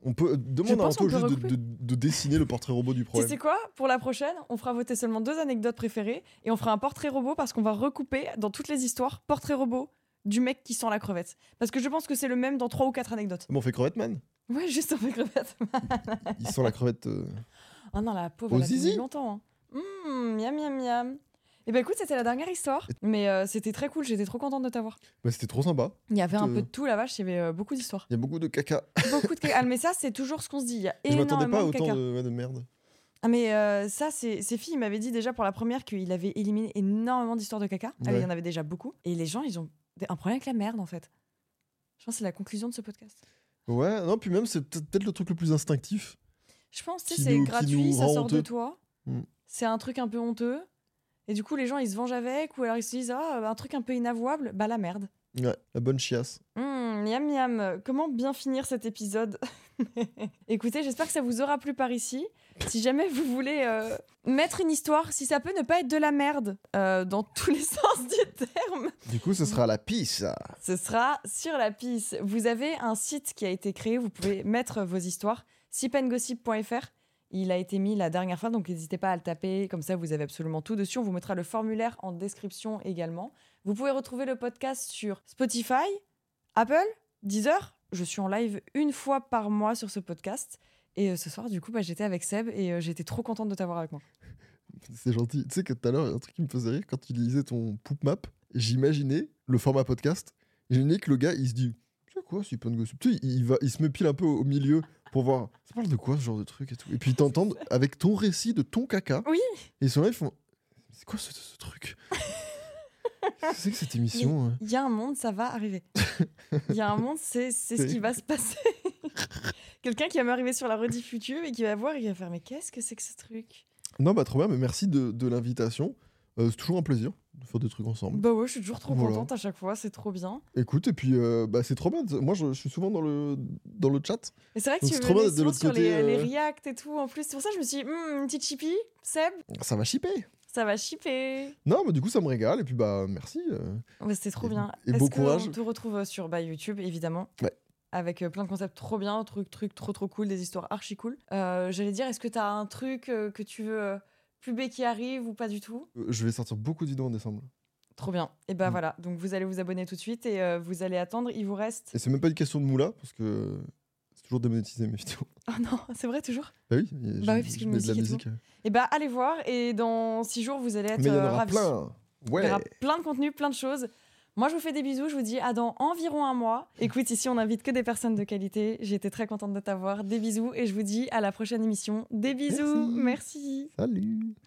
Speaker 2: On peut euh,
Speaker 1: Je
Speaker 2: demander à
Speaker 1: pense
Speaker 2: Anto
Speaker 1: qu'on peut
Speaker 2: juste de,
Speaker 1: recouper.
Speaker 2: de- de dessiner le portrait robot du
Speaker 1: Tu
Speaker 2: problème.
Speaker 1: sais quoi Pour la prochaine, on fera voter seulement deux anecdotes préférées et on fera un portrait robot parce qu'on va recouper dans toutes les histoires portrait robot du mec qui sent la crevette. Parce que je pense que c'est le même dans trois ou quatre anecdotes.
Speaker 2: Bon, on fait crevette man.
Speaker 1: Ouais, juste en fait crevette.
Speaker 2: Il sent la crevette. euh,
Speaker 1: Ah non, la pauvre,
Speaker 2: Au
Speaker 1: elle a tenu
Speaker 2: zizi.
Speaker 1: longtemps. hein. Mmh, miam, miam, miam. Et ben écoute, c'était la dernière histoire, mais euh, c'était très cool, j'étais trop contente de t'avoir.
Speaker 2: bah, c'était trop sympa.
Speaker 1: Il y avait un
Speaker 2: Euh.
Speaker 1: peu de tout, la vache, il y avait euh, beaucoup d'histoires.
Speaker 2: Il y a beaucoup de caca.
Speaker 1: Beaucoup de caca. Ah, mais ça, c'est toujours ce qu'on se dit. Il y a
Speaker 2: Je m'attendais
Speaker 1: énormément
Speaker 2: pas à
Speaker 1: de caca.
Speaker 2: autant de, ouais, de merde.
Speaker 1: Ah mais euh, ça, c'est ces filles m'avaient dit déjà pour la première qu'il avait éliminé énormément d'histoires de caca. Ah, mais
Speaker 2: Ouais.
Speaker 1: il y en avait déjà beaucoup. Et les gens, ils ont des- un problème avec la merde, en fait. Je pense que c'est la conclusion de ce podcast.
Speaker 2: Ouais, non, puis même, c'est peut-être peut-être le truc le plus instinctif.
Speaker 1: Je pense, tu sais,
Speaker 2: Qui
Speaker 1: c'est
Speaker 2: nous- qui
Speaker 1: gratuit,
Speaker 2: nous
Speaker 1: ça
Speaker 2: rend
Speaker 1: sort de
Speaker 2: honteux.
Speaker 1: toi.
Speaker 2: Mm.
Speaker 1: C'est un truc un peu honteux. Et du coup, les gens, ils se vengent avec, ou alors ils se disent, ah, un truc un peu inavouable, bah la merde.
Speaker 2: Ouais, la bonne chiasse.
Speaker 1: Hum, miam miam, comment bien finir cet épisode Écoutez, j'espère que ça vous aura plu par ici. Si jamais vous voulez euh, mettre une histoire, si ça peut ne pas être de la merde, euh, dans tous les sens du terme,
Speaker 2: Du coup, ce sera la pisse.
Speaker 1: ce sera sur la piste. Vous avez un site qui a été créé, vous pouvez mettre vos histoires, sipengossip.fr. Il a été mis la dernière fois, donc n'hésitez pas à le taper, comme ça vous avez absolument tout dessus. On vous mettra le formulaire en description également. Vous pouvez retrouver le podcast sur Spotify, Apple, Deezer. Je suis en live une fois par mois sur ce podcast. Et euh, ce soir, du coup, bah, j'étais avec Seb et euh, j'étais trop contente de t'avoir avec moi.
Speaker 2: C'est gentil. Tu sais que tout à l'heure, il y a un truc qui me faisait rire quand tu lisais ton poop map. J'imaginais le format podcast. J'imaginais que le gars, il se dit C'est quoi, c'est pas une gossip Tu sais, il, va, il se met pile un peu au milieu pour voir Ça parle de quoi ce genre de truc et tout. Et puis ils t'entendent avec ton récit de ton caca.
Speaker 1: Oui.
Speaker 2: Et ils sont là, ils font C'est quoi ce, ce truc Qu'est-ce que C'est que cette émission hein
Speaker 1: Il y a un monde, ça va arriver. Il y a un monde, c'est c'est ce qui va se passer. Quelqu'un qui va m'arriver sur la rediff YouTube et qui va voir et qui va faire Mais qu'est-ce que c'est que ce truc
Speaker 2: Non, bah trop bien, mais merci de, de l'invitation. Euh, c'est toujours un plaisir de faire des trucs ensemble.
Speaker 1: Bah ouais, je suis toujours trop
Speaker 2: Voilà.
Speaker 1: contente à chaque fois, c'est trop bien.
Speaker 2: Écoute, et puis euh, bah, c'est trop bien. Moi, je, je suis souvent dans le, dans le chat.
Speaker 1: Et c'est vrai que
Speaker 2: Donc
Speaker 1: tu
Speaker 2: c'est
Speaker 1: me
Speaker 2: trop bien
Speaker 1: mets
Speaker 2: d'être de
Speaker 1: souvent
Speaker 2: l'autre
Speaker 1: sur les,
Speaker 2: côté,
Speaker 1: les
Speaker 2: euh.
Speaker 1: reacts et tout en plus. C'est pour ça que je me suis dit Hum, une petite chippie, Seb,
Speaker 2: Ça va chipper.
Speaker 1: ça va chipper.
Speaker 2: Non, mais du coup, ça me régale. Et puis, bah, merci. euh.
Speaker 1: Ouais, C'était trop
Speaker 2: Et-
Speaker 1: bien.
Speaker 2: et
Speaker 1: Est-ce
Speaker 2: bon
Speaker 1: qu'on
Speaker 2: courage.
Speaker 1: te retrouve sur bah, YouTube, évidemment.
Speaker 2: Ouais.
Speaker 1: Avec euh, plein de concepts trop bien, trucs, trucs trop trop cool, des histoires archi cool. Euh, J'allais dire, est-ce que t'as un truc euh, que tu veux euh, puber qui arrive ou pas du tout
Speaker 2: Euh, Je vais sortir beaucoup d'idées en décembre.
Speaker 1: Trop bien. Et ben
Speaker 2: Mm.
Speaker 1: voilà, donc vous allez vous abonner tout de suite et euh, vous allez attendre. Il vous reste.
Speaker 2: Et c'est même pas une question de moula, parce que c'est toujours démonétisé mes vidéos.
Speaker 1: Oh non, c'est vrai toujours.
Speaker 2: Bah oui, je-
Speaker 1: Bah oui, parce
Speaker 2: je
Speaker 1: qu'il y a une
Speaker 2: mets de la
Speaker 1: musique
Speaker 2: musique. euh.
Speaker 1: Et ben allez voir et dans six jours vous allez être
Speaker 2: Mais il y en
Speaker 1: euh,
Speaker 2: aura
Speaker 1: ravis.
Speaker 2: plein.
Speaker 1: Il y
Speaker 2: Ouais.
Speaker 1: aura plein de contenu, plein de choses. Moi je vous fais des bisous, je vous dis à dans environ un mois. Écoute, ici on invite que des personnes de qualité. J'ai été très contente de t'avoir. Des bisous et je vous dis à la prochaine émission. Des bisous,
Speaker 2: Merci.
Speaker 1: merci.
Speaker 2: Salut.